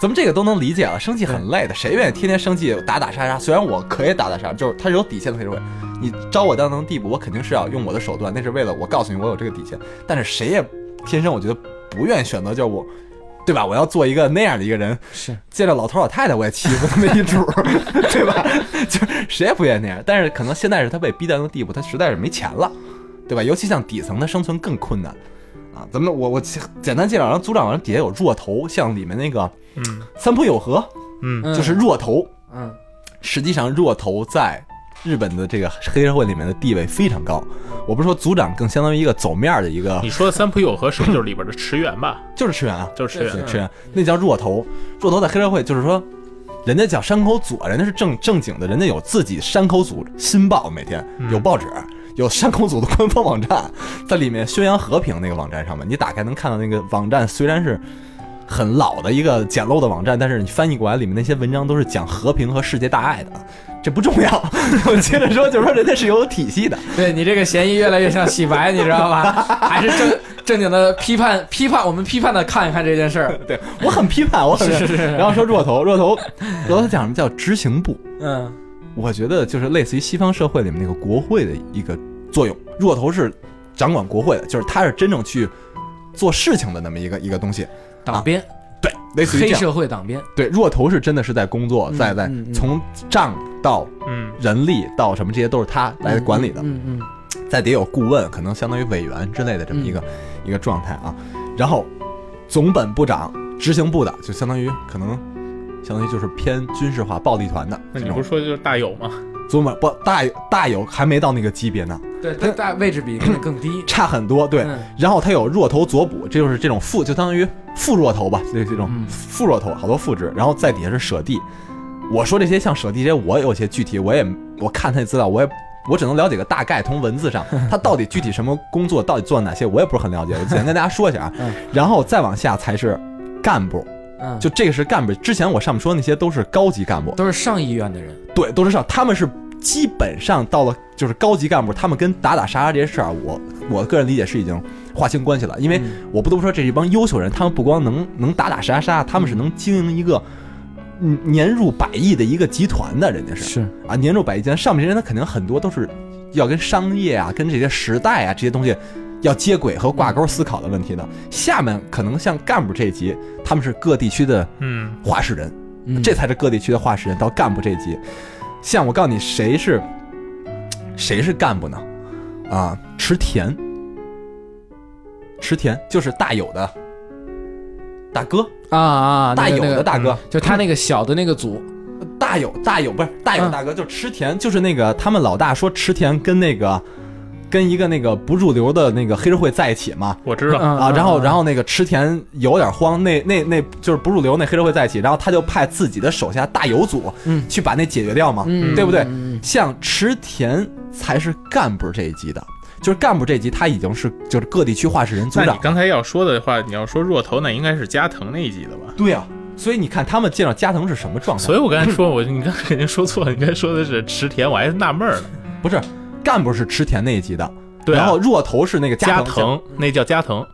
[SPEAKER 2] 咱们这个都能理解了，生气很累的，谁愿意天天生气打打杀杀？虽然我可以打打杀，杀，就是他是有底线的黑社会。你招我到那种地步，我肯定是要用我的手段，那是为了我告诉你我有这个底线。但是谁也天生我觉得不愿意选择，就是我，对吧？我要做一个那样的一个人，
[SPEAKER 3] 是，
[SPEAKER 2] 见着老头老太太我也欺负他们一主儿， <laughs> 对吧？就是谁也不愿意那样，但是可能现在是他被逼到那个地步，他实在是没钱了，对吧？尤其像底层，他生存更困难啊。咱们我我简简单介绍，然后组长完底下有若头，像里面那个
[SPEAKER 1] 嗯
[SPEAKER 2] 三浦友和
[SPEAKER 1] 嗯
[SPEAKER 3] 嗯
[SPEAKER 2] 就是若头，
[SPEAKER 3] 嗯，
[SPEAKER 2] 实际上若头在日本的这个黑社会里面的地位非常高。我不是说组长更相当于一个走面儿的一个
[SPEAKER 1] 你，说的三浦友和是不是就是里边的池原 <laughs> 吧？
[SPEAKER 2] 就是吃人啊，
[SPEAKER 1] 就是池
[SPEAKER 2] 对，
[SPEAKER 1] 原，
[SPEAKER 2] 是啊那叫弱头。弱头在黑社会就是说，人家叫山口组，人家是正正经的，人家有自己山口组新报，每天
[SPEAKER 3] 嗯
[SPEAKER 2] 有报纸，有山口组的官方网站，在里面宣扬和平那个网站上面，你打开能看到那个网站虽然是。很老的一个简陋的网站，但是你翻译过来，里面那些文章都是讲和平和世界大爱的，这不重要。 <laughs> 我接着说，就是说人家是有体系的，
[SPEAKER 3] 对你这个嫌疑越来越像洗白，你知道
[SPEAKER 2] <laughs>
[SPEAKER 3] 吧？还是正正经的批判批判，我们批判的看一看这件事儿。
[SPEAKER 2] 对我很批判，我很
[SPEAKER 3] 是是是
[SPEAKER 2] 然后说弱头，弱头，弱头讲什么叫执行部？
[SPEAKER 3] 嗯，
[SPEAKER 2] 我觉得就是类似于西方社会里面那个国会的一个作用，若头是掌管国会的，就是他是真正去做事情的那么一个一个东西，
[SPEAKER 3] 党鞭，
[SPEAKER 2] 对，啊类似于
[SPEAKER 3] 黑
[SPEAKER 2] 这样。
[SPEAKER 3] 社会党鞭，
[SPEAKER 2] 对，若头是真的是在工作，
[SPEAKER 3] 嗯
[SPEAKER 2] 在在
[SPEAKER 3] 嗯嗯
[SPEAKER 2] 从账到
[SPEAKER 1] 嗯
[SPEAKER 2] 人力到什么这些都是他来管理的，
[SPEAKER 3] 嗯嗯，嗯
[SPEAKER 2] 再得有顾问，可能相当于委员之类的这么一
[SPEAKER 3] 嗯
[SPEAKER 2] 个一个状态啊。然后总本部长、执行部的就相当于可能相当于就是偏军事化暴力团的
[SPEAKER 1] 那
[SPEAKER 2] 这
[SPEAKER 1] 你
[SPEAKER 2] 种
[SPEAKER 1] 不是说就是大友吗？
[SPEAKER 2] 总本不大大有还没到那个级别呢。
[SPEAKER 3] 对，它大位置比那个更低。
[SPEAKER 2] 差很多，对。
[SPEAKER 3] 嗯
[SPEAKER 2] 然后他有弱头左补，这就是这种副，就相当于副弱头吧，就是这种
[SPEAKER 3] 嗯
[SPEAKER 2] 副弱头，好多副职。然后在底下是舍弟。我说这些像舍弟，这些我有些具体，我也我看他的资料，我也我只能了解个大概，从文字
[SPEAKER 3] <laughs>
[SPEAKER 2] 上他到底具体什么工作，到底做了哪些，我也不是很了解。我简单跟大家说一下啊
[SPEAKER 3] 嗯，
[SPEAKER 2] 然后再往下才是干部，
[SPEAKER 3] 嗯，
[SPEAKER 2] 就这个是干部。之前我上面说那些都是高级干部，
[SPEAKER 3] 都是上议院的人。
[SPEAKER 2] 对，都是上，他们是基本上到了就是高级干部，他们跟打打杀杀这些事儿，啊我我个人理解是已经划清关系了，因为
[SPEAKER 3] 嗯
[SPEAKER 2] 我不得不说，这是一帮优秀人，他们不光能能打打杀杀，他们是能经营一个。嗯，年入百亿的一个集团的，人家是
[SPEAKER 3] 是
[SPEAKER 2] 啊，年入百亿集团，上面这些人他肯定很多都是要跟商业啊、跟这些时代啊这些东西要接轨和挂钩思考的问题的。下面可能像干部这一级，他们是各地区的
[SPEAKER 1] 嗯
[SPEAKER 2] 话事人，
[SPEAKER 3] 嗯
[SPEAKER 2] 这才是各地区的话事人到干部这一级。像我告诉你，谁是谁是干部呢？啊，池田，池田就是大有的大哥，
[SPEAKER 3] 啊啊，
[SPEAKER 2] 大
[SPEAKER 3] 那
[SPEAKER 2] 有
[SPEAKER 3] 个那
[SPEAKER 2] 的
[SPEAKER 3] 个
[SPEAKER 2] 大哥，
[SPEAKER 3] 就他那个小的那个组，
[SPEAKER 2] 大有大有不是大有
[SPEAKER 3] 嗯
[SPEAKER 2] 大哥，就是池田，就是那个他们老大说池田跟那个跟一个那个不入流的那个黑社会在一起嘛，
[SPEAKER 1] 我知道，
[SPEAKER 3] 嗯
[SPEAKER 2] 啊，然后
[SPEAKER 3] 嗯
[SPEAKER 2] 然后那个池田有点慌，那那那就是不入流那黑社会在一起，然后他就派自己的手下大友组，
[SPEAKER 3] 嗯
[SPEAKER 2] 去把那解决掉嘛，啊
[SPEAKER 3] 嗯
[SPEAKER 2] 对不对？
[SPEAKER 3] 嗯嗯
[SPEAKER 2] 像池田才是干部这一级的，就是干部这一级他已经是就是各地区话事人组
[SPEAKER 1] 那你
[SPEAKER 2] 长，
[SPEAKER 1] 刚才要说的话，你要说若头，那应该是加藤那一集的吧？
[SPEAKER 2] 对啊，所以你看他们见到加藤是什么状态？
[SPEAKER 1] 所以我刚才说，我你刚才肯定说错了，你刚才说的是池田，我还纳闷儿呢。
[SPEAKER 2] 不是干部是池田那一级的，
[SPEAKER 1] 对啊
[SPEAKER 2] 然后若头是那个
[SPEAKER 1] 加
[SPEAKER 2] 藤
[SPEAKER 1] 藤那叫加藤，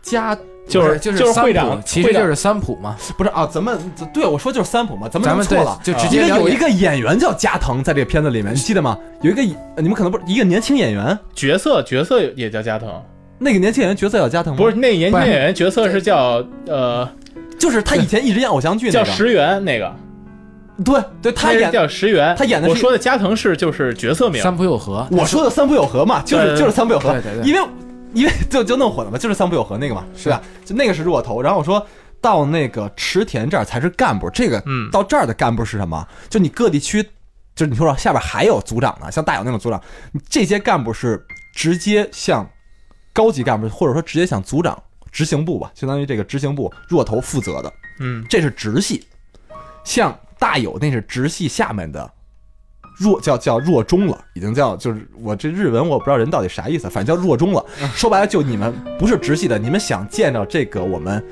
[SPEAKER 2] 加
[SPEAKER 1] 就
[SPEAKER 3] 不
[SPEAKER 1] 是
[SPEAKER 3] 就是
[SPEAKER 1] 就是
[SPEAKER 3] 三
[SPEAKER 1] 会
[SPEAKER 3] 浦
[SPEAKER 1] 长
[SPEAKER 3] 其实
[SPEAKER 1] 会长
[SPEAKER 3] 就是三浦嘛，
[SPEAKER 2] 不是啊，咱们对我说就是三浦嘛，咱们
[SPEAKER 3] 咱
[SPEAKER 2] 弄
[SPEAKER 3] 们
[SPEAKER 2] 错
[SPEAKER 3] 对
[SPEAKER 2] 了，
[SPEAKER 3] 就直
[SPEAKER 2] 因
[SPEAKER 3] 接
[SPEAKER 2] 为
[SPEAKER 3] 了
[SPEAKER 2] 有一
[SPEAKER 3] 解
[SPEAKER 2] 个演员叫加藤，在这个片子里面，你记得吗？有一个呃你们可能不是一个年轻演员，
[SPEAKER 1] 角色角色也叫加藤，
[SPEAKER 2] 那个年轻演员角色叫加藤吗？
[SPEAKER 1] 不是，那年轻
[SPEAKER 3] 不是
[SPEAKER 1] 演员角色是叫呃
[SPEAKER 2] 就是他以前一直演偶像剧那
[SPEAKER 1] 叫
[SPEAKER 2] 个，
[SPEAKER 1] 石原那个，
[SPEAKER 2] 对对，他
[SPEAKER 1] 那人
[SPEAKER 2] 演
[SPEAKER 1] 叫石原，
[SPEAKER 2] 他演的是
[SPEAKER 1] 我说的加藤是就是角色名，
[SPEAKER 3] 三浦友和。
[SPEAKER 2] 我说的三浦友和嘛，就是
[SPEAKER 1] 对
[SPEAKER 2] 就是三浦友和
[SPEAKER 3] 对对，对
[SPEAKER 2] 因为因为就就弄混了嘛，就是三浦友和那个嘛，是吧？就那个是弱头，然后我说到那个池田这儿才是干部，这个
[SPEAKER 1] 嗯
[SPEAKER 2] 到这儿的干部是什么？就你各地区。就是你说下边还有组长呢，像大有那种组长，这些干部是直接向高级干部，或者说直接向组长、执行部吧，相当于这个执行部弱头负责的，
[SPEAKER 1] 嗯
[SPEAKER 2] 这是直系。像大有那是直系下面的弱，叫叫弱中了，已经叫就是我这日文我不知道人到底啥意思，反正叫弱中
[SPEAKER 1] <laughs>
[SPEAKER 2] 了。说白了，就你们不是直系的，你们想见到这个我们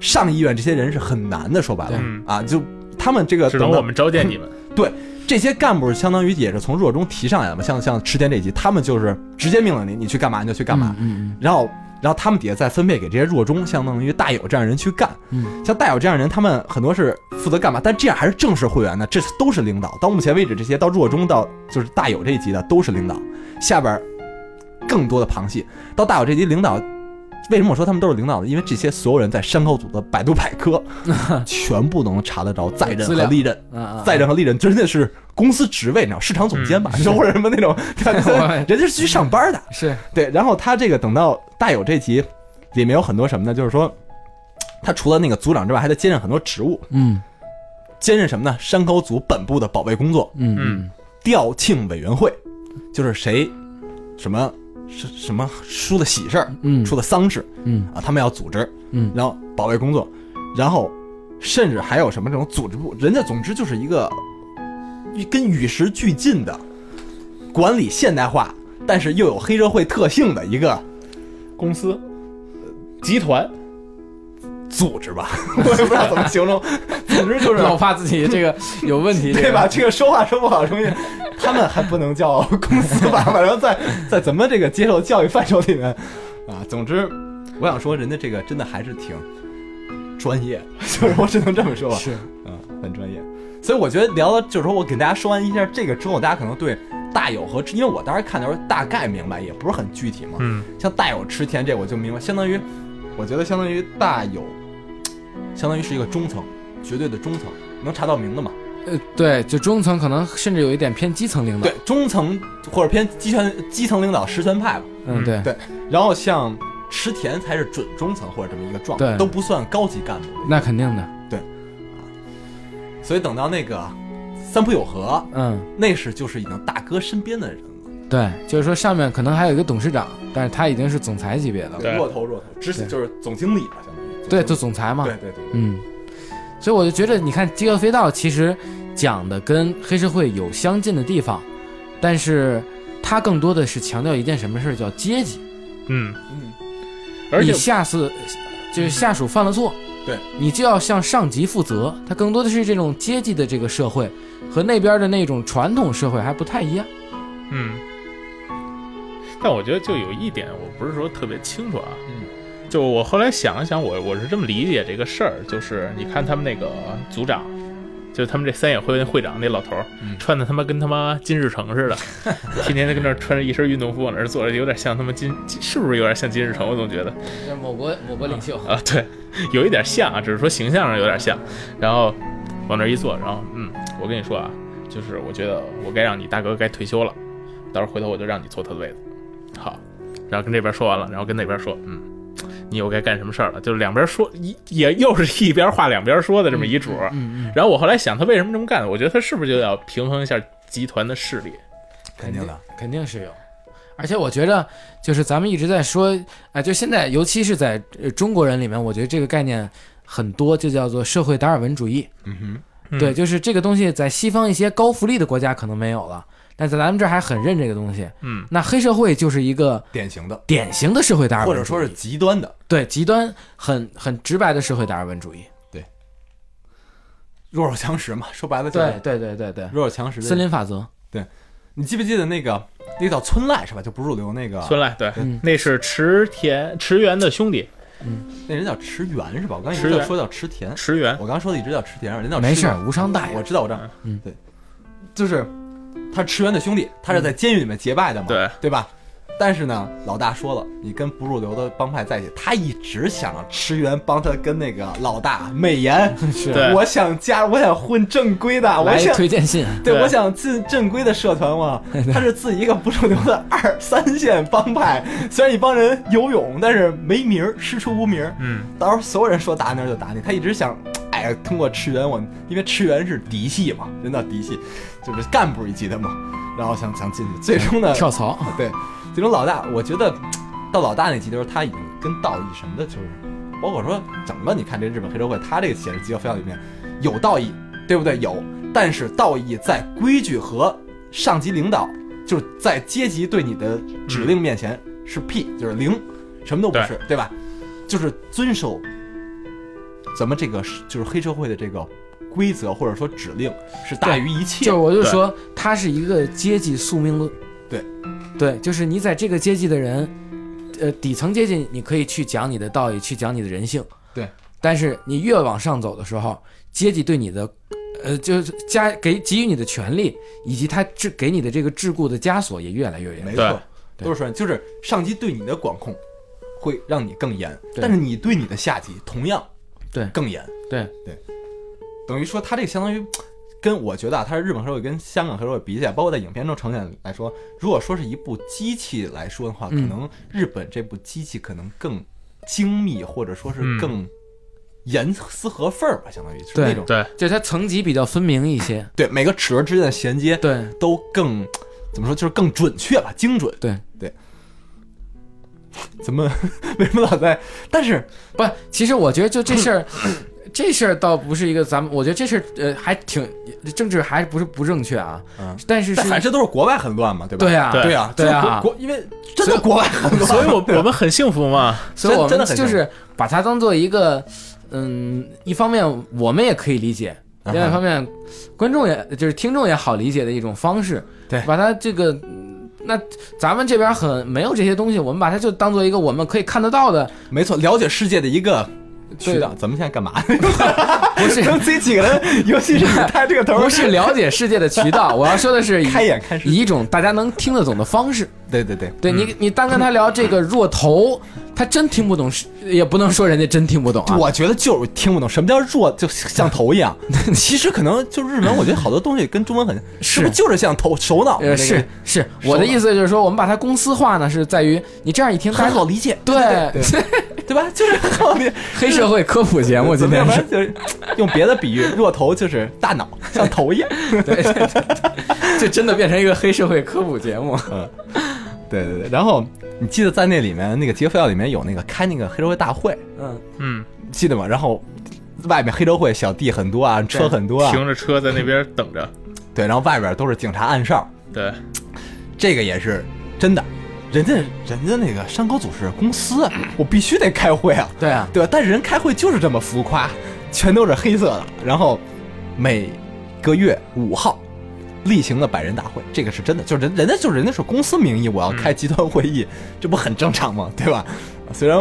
[SPEAKER 2] 上议院这些人是很难的。说白了
[SPEAKER 1] 嗯，
[SPEAKER 2] 啊，就他们这个
[SPEAKER 1] 只能
[SPEAKER 2] 等到
[SPEAKER 1] 我们召见你们。 <laughs>
[SPEAKER 2] 这些干部相当于也是从弱中提上来的嘛，像像池田这一级，他们就是直接命令你，你去干嘛你就去干嘛，
[SPEAKER 3] 嗯
[SPEAKER 2] 然后然后他们底下再分配给这些弱中，相当于大有这样人去干。
[SPEAKER 3] 嗯嗯，
[SPEAKER 2] 像大有这样人，他们很多是负责干嘛？但这样还是正式会员呢，这都是领导。到目前为止，这些到弱中到就是大有这一级的都是领导，下边更多的旁系。到大有这级领导，为什么我说他们都是领导呢？因为这些所有人在山口组的百度百
[SPEAKER 3] <laughs>
[SPEAKER 2] 科全部能查得着在任
[SPEAKER 3] 资
[SPEAKER 2] 和
[SPEAKER 3] 料
[SPEAKER 2] 历任。
[SPEAKER 3] 嗯啊啊
[SPEAKER 2] 在任和历任真的是公司职位，你知道，市场总监吧，
[SPEAKER 3] 嗯
[SPEAKER 2] 或者什么那
[SPEAKER 3] <laughs>
[SPEAKER 2] 种，对吧
[SPEAKER 3] 我
[SPEAKER 2] 人家是去上班的。
[SPEAKER 3] 是
[SPEAKER 2] 对，然后他这个等到大有这集里面有很多什么呢？就是说，他除了那个组长之外，还得兼任很多职务，
[SPEAKER 3] 嗯
[SPEAKER 2] 兼任什么呢？山口组本部的保卫工作，
[SPEAKER 3] 嗯
[SPEAKER 1] 嗯
[SPEAKER 2] 调庆委员会，就是谁什么什什么出了喜事儿，
[SPEAKER 3] 嗯
[SPEAKER 2] 出了丧事
[SPEAKER 3] 嗯
[SPEAKER 2] 啊，他们要组织，
[SPEAKER 3] 嗯
[SPEAKER 2] 然后保卫工作，然后甚至还有什么这种组织部，人家总之就是一个与跟与时俱进的管理现代化，但是又有黑社会特性的一个
[SPEAKER 1] 公司集团，
[SPEAKER 2] 组织吧， <laughs> 我也不知道怎么形 <laughs> 容，总之就是
[SPEAKER 3] 老怕自己这个有问题，
[SPEAKER 2] <laughs> 对吧？？这个说话说不好听点，他们还不能叫公司 <laughs> 吧？反正在在咱们这个接受教育范畴里面啊，总之我想说，人家这个真的还是挺专业， <laughs> 就是我只能这么说吧。
[SPEAKER 3] 是，
[SPEAKER 2] 嗯，很专业。所以我觉得聊了，就是说我给大家说完一下这个之后，大家可能对大有和因为我当时看的时候大概明白，也不是很具体嘛。
[SPEAKER 1] 嗯
[SPEAKER 2] 像大有池田这我就明白，相当于我觉得相当于大有，相当于是一个中层，绝对的中层，能查到名的嘛？
[SPEAKER 3] 呃，对，就中层可能甚至有一点偏基层领导
[SPEAKER 2] 对，，中层或者偏基层基层领导实权派吧。
[SPEAKER 3] 嗯对
[SPEAKER 2] 对然后像池田才是准中层或者这么一个状态，
[SPEAKER 3] 对
[SPEAKER 2] 都不算高级干部。
[SPEAKER 3] 那肯定的，
[SPEAKER 2] 所以等到那个三浦友和，
[SPEAKER 3] 嗯，
[SPEAKER 2] 那是就是已经大哥身边的人了。
[SPEAKER 3] 对，就是说上面可能还有一个董事长，但是他已经是总裁级别的了，
[SPEAKER 1] 对
[SPEAKER 2] 弱头弱头，执行
[SPEAKER 3] 对
[SPEAKER 2] 就是总经理吧，相当于。
[SPEAKER 3] 对，就总裁嘛，
[SPEAKER 2] 对对对，
[SPEAKER 3] 嗯，所以我就觉得，你看《饥饿飞盗》其实讲的跟黑社会有相近的地方，但是它更多的是强调一件什么事儿，叫阶级。
[SPEAKER 1] 嗯，
[SPEAKER 2] 嗯，
[SPEAKER 1] 而且
[SPEAKER 3] 你下次就是下属犯了错，
[SPEAKER 2] 对
[SPEAKER 3] 你就要向上级负责。它更多的是这种阶级的这个社会和那边的那种传统社会还不太一样。
[SPEAKER 1] 嗯，但我觉得就有一点，我不是说特别清楚啊。
[SPEAKER 2] 嗯，
[SPEAKER 1] 就我后来想了想，我我是这么理解这个事儿，就是你看他们那个组长。就是他们这三野会会长那老头儿，
[SPEAKER 2] 嗯
[SPEAKER 1] 穿的他妈跟他妈金日成
[SPEAKER 2] <laughs>
[SPEAKER 1] 似的，天天跟那儿穿着一身运动服往那儿坐着，有点像他妈金，金是不是有点像金日成？我总觉得，
[SPEAKER 3] 这某国某国领袖，
[SPEAKER 1] 啊，对，有一点像啊，只是说形象上有点像。然后往那儿一坐，然后嗯，我跟你说啊，就是我觉得我该让你大哥该退休了，到时候回头我就让你坐他的位子。好，然后跟这边说完了，然后跟那边说，嗯，你又该干什么事儿了？就是两边说一也又是一边话两边说的这么一主儿。
[SPEAKER 3] 嗯嗯，
[SPEAKER 1] 然后我后来想，他为什么这么干？我觉得他是不是就要平衡一下集团的势力？
[SPEAKER 2] 肯定的。
[SPEAKER 3] 肯定是有。而且我觉得，就是咱们一直在说，哎、就现在，尤其是在、呃中国人里面，我觉得这个概念很多，就叫做社会达尔文主义。
[SPEAKER 2] 嗯
[SPEAKER 1] 嗯
[SPEAKER 3] 对，就是这个东西在西方一些高福利的国家可能没有了，但在咱们这儿还很认这个东西。
[SPEAKER 1] 嗯，
[SPEAKER 3] 那黑社会就是一个
[SPEAKER 2] 哼，典型的，
[SPEAKER 3] 典型的社会达尔
[SPEAKER 2] 或
[SPEAKER 3] 文主
[SPEAKER 2] 者
[SPEAKER 3] 义，
[SPEAKER 2] 说是极端的。
[SPEAKER 3] 对极端很很直白的社会达尔文主义。
[SPEAKER 2] 弱肉强食嘛，说白了就是
[SPEAKER 3] 对对对对对，
[SPEAKER 2] 弱肉强食。
[SPEAKER 3] 森，林法则。
[SPEAKER 2] 你记不记得那个那个叫村濑是吧？就不入流那个，
[SPEAKER 1] 孙赖对，
[SPEAKER 3] 嗯
[SPEAKER 1] 那是池田池原的兄弟
[SPEAKER 2] 那人叫池原是吧？我刚才一直
[SPEAKER 1] 池
[SPEAKER 2] 在
[SPEAKER 1] 原
[SPEAKER 2] 说叫池田，
[SPEAKER 1] 池原。
[SPEAKER 2] 我刚刚说的一直叫池田，人叫
[SPEAKER 3] 没事
[SPEAKER 2] 池
[SPEAKER 3] 儿
[SPEAKER 2] 原，
[SPEAKER 3] 无伤大雅
[SPEAKER 2] 我知道，我知道。
[SPEAKER 3] 嗯
[SPEAKER 2] 对，就是他是池原的兄弟，他是
[SPEAKER 3] 嗯
[SPEAKER 2] 在监狱里面结拜的嘛，
[SPEAKER 1] 对
[SPEAKER 2] 对吧？但是呢，老大说了，你跟不入流的帮派在一起，他一直想让池原帮他跟那个老大美颜，
[SPEAKER 3] 是
[SPEAKER 1] 对
[SPEAKER 2] 我想加，我想混正规的，我
[SPEAKER 3] <laughs> 来
[SPEAKER 2] 想
[SPEAKER 3] 推荐信。
[SPEAKER 2] 对，
[SPEAKER 1] 对
[SPEAKER 2] 我想进正规的社团嘛。他是自己一个不入流的二三线帮派， <laughs> 虽然一帮人游泳，但是没名儿，师出无名儿。
[SPEAKER 1] 嗯，
[SPEAKER 2] 到时候所有人说打你就打你，他一直想，哎，太通过赤原我，因为赤原是嫡系嘛，人叫嫡系，就是干部一级的嘛，然后想想进去，最终呢，
[SPEAKER 3] 跳槽，
[SPEAKER 2] 对，最终老大，我觉得到老大那级的时候，他已经跟道义什么的，就是包括说整个你看这日本黑社会，他这个写的极有非常里面有道义，对不对？有，但是道义在规矩和上级领导，就是在阶级对你的指令面前是屁，就是零，什么都不是，对吧？就是遵守咱们这个是就是黑社会的这个规则或者说指令是大于一切
[SPEAKER 3] 就，我就说他是一个阶级宿命论，
[SPEAKER 2] 对，
[SPEAKER 3] 对，就是你在这个阶级的人，呃，底层阶级你可以去讲你的道义，去讲你的人性，
[SPEAKER 2] 对，
[SPEAKER 3] 但是你越往上走的时候，阶级对你的，呃，就是加给给予你的权利，以及他制给你的这个桎梏的枷锁也越来越严，
[SPEAKER 2] 没
[SPEAKER 1] 对
[SPEAKER 2] 错，都是说就是上级对你的管控会让你更严，
[SPEAKER 3] 对
[SPEAKER 2] 但是你对你的下级同样
[SPEAKER 3] 对
[SPEAKER 2] 更严，
[SPEAKER 3] 对
[SPEAKER 2] 对，等于说他这个相当于跟我觉得啊，他是日本黑社会跟香港黑社会比起来，包括在影片中呈现来说，如果说是一部机器来说的话，可
[SPEAKER 3] 嗯
[SPEAKER 2] 能日本这部机器可能更精密，或者说是
[SPEAKER 1] 嗯
[SPEAKER 2] 更严丝合缝儿吧，相当于是
[SPEAKER 3] 对
[SPEAKER 2] 那种
[SPEAKER 3] <laughs>
[SPEAKER 1] 对，
[SPEAKER 3] 就是它层级比较分明一些，
[SPEAKER 2] 对每个齿轮之间的衔接
[SPEAKER 3] 对
[SPEAKER 2] 都更怎么说，就是更准确吧，精准。
[SPEAKER 3] 对。
[SPEAKER 2] 怎么 <laughs> 为什么老在？但是
[SPEAKER 3] 不，其实我觉得就
[SPEAKER 2] <laughs>
[SPEAKER 3] 这事儿，这事儿倒不是一个咱们，我觉得这事儿呃还挺政治还不是不正确啊，
[SPEAKER 2] 嗯
[SPEAKER 3] 但是是
[SPEAKER 2] 但反正都是国外很乱嘛，对吧？
[SPEAKER 3] 对啊，
[SPEAKER 1] 对
[SPEAKER 2] 对啊，
[SPEAKER 3] 对啊
[SPEAKER 2] 就是国国因为真的国外很乱，
[SPEAKER 1] 所以我我们很幸福嘛，
[SPEAKER 3] 所以
[SPEAKER 2] 真
[SPEAKER 3] 我
[SPEAKER 2] 真
[SPEAKER 3] 们
[SPEAKER 2] 的很
[SPEAKER 3] 就
[SPEAKER 2] 正
[SPEAKER 3] 是把它当做一个，嗯，一方面我们也可以理解，
[SPEAKER 2] 嗯哼
[SPEAKER 3] 另外一方面观众也就是听众也好理解的一种方式，
[SPEAKER 2] 对
[SPEAKER 3] 把它这个。嗯那咱们这边很没有这些东西，我们把它就当做一个我们可以看得到的，
[SPEAKER 2] 没错，了解世界的一个渠道。咱们现在干嘛？
[SPEAKER 3] 不是
[SPEAKER 2] <laughs> 咱们自己几个人，尤其是你带这个头，
[SPEAKER 3] 不是了解世界的渠道。我要说的是以，
[SPEAKER 2] <laughs> 开眼看世
[SPEAKER 3] 以
[SPEAKER 2] 界。
[SPEAKER 3] 一种大家能听得懂的方式，
[SPEAKER 2] 对对对，
[SPEAKER 3] 对你，你单跟他聊这个弱头，他真听不懂，是也不能说人家真听不懂啊。
[SPEAKER 2] 我觉得就是听不懂什么叫弱，就像头
[SPEAKER 3] <laughs>
[SPEAKER 2] 一样。其实可能就日文，我觉得好多东西跟中文很像，是不是就是像头首脑？
[SPEAKER 3] 呃，是是，
[SPEAKER 2] 熟
[SPEAKER 3] 我的
[SPEAKER 2] 了
[SPEAKER 3] 意思就是说，我们把它公司化呢，是在于你这样一听，大
[SPEAKER 2] 很
[SPEAKER 3] 家
[SPEAKER 2] 好理解，
[SPEAKER 3] 对
[SPEAKER 2] 对对吧？就是很好理解。
[SPEAKER 3] <laughs> 黑社会科普节目今天
[SPEAKER 2] 要不
[SPEAKER 3] <laughs> 是
[SPEAKER 2] 然就是用别的比喻，弱头就是大脑，像头
[SPEAKER 3] <laughs>
[SPEAKER 2] 一样。
[SPEAKER 3] 对，对对这真的变成一个黑社会科普节目。
[SPEAKER 2] 对对对，然后你记得在那里面那个杰夫要里面有那个开那个黑社会大会，
[SPEAKER 3] 嗯，
[SPEAKER 1] 嗯，
[SPEAKER 2] 记得吗？然后外面黑社会小弟很多啊，车很多啊，
[SPEAKER 1] 停着车在那边等
[SPEAKER 2] <laughs>
[SPEAKER 1] 着，
[SPEAKER 2] 对，然后外边都是警察暗哨，
[SPEAKER 1] 对，
[SPEAKER 2] 这个也是真的。人家人家那个山口组织公司，啊我必须得开会啊，
[SPEAKER 3] 对啊，
[SPEAKER 2] 对吧？但是人开会就是这么浮夸，全都是黑色的。然后每个月五号例行的百人大会，这个是真的，就是人人家就是人家是公司名义，我要开集团会议，这不很正常吗？对吧？虽然，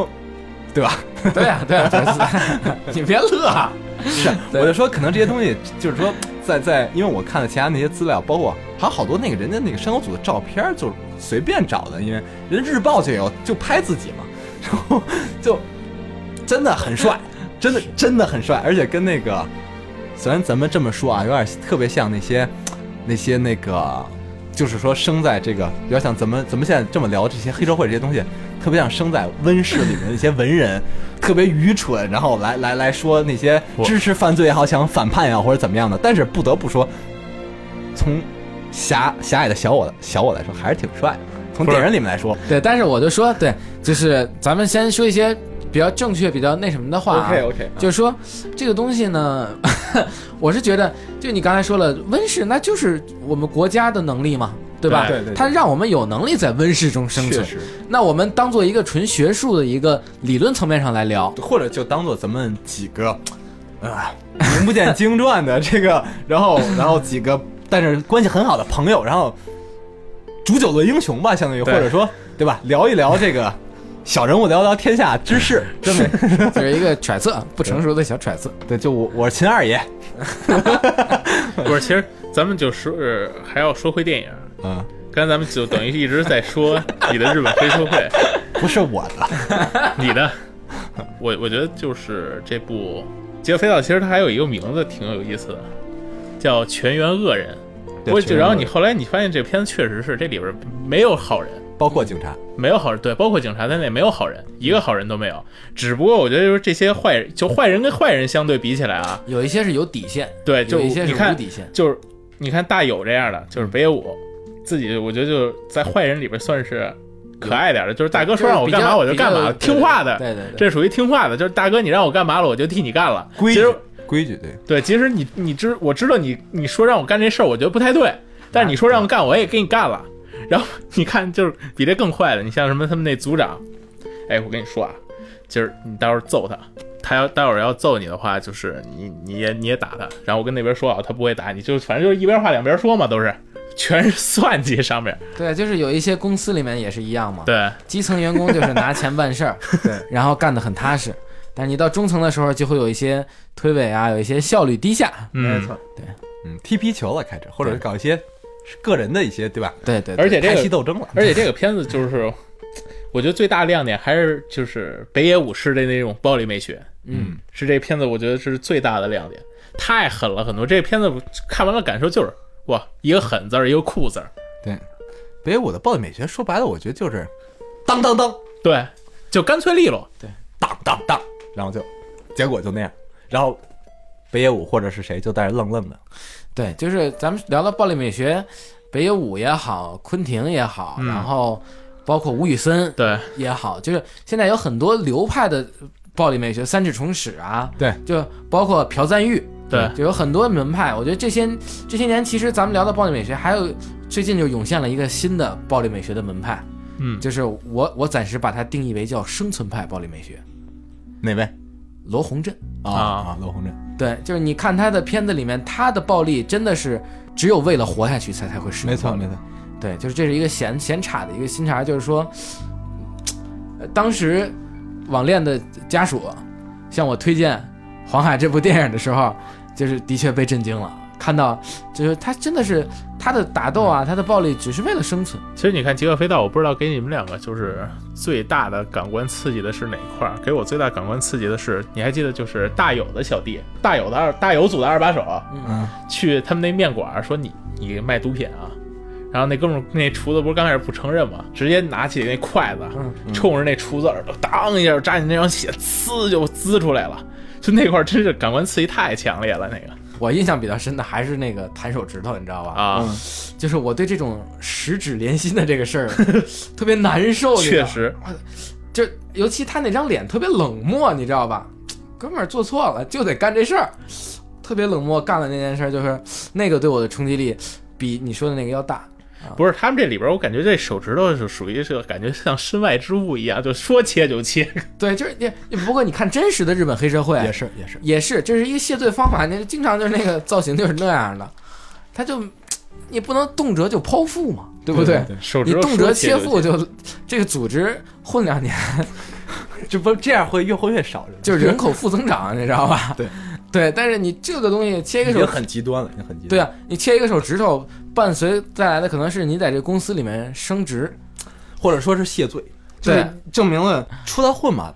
[SPEAKER 2] 对吧？
[SPEAKER 3] 对啊，对啊，对 <laughs> 啊你别乐啊。
[SPEAKER 2] 是，
[SPEAKER 3] 对
[SPEAKER 2] 我就说可能这些东西就是说在在，因为我看了其他那些资料，包括还有好多那个人家那个山口组的照片儿，就是随便找的，因为人家日报就有，就拍自己嘛，然后就真的
[SPEAKER 1] <laughs>
[SPEAKER 2] 很帅，真的真的很帅，而且跟那个虽然咱们这么说啊，有点特别像那些那些那个。就是说，生在这个有点像咱们咱们现在这么聊这些黑社会这些东西，特别像生在温室里面的一些
[SPEAKER 1] <laughs>
[SPEAKER 2] 文人，特别愚蠢，然后来来来说那些
[SPEAKER 1] 我
[SPEAKER 2] 支持犯罪也好，想反叛也好，或者怎么样的。但是不得不说，从狭狭隘的小我小我来说，还是挺帅的。从
[SPEAKER 1] 不是
[SPEAKER 2] 电影里面来说
[SPEAKER 3] 对，但是我就说，对，就是咱们先说一些比较正确、比较那什么的话啊。
[SPEAKER 2] OK，
[SPEAKER 3] 就是说这个东西呢， <laughs> 我是觉得，就你刚才说了，温室那就是我们国家的能力嘛，对吧？
[SPEAKER 2] 对对对
[SPEAKER 3] 它让我们有能力在温室中生
[SPEAKER 2] 确
[SPEAKER 3] 存。
[SPEAKER 2] 实，
[SPEAKER 3] 那我们当做一个纯学术的一个理论层面上
[SPEAKER 1] <laughs>
[SPEAKER 3] 来聊，
[SPEAKER 2] 或者就当做咱们几个啊、名不见经传的这个，然后然后几个但是关系很好的朋友，然后煮酒论英雄吧，相当于或
[SPEAKER 1] 对
[SPEAKER 2] 者说对吧，聊一聊这个小人物，聊聊天下之事，
[SPEAKER 1] <laughs>
[SPEAKER 2] 真没
[SPEAKER 3] 就是一个揣测，啊不成熟的小揣测。
[SPEAKER 2] 对，就我我是秦二爷，
[SPEAKER 1] 不是，其实咱们就是还要说回电影，啊
[SPEAKER 2] 嗯，
[SPEAKER 1] 刚才咱们就等于一直在说你的日本黑社会，
[SPEAKER 2] 不是我的，
[SPEAKER 1] 你
[SPEAKER 2] <laughs>
[SPEAKER 1] 的，我我觉得就是这部《劫匪道》，其实它还有一个名字挺有意思的，叫《全员恶人》。
[SPEAKER 2] 对
[SPEAKER 1] 我
[SPEAKER 2] 全员恶人
[SPEAKER 1] 然后你后来你发现这片子确实是这里边没有好人，
[SPEAKER 2] 包括警察。
[SPEAKER 1] 没有好人，对，包括警察在内没有好人，一个好人都没有。只不过我觉得就是这些坏人，就坏人跟坏人相对比起来啊，
[SPEAKER 3] <laughs> 有一些是有底线，
[SPEAKER 1] 对，就
[SPEAKER 3] 有一些
[SPEAKER 1] 你
[SPEAKER 3] 是
[SPEAKER 1] 看
[SPEAKER 3] 无底线。
[SPEAKER 1] 就是你看大有这样的，
[SPEAKER 3] 嗯
[SPEAKER 1] 就是北野武自己，我觉得就是在坏人里边算是可爱点的，就是大哥说让我干嘛我就干嘛，
[SPEAKER 3] 就是比较
[SPEAKER 1] 听话的，
[SPEAKER 3] 对对对，
[SPEAKER 1] 这属于听话的，就是大哥你让我干嘛了我就替你干了。
[SPEAKER 2] 规
[SPEAKER 1] 其
[SPEAKER 2] 矩
[SPEAKER 1] 实
[SPEAKER 2] 规矩对，
[SPEAKER 1] 对，其实你你知我知道你你说让我干这事儿，我觉得不太对，但是你说让我干，我也给你干了。然后你看，就是比这更坏的，你像什么他们那组长，哎，我跟你说啊，今儿你待会儿揍他，他要待会儿要揍你的话，就是你你也你也打他。然后我跟那边说啊，他不会打你，就反正就是一边话两边说嘛，都是全是算计上面。
[SPEAKER 3] 对，就是有一些公司里面也是一样嘛，
[SPEAKER 1] 对
[SPEAKER 3] 基层员工就是拿钱办
[SPEAKER 1] <laughs>
[SPEAKER 3] 事儿，
[SPEAKER 2] 对，
[SPEAKER 3] 然后干得很踏实。但是你到中层的时候，就会有一些推诿啊，有一些效率低下。
[SPEAKER 1] 嗯，
[SPEAKER 2] 错，
[SPEAKER 3] 对，
[SPEAKER 2] 嗯，踢皮球了开始，或者是
[SPEAKER 3] 对
[SPEAKER 2] 搞一些个人的一些对吧？
[SPEAKER 3] 对对，对
[SPEAKER 1] 而且这
[SPEAKER 2] 开启
[SPEAKER 1] 个
[SPEAKER 2] 斗争了，
[SPEAKER 1] 而且这个片子就是，我觉得最大亮点还是就是北野武士的那种暴力美学。
[SPEAKER 3] 嗯，
[SPEAKER 1] 是这片子我觉得是最大的亮点，太狠了很多。这片子看完了感受就是哇，一个狠字儿，一个酷字儿，
[SPEAKER 2] 北野武的暴力美学说白了，我觉得就是当当当
[SPEAKER 1] 对，就干脆利落。
[SPEAKER 2] 当当当，然后就结果就那样，然后北野武或者是谁就在那愣愣的，
[SPEAKER 3] 对，就是咱们聊到暴力美学，北野武也好，昆汀也好，
[SPEAKER 1] 嗯
[SPEAKER 3] 然后包括吴宇森
[SPEAKER 1] 对，
[SPEAKER 3] 也好，就是现在有很多流派的暴力美学，三指重史啊，
[SPEAKER 2] 对，
[SPEAKER 3] 就包括朴赞玉，
[SPEAKER 1] 对
[SPEAKER 3] 就有很多门派。我觉得这些这些年，其实咱们聊到暴力美学，还有最近就涌现了一个新的暴力美学的门派，
[SPEAKER 1] 嗯，
[SPEAKER 3] 就是我我暂时把它定义为叫生存派暴力美学，
[SPEAKER 2] 哪位
[SPEAKER 3] 罗洪镇。
[SPEAKER 2] 啊
[SPEAKER 1] 啊
[SPEAKER 2] 啊？罗洪镇，
[SPEAKER 3] 对，就是你看他的片子里面，他的暴力真的是只有为了活下去才才会使用。
[SPEAKER 2] 没错没。错，
[SPEAKER 3] 对，就是这是一个闲闲岔的一个新茬，就是说，呃当时网恋的家属向我推荐《黄海》这部电影的时候，就是的确被震惊了。看到，就是他真的是他的打斗啊，他的暴力只是为了生存。
[SPEAKER 1] 其实你看《极恶飞盗》，我不知道给你们两个就是最大的感官刺激的是哪一块儿？给我最大感官刺激的是，你还记得就是大有的小弟，大有的二大有组的二把手，啊
[SPEAKER 2] 嗯，
[SPEAKER 1] 去他们那面馆儿说你你卖毒品啊。然后那哥们儿那厨子不是刚开始不承认嘛，直接拿起那筷子，啊冲着那厨子耳朵当一下扎进那张血，呲就滋出来了。就那块儿真是感官刺激太强烈了，那个
[SPEAKER 3] 我印象比较深的还是那个弹手指头，你知道吧？
[SPEAKER 1] 啊，
[SPEAKER 3] 就是我对这种十指连心的这个事儿 <laughs> 特别难受。你知
[SPEAKER 1] 确
[SPEAKER 3] 道吗
[SPEAKER 1] 实，
[SPEAKER 3] 就尤其他那张脸特别冷漠，你知道吧？哥们儿做错了就得干这事儿，特别冷漠。干了那件事儿，就是那个对我的冲击力比你说的那个要大。
[SPEAKER 1] 不是他们这里边儿，我感觉这手指头是属于是感觉像身外之物一样，就说切就 <laughs> 切。
[SPEAKER 3] 对，就是你。不过你看真实的日本黑社会
[SPEAKER 2] 也是也是，
[SPEAKER 3] 也是，这是一个谢罪方法，那经常就是那个造型就是那样的，他就你不能动辄就剖腹嘛，对不
[SPEAKER 2] 对
[SPEAKER 1] 手指
[SPEAKER 3] 你
[SPEAKER 1] 头
[SPEAKER 3] 动
[SPEAKER 1] 说
[SPEAKER 3] 辄
[SPEAKER 1] 切
[SPEAKER 3] 切
[SPEAKER 1] 就
[SPEAKER 3] 腹就这个组织混两年，
[SPEAKER 2] 这不这样会越混越少，
[SPEAKER 3] 就是人口负增长，你知道吧？
[SPEAKER 2] 对
[SPEAKER 3] 对，但是你这个东西切一个
[SPEAKER 2] 已
[SPEAKER 3] 手
[SPEAKER 2] 经很极端了，已经很极端。
[SPEAKER 3] 对啊，你切一个手指头，伴随带来的可能是你在这公司里面升职。
[SPEAKER 2] 或者说是谢罪，就是证明了出来混嘛，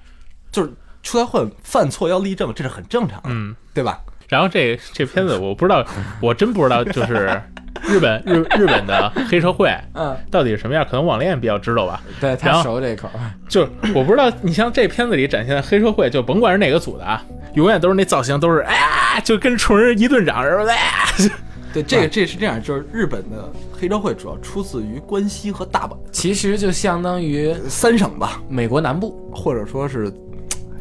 [SPEAKER 2] 就是出来混犯错要立正，这是很正常的，
[SPEAKER 1] 嗯。
[SPEAKER 2] 对吧？
[SPEAKER 1] 然后这这片子我不知道，我真不知道，就是日本日日本的黑社会
[SPEAKER 3] 嗯，
[SPEAKER 1] 到底是什么样，可能网恋比较知道吧。
[SPEAKER 3] 对
[SPEAKER 1] 然
[SPEAKER 3] 他
[SPEAKER 1] 后
[SPEAKER 3] 熟这一口。
[SPEAKER 1] 就是我不知道，你像这片子里展现的黑社会，就甭管是哪个组的啊，永远都是那造型都是哎呀，就跟虫儿一顿掌，然后哎呀，
[SPEAKER 2] 对，这个
[SPEAKER 3] 啊
[SPEAKER 2] 这是这样，就是日本的黑社会主要出自于关西和大阪
[SPEAKER 3] 其实就相当于
[SPEAKER 2] 三省吧，
[SPEAKER 3] 美国南部，
[SPEAKER 2] 或者说是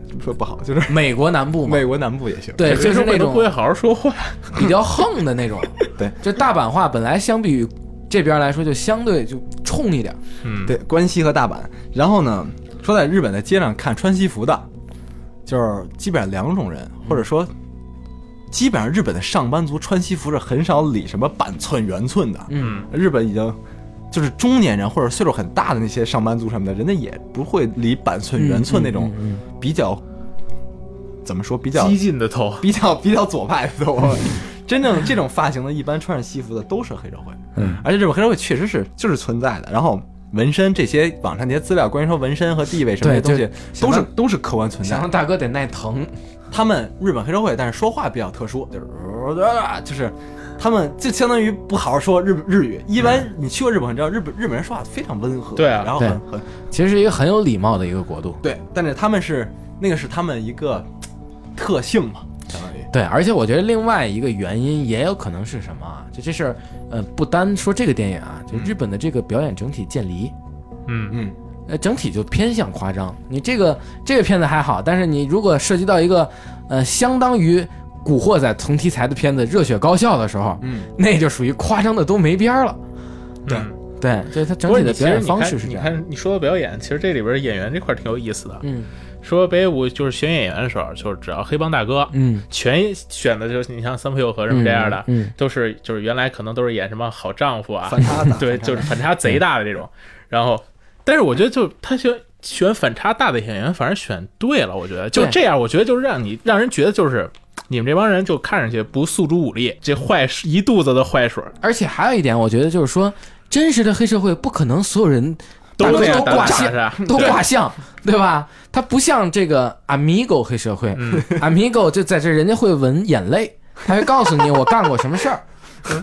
[SPEAKER 2] 怎么说不好，就是
[SPEAKER 3] 美国南部嘛
[SPEAKER 2] 美，国南部也行。
[SPEAKER 3] 对，
[SPEAKER 1] 黑社
[SPEAKER 3] 就是
[SPEAKER 1] 会
[SPEAKER 3] 那
[SPEAKER 1] 都不会
[SPEAKER 3] 种
[SPEAKER 1] 好好说话。
[SPEAKER 3] 比较横的那种。
[SPEAKER 2] <laughs> 对，
[SPEAKER 3] 就大阪话本来相比于这边来说，就相对就冲一点。
[SPEAKER 1] 嗯，
[SPEAKER 2] 对，关西和大阪。然后呢，说在日本的街上看穿西服的，就是基本上两种人，或者说，基本上日本的上班族穿西服是很少理什么板寸圆寸的。
[SPEAKER 3] 嗯，
[SPEAKER 2] 日本已经就是中年人或者岁数很大的那些上班族什么的，人家也不会理板寸圆寸那种
[SPEAKER 3] 嗯
[SPEAKER 2] 比较，怎么说比较
[SPEAKER 1] 激进的头，
[SPEAKER 2] 比较比较左派的，我 <laughs> 真正这种发型的，一般穿上西服的都是黑社会，
[SPEAKER 3] 嗯，
[SPEAKER 2] 而且这种黑社会确实是就是存在的。然后纹身这些网上这些资料，关于说纹身和地位什么
[SPEAKER 3] 对
[SPEAKER 2] 这些东西，都
[SPEAKER 3] 就
[SPEAKER 2] 是
[SPEAKER 3] 想
[SPEAKER 2] 都是客观存在
[SPEAKER 3] 想
[SPEAKER 2] 的。
[SPEAKER 3] 让大哥得耐疼。
[SPEAKER 2] 呃他们日本黑社会，但是说话比较特殊，就是就是他们就相当于不好好说日日语。一般你去过日本，你知道日本日本人说话非常温和，
[SPEAKER 1] 对啊
[SPEAKER 2] 然后很很
[SPEAKER 3] 其实是一个很有礼貌的一个国度。
[SPEAKER 2] 对，但是他们是那个是他们一个嘖特性嘛，相当于
[SPEAKER 3] 对，而且我觉得另外一个原因也有可能是什么啊？就这事儿，呃，不单说这个电影啊，就日本的这个表演整体渐离，
[SPEAKER 1] 嗯，
[SPEAKER 2] 嗯，
[SPEAKER 3] 呃，整体就偏向夸张。你这个这个片子还好，但是你如果涉及到一个呃相当于《古惑仔》同题材的片子《热血高校》的时候， <laughs>
[SPEAKER 2] 嗯，
[SPEAKER 3] 那就属于夸张的都没边儿了。
[SPEAKER 2] 对
[SPEAKER 1] 嗯
[SPEAKER 3] 对，所以它整
[SPEAKER 1] 不
[SPEAKER 3] 体
[SPEAKER 1] 是
[SPEAKER 3] 的
[SPEAKER 1] 你其
[SPEAKER 3] 表
[SPEAKER 1] 实
[SPEAKER 3] 演
[SPEAKER 1] 你
[SPEAKER 3] 方式
[SPEAKER 1] 看，
[SPEAKER 3] 是这
[SPEAKER 1] 你
[SPEAKER 3] 样的。
[SPEAKER 1] 看你说的表演，其实这里边演员这块儿挺有意思的。
[SPEAKER 3] 嗯
[SPEAKER 1] 说北野武就是选演员的时候，就是只要黑帮大哥，
[SPEAKER 3] 嗯，
[SPEAKER 1] 全选的就是你像三浦友和什么这样的，
[SPEAKER 3] 嗯，
[SPEAKER 1] 都是就是原来可能都是演什么好丈夫啊
[SPEAKER 2] 反，差大，
[SPEAKER 1] <laughs> 对，
[SPEAKER 2] 反差大
[SPEAKER 1] 就是反差贼大的这种。
[SPEAKER 3] 嗯
[SPEAKER 1] 然后，但是我觉得就他选选反差大的演员，反而选对了。我觉得就
[SPEAKER 3] 对
[SPEAKER 1] 这样，我觉得就是让你让人觉得就是你们这帮人就看上去不诉诸武力，这坏水一肚子的坏水儿
[SPEAKER 3] 而且还有一点，我觉得就是说，真实的黑社会不可能所有人
[SPEAKER 1] 都
[SPEAKER 3] 都
[SPEAKER 1] 这样
[SPEAKER 3] 都
[SPEAKER 1] 打打
[SPEAKER 3] 挂
[SPEAKER 1] 杀
[SPEAKER 3] 线
[SPEAKER 1] 杀，
[SPEAKER 3] 都挂相，对吧？它不像这个 Amigo 黑社会、
[SPEAKER 1] 嗯
[SPEAKER 3] a m i g o 就在这，人家会闻眼泪，他会告诉
[SPEAKER 1] <laughs>
[SPEAKER 3] 你我干过什么事儿。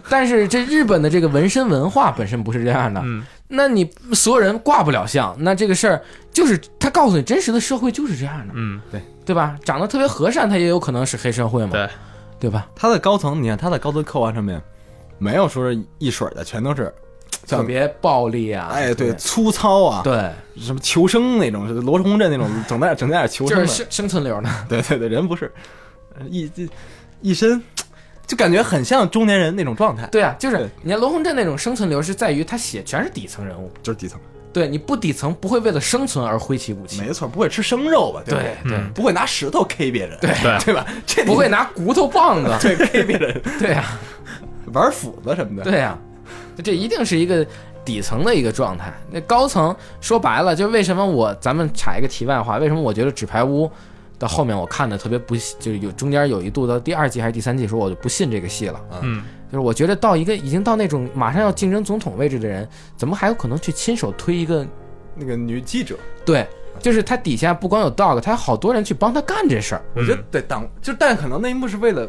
[SPEAKER 3] 但是这日本的这个纹身文化本身不是这样的，
[SPEAKER 1] 嗯
[SPEAKER 3] 那你所有人挂不了相，那这个事儿就是他告诉你，真实的社会就是这样的，
[SPEAKER 1] 嗯，
[SPEAKER 3] 对吧？长得特别和善，他也有可能是黑社会嘛，
[SPEAKER 1] 对
[SPEAKER 3] 对吧？
[SPEAKER 2] 他的高层，你看他的高层刻画上面没有说是一水儿的，全都是
[SPEAKER 3] 特
[SPEAKER 2] 像
[SPEAKER 3] 别暴力啊，
[SPEAKER 2] 哎对粗糙啊，
[SPEAKER 3] 对，
[SPEAKER 2] 什么求生那种，罗冲镇那种，整点整点求
[SPEAKER 3] 就
[SPEAKER 2] 生的，
[SPEAKER 3] 是生生存流呢。
[SPEAKER 2] <laughs> 对对对，人不是，一一一身就感觉很像中年人那种状态，
[SPEAKER 3] 对啊，就是
[SPEAKER 2] 对
[SPEAKER 3] 你看罗红镇那种生存流是在于他写全是底层人物，
[SPEAKER 2] 就是底层，
[SPEAKER 3] 对，你不底层不会为了生存而挥起武器，
[SPEAKER 2] 没错，不会吃生肉吧？对不
[SPEAKER 3] 对
[SPEAKER 2] 对
[SPEAKER 3] 对，
[SPEAKER 1] 嗯
[SPEAKER 2] 不会拿石头 K 别人，对
[SPEAKER 1] 对
[SPEAKER 2] 对吧？这你
[SPEAKER 3] 不会拿骨头棒子，
[SPEAKER 2] 对 K 别人，
[SPEAKER 3] 对啊，
[SPEAKER 2] 玩斧子什么的，
[SPEAKER 3] 对啊，这一定是一个底层的一个状态。那高层说白了，就是为什么我咱们插一个题外话，为什么我觉得《纸牌屋》到后面我看的特别不信，就是有中间有一度到第二季还是第三季的时候，我就不信这个戏了。
[SPEAKER 1] 嗯
[SPEAKER 3] 就是我觉得到一个已经到那种马上要竞争总统位置的人，怎么还有可能去亲手推一个
[SPEAKER 2] 那个女记者，
[SPEAKER 3] 对，就是他底下不光有 dog，他有好多人去帮他干这事儿。
[SPEAKER 2] 我觉得对党就，但可能那一幕是为了。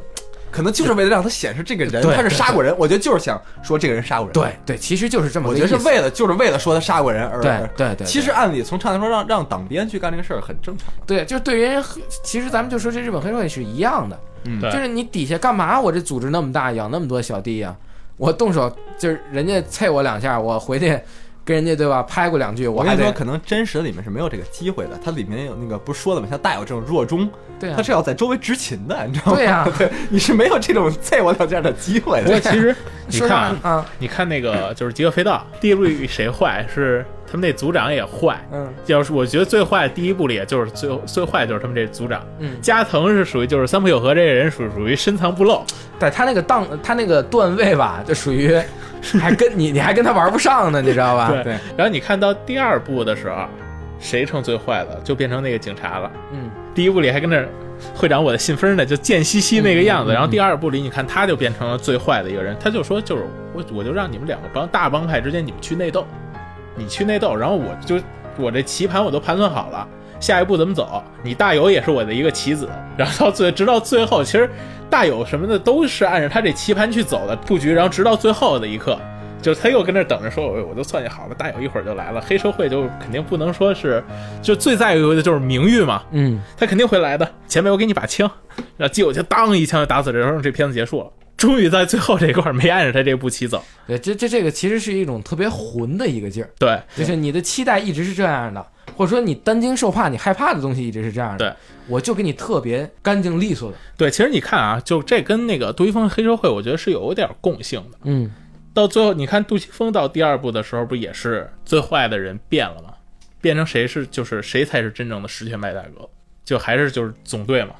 [SPEAKER 2] 可能就是为了让他显示这个人
[SPEAKER 3] 对
[SPEAKER 2] 他是杀过人，我觉得就是想说这个人杀过人。，
[SPEAKER 3] 对对，其实就是这么
[SPEAKER 2] 我
[SPEAKER 3] 个意
[SPEAKER 2] 觉
[SPEAKER 3] 思。
[SPEAKER 2] 得是为了就是为了说他杀过人而。
[SPEAKER 3] 对对对，
[SPEAKER 2] 其实按理从唱来说，让让党鞭去干这个事儿很正常。
[SPEAKER 3] 对，就是对于人黑，其实咱们就说这日本黑社会是一样的，
[SPEAKER 2] 嗯
[SPEAKER 1] 对
[SPEAKER 3] 就是你底下干嘛？我这组织那么大，养那么多小弟呀、我动手就是人家啐我两下，我回去跟人家对吧拍过两句，
[SPEAKER 2] 我跟
[SPEAKER 3] 还
[SPEAKER 2] 你说，
[SPEAKER 3] 得
[SPEAKER 2] 可能真实的里面是没有这个机会的。它里面有那个不是说了吗？像大有这种弱中，
[SPEAKER 3] 对啊
[SPEAKER 2] 他，是要在周围执勤的，你知道吗？
[SPEAKER 3] 对啊呀、
[SPEAKER 2] 对， <laughs> 你是没有这种啐我两下的机会
[SPEAKER 1] 不过
[SPEAKER 2] 的。
[SPEAKER 1] 其实你
[SPEAKER 3] 说
[SPEAKER 1] 看
[SPEAKER 3] 啥
[SPEAKER 1] 啊
[SPEAKER 3] 呢，啊？
[SPEAKER 1] 你看那个就是《极恶飞盗》第一部里谁坏是他们那组长也坏，
[SPEAKER 2] <laughs>
[SPEAKER 3] 嗯
[SPEAKER 1] 要是我觉得最坏的第一部里也就是最最坏就是他们这组长
[SPEAKER 3] 嗯，
[SPEAKER 1] 加藤是属于就是三浦友和这个人属属于深藏不露，
[SPEAKER 3] 对他那个档，他那个段位吧，就
[SPEAKER 2] <laughs>
[SPEAKER 3] 属于还跟你你还跟他玩不上呢，你知道吧？
[SPEAKER 1] 对
[SPEAKER 2] 对，
[SPEAKER 1] 然后你看到第二部的时候，谁成最坏的就变成那个警察了。
[SPEAKER 3] 嗯，
[SPEAKER 1] 第一部里还跟那儿会长我的信封呢，就贱兮兮那个样子。
[SPEAKER 3] 嗯嗯嗯
[SPEAKER 1] 然后第二部里你看他就变成了最坏的一个人，他就说就是我我就让你们两个帮大帮派之间你们去内斗，你去内斗，然后我就我这棋盘我都盘算好了。下一步怎么走？你大友也是我的一个棋子，然后到最直到最后，其实大友什么的都是按照他这棋盘去走的布局，然后直到最后的一刻，就是他又跟那儿等着说，我我都算计好了，大友一会儿就来了。黑社会就肯定不能说是，就最在乎的就是名誉嘛，
[SPEAKER 3] 嗯，
[SPEAKER 1] 他肯定会来的。前面我给你把枪，然后基友就当一枪就打死这人，然后这片子结束了。终于在最后这一块儿没按着他这步棋走，
[SPEAKER 3] 对，这这这个其实是一种特别混的一个劲儿，
[SPEAKER 1] 对
[SPEAKER 3] 就是你的期待一直是这样的，或者说你担惊受怕、你害怕的东西一直是这样的。
[SPEAKER 1] 对，
[SPEAKER 3] 我就给你特别干净利索的。
[SPEAKER 1] 对，其实你看啊，就这跟那个杜琪峰黑社会，我觉得是有点共性的。
[SPEAKER 3] 嗯，
[SPEAKER 1] 到最后，你看杜琪峰到第二部的时候，不也是最坏的人变了吗？变成谁是就是谁才是真正的十全麦大哥，就还是就是总队嘛。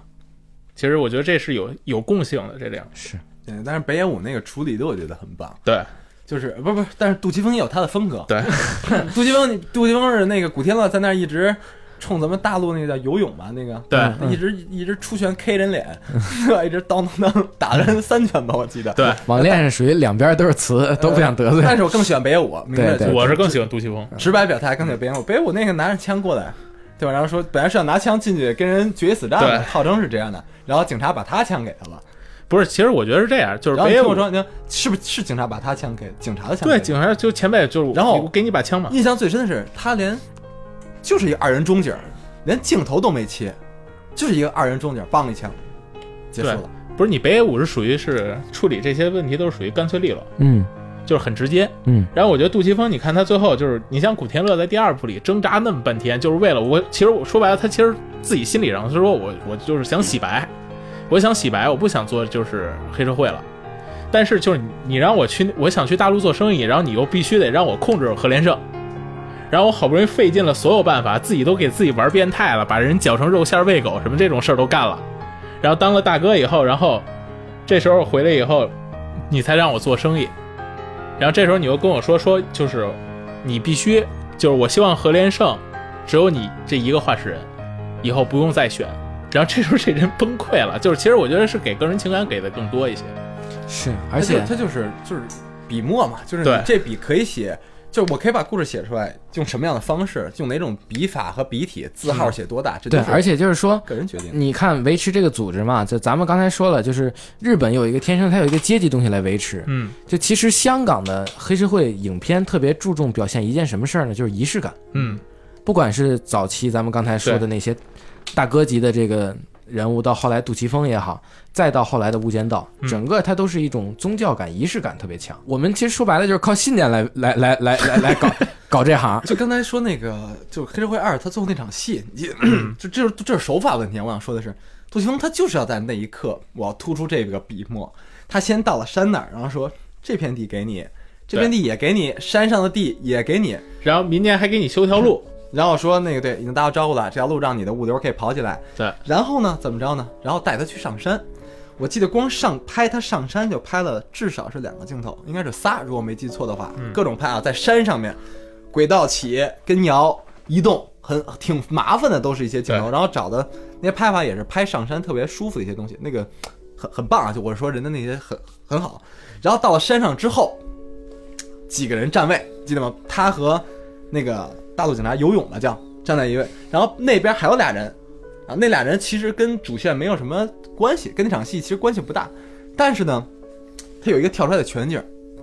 [SPEAKER 1] 其实我觉得这是有有共性的这两个，
[SPEAKER 3] 是
[SPEAKER 2] 对，但是北野武那个处理的我觉得很棒，
[SPEAKER 1] 对
[SPEAKER 2] 就是不是不是，但是杜琪峰也有他的风格。
[SPEAKER 1] 对，
[SPEAKER 2] 杜琪峰，杜琪峰是那个古天乐在那儿一直冲咱们大陆那个叫游泳吧，那个嗯
[SPEAKER 1] 对
[SPEAKER 2] 一直一直出拳 K 人脸， <laughs> 是吧？一直当当当打了人三拳吧，我记得。
[SPEAKER 1] 对，
[SPEAKER 3] 网恋是属于两边都是词，都不想得罪。
[SPEAKER 2] 但是我更喜欢北野武，明白
[SPEAKER 3] 对
[SPEAKER 2] 就
[SPEAKER 1] 我是更喜欢杜琪峰。
[SPEAKER 2] 直白表态，更得别我别我那个拿着枪过来，对吧？然后说本来是要拿枪进去跟人决一死战的，
[SPEAKER 1] 对
[SPEAKER 2] 号称是这样的，然后警察把他枪给他了，
[SPEAKER 1] 不是，其实我觉得是这样，就是
[SPEAKER 2] 然后
[SPEAKER 1] 北
[SPEAKER 2] 你
[SPEAKER 1] 野
[SPEAKER 2] 听我
[SPEAKER 1] 武
[SPEAKER 2] 说，你看是不是是警察把他枪给警察的枪？
[SPEAKER 1] 对，警。察就前辈就是，
[SPEAKER 2] 然后
[SPEAKER 1] 我给你把枪嘛，
[SPEAKER 2] 印象最深的是他连就是一个二人中景儿，连镜头都没切，就是一个二人中景儿，梆一枪，结束
[SPEAKER 1] 对
[SPEAKER 2] 了。
[SPEAKER 1] 不是你北野武是属于是处理这些问题都是属于干脆利落，
[SPEAKER 3] 嗯
[SPEAKER 1] 就是很直接。
[SPEAKER 3] 嗯，
[SPEAKER 1] 然后我觉得杜琪峰，你看他最后就是，你像古天乐在第二部里挣扎那么半天，就是为了我。其实我说白了，他其实自己心里上他说我我就是想洗白，我想洗白，我不想做就是黑社会了。但是就是你你让我去，我想去大陆做生意，然后你又必须得让我控制和联胜，然后我好不容易费尽了所有办法，自己都给自己玩变态了，把人绞成肉馅儿喂狗什么这种事儿都干了，然后当了大哥以后，然后这时候回来以后，你才让我做生意，然后这时候你又跟我说说，就是你必须，就是我希望何连胜只有你这一个话事人，以后不用再选。然后这时候这人崩溃了，就是其实我觉得是给个人情感给的更多一些。
[SPEAKER 3] 是，
[SPEAKER 2] 而
[SPEAKER 3] 而且
[SPEAKER 2] 他就是就是笔墨嘛，就是你
[SPEAKER 1] 对
[SPEAKER 2] 这笔可以写，就是我可以把故事写出来，用什么样的方式，用哪种笔法和笔体，字号写多大，这
[SPEAKER 3] 对，而
[SPEAKER 2] 且
[SPEAKER 3] 且就是说，
[SPEAKER 2] 个人决定。
[SPEAKER 3] 你看维持这个组织嘛，就咱们刚才说了，就是日本有一个天生它有一个阶级东西来维持。
[SPEAKER 1] 嗯
[SPEAKER 3] 就其实香港的黑社会影片特别注重表现一件什么事儿呢？就是仪式感。
[SPEAKER 1] 嗯，
[SPEAKER 3] 不管是早期咱们刚才说的那些大哥级的这个人物，到后来杜琪峰也好，再到后来的《无间道》，整个它都是一种宗教感、仪式感特别强。我们其实说白了就是靠信念来来来来来来搞搞这行。
[SPEAKER 2] <clears throat> 就刚才说那个，就《黑社会二》，他最后那场戏，你 <clears throat> 就这是这是手法问题啊。我想说的是，杜琪峰他就是要在那一刻，我要突出这个笔墨。他先到了山那儿，然后说这片地给你，这片地也给你，山上的地也给你，
[SPEAKER 1] 然后明年还给你修条路，
[SPEAKER 2] 然后说那个对，已经打好招呼了，这条路让你的物流可以跑起来。
[SPEAKER 1] <laughs> 对，
[SPEAKER 2] 然后呢，怎么着呢？然后带他去上山。我记得光上拍他上山就拍了至少是两个镜头，应该是仨，如果没记错的话，各种拍啊，在山上面，轨道起、跟摇、移动，很挺麻烦的，都是一些镜头。
[SPEAKER 1] 对
[SPEAKER 2] 然后找的那些拍法也是拍上山特别舒服的一些东西，那个很很棒啊！就我说人的那些很很好。然后到了山上之后，几个人站位，记得吗？他和那个大陆警察游泳了，叫站在一位，然后那边还有俩人，啊，那俩人其实跟主线没有什么关系，跟那场戏其实关系不大。但是呢，他有一个跳出来的全景，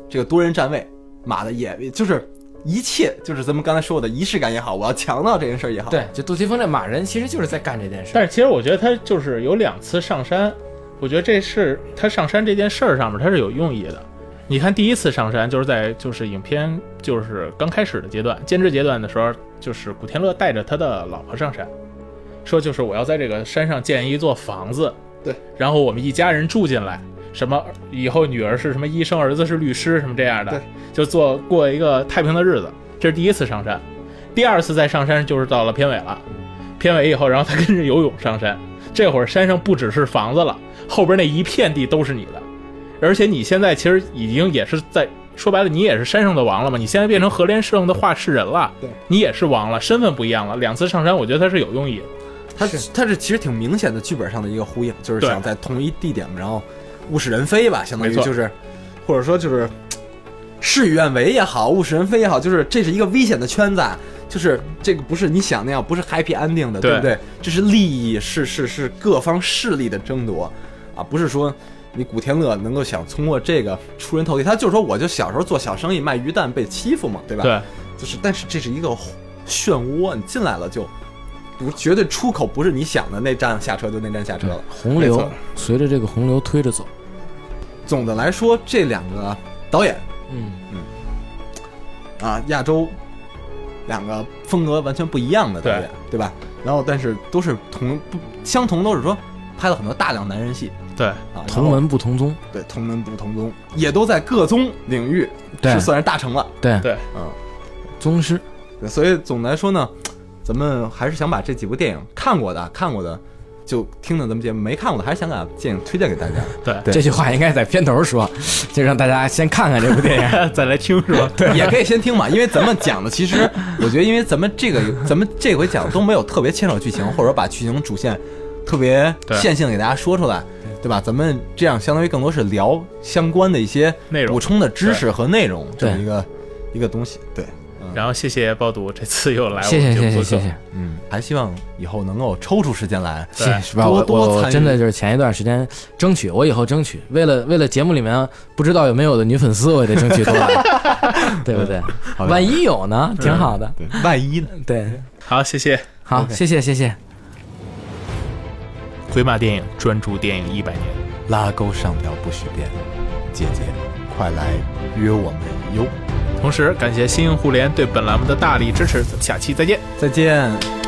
[SPEAKER 2] 这个多人站位，妈的也就是一切就是咱们刚才说的仪式感也好，我要强调这件事儿也好，，
[SPEAKER 3] 对，就杜琪峰这马人其实就是在干这件事。
[SPEAKER 1] 但是其实我觉得他就是有两次上山，我觉得这是他上山这件事儿上面他是有用意的。你看第一次上山就是在就是影片就是刚开始的阶段，监制阶段的时候，就是古天乐带着他的老婆上山，说就是我要在这个山上建一座房子，
[SPEAKER 2] 对，
[SPEAKER 1] 然后我们一家人住进来。什么以后女儿是什么医生，儿子是律师，什么这样的
[SPEAKER 2] 对，
[SPEAKER 1] 就做过一个太平的日子。这是第一次上山，第二次再上山就是到了片尾了。片尾以后，然后他跟着游泳上山。这会儿山上不只是房子了，后边那一片地都是你的，而且你现在其实已经也是在说白了，你也是山上的王了嘛。你现在变成河连胜的话事人了，
[SPEAKER 2] 对
[SPEAKER 1] 你也是王了，身份不一样了。两次上山，我觉得它是有用意的。
[SPEAKER 2] 他
[SPEAKER 3] 是
[SPEAKER 2] 他是其实挺明显的剧本上的一个呼应，就是
[SPEAKER 1] 对
[SPEAKER 2] 想在同一地点，然后物是人非吧，相当于
[SPEAKER 1] 没错
[SPEAKER 2] 就是，或者说就是事与愿违也好，物是人非也好，就是这是一个危险的圈子，啊，就是这个不是你想那样，不是 happy ending 的，对
[SPEAKER 1] 对
[SPEAKER 2] 不对？这是利益，是是是各方势力的争夺啊，不是说。你古天乐能够想通过这个出人头地，他就说我就小时候做小生意卖鱼蛋被欺负嘛，对吧？
[SPEAKER 1] 对，
[SPEAKER 2] 就是，但是这是一个漩涡，你进来了就不绝对出口不是你想的那站下车就那站下车了。
[SPEAKER 3] 洪
[SPEAKER 2] 没
[SPEAKER 3] 流
[SPEAKER 2] 错
[SPEAKER 3] 随着这个洪流推着走。
[SPEAKER 2] 总的来说，这两个导演
[SPEAKER 3] 嗯，
[SPEAKER 2] 啊，亚洲两个风格完全不一样的导演，对吧？然后但是都是同不相同，都是说拍了很多大量男人戏
[SPEAKER 1] 对，
[SPEAKER 2] 啊，然后
[SPEAKER 3] 同文不同宗。
[SPEAKER 2] 对同门不同宗，也都在各宗领域
[SPEAKER 3] 对
[SPEAKER 2] 是算是大成了，
[SPEAKER 3] 对
[SPEAKER 1] 对
[SPEAKER 2] 嗯。
[SPEAKER 3] 宗师。
[SPEAKER 2] 对，所以总的来说呢，咱们还是想把这几部电影看过的、看过的，就听听咱们节目；没看过的，还是想把电影推荐给大家。
[SPEAKER 1] <laughs> 对，
[SPEAKER 2] 对
[SPEAKER 3] 这句话应该在片头 <laughs> 说，就让大家先看看这部 <laughs> 电
[SPEAKER 1] <laughs>
[SPEAKER 3] 影。
[SPEAKER 1] 再来听是吧？
[SPEAKER 2] 也可以先听嘛，因为咱们讲的其实，我觉得因为咱们这个咱们这回讲的都没有特别牵扯剧情，或者把剧情主线特别
[SPEAKER 1] 对
[SPEAKER 2] 线性地给大家说出来，对吧？咱们这样相当于更多是聊相关的一些
[SPEAKER 1] 内容
[SPEAKER 2] 补充的知识和内容这么
[SPEAKER 3] 对
[SPEAKER 2] 一个一个东西。对，嗯，
[SPEAKER 1] 然后谢谢爆肚这次又来我
[SPEAKER 3] 谢谢
[SPEAKER 1] 们节
[SPEAKER 3] 谢
[SPEAKER 1] 目
[SPEAKER 3] 谢
[SPEAKER 1] 做
[SPEAKER 3] 谢
[SPEAKER 1] 客，
[SPEAKER 3] 谢，
[SPEAKER 2] 嗯，还希望以后能够抽出时间来，
[SPEAKER 1] 对
[SPEAKER 3] 谢是吧？
[SPEAKER 2] 多
[SPEAKER 3] 我
[SPEAKER 2] 多
[SPEAKER 3] 我
[SPEAKER 2] 参与
[SPEAKER 3] 真的就是前一段时间争取，我以后争取，为了为了节目里面不知道有没有的女粉丝，我也得争取多来， <laughs> 对不对？
[SPEAKER 2] 好吧
[SPEAKER 3] 万一有呢，挺好的。
[SPEAKER 2] 对万一呢？
[SPEAKER 3] 对，
[SPEAKER 1] 好，谢谢。
[SPEAKER 3] 好，谢谢谢谢，
[SPEAKER 1] 回马电影专注电影一百年，
[SPEAKER 2] 拉钩上吊不许变，姐姐，快来约我们哟！
[SPEAKER 1] 同时感谢新英互联对本栏目的大力支持，咱们下期再见。
[SPEAKER 2] 再见。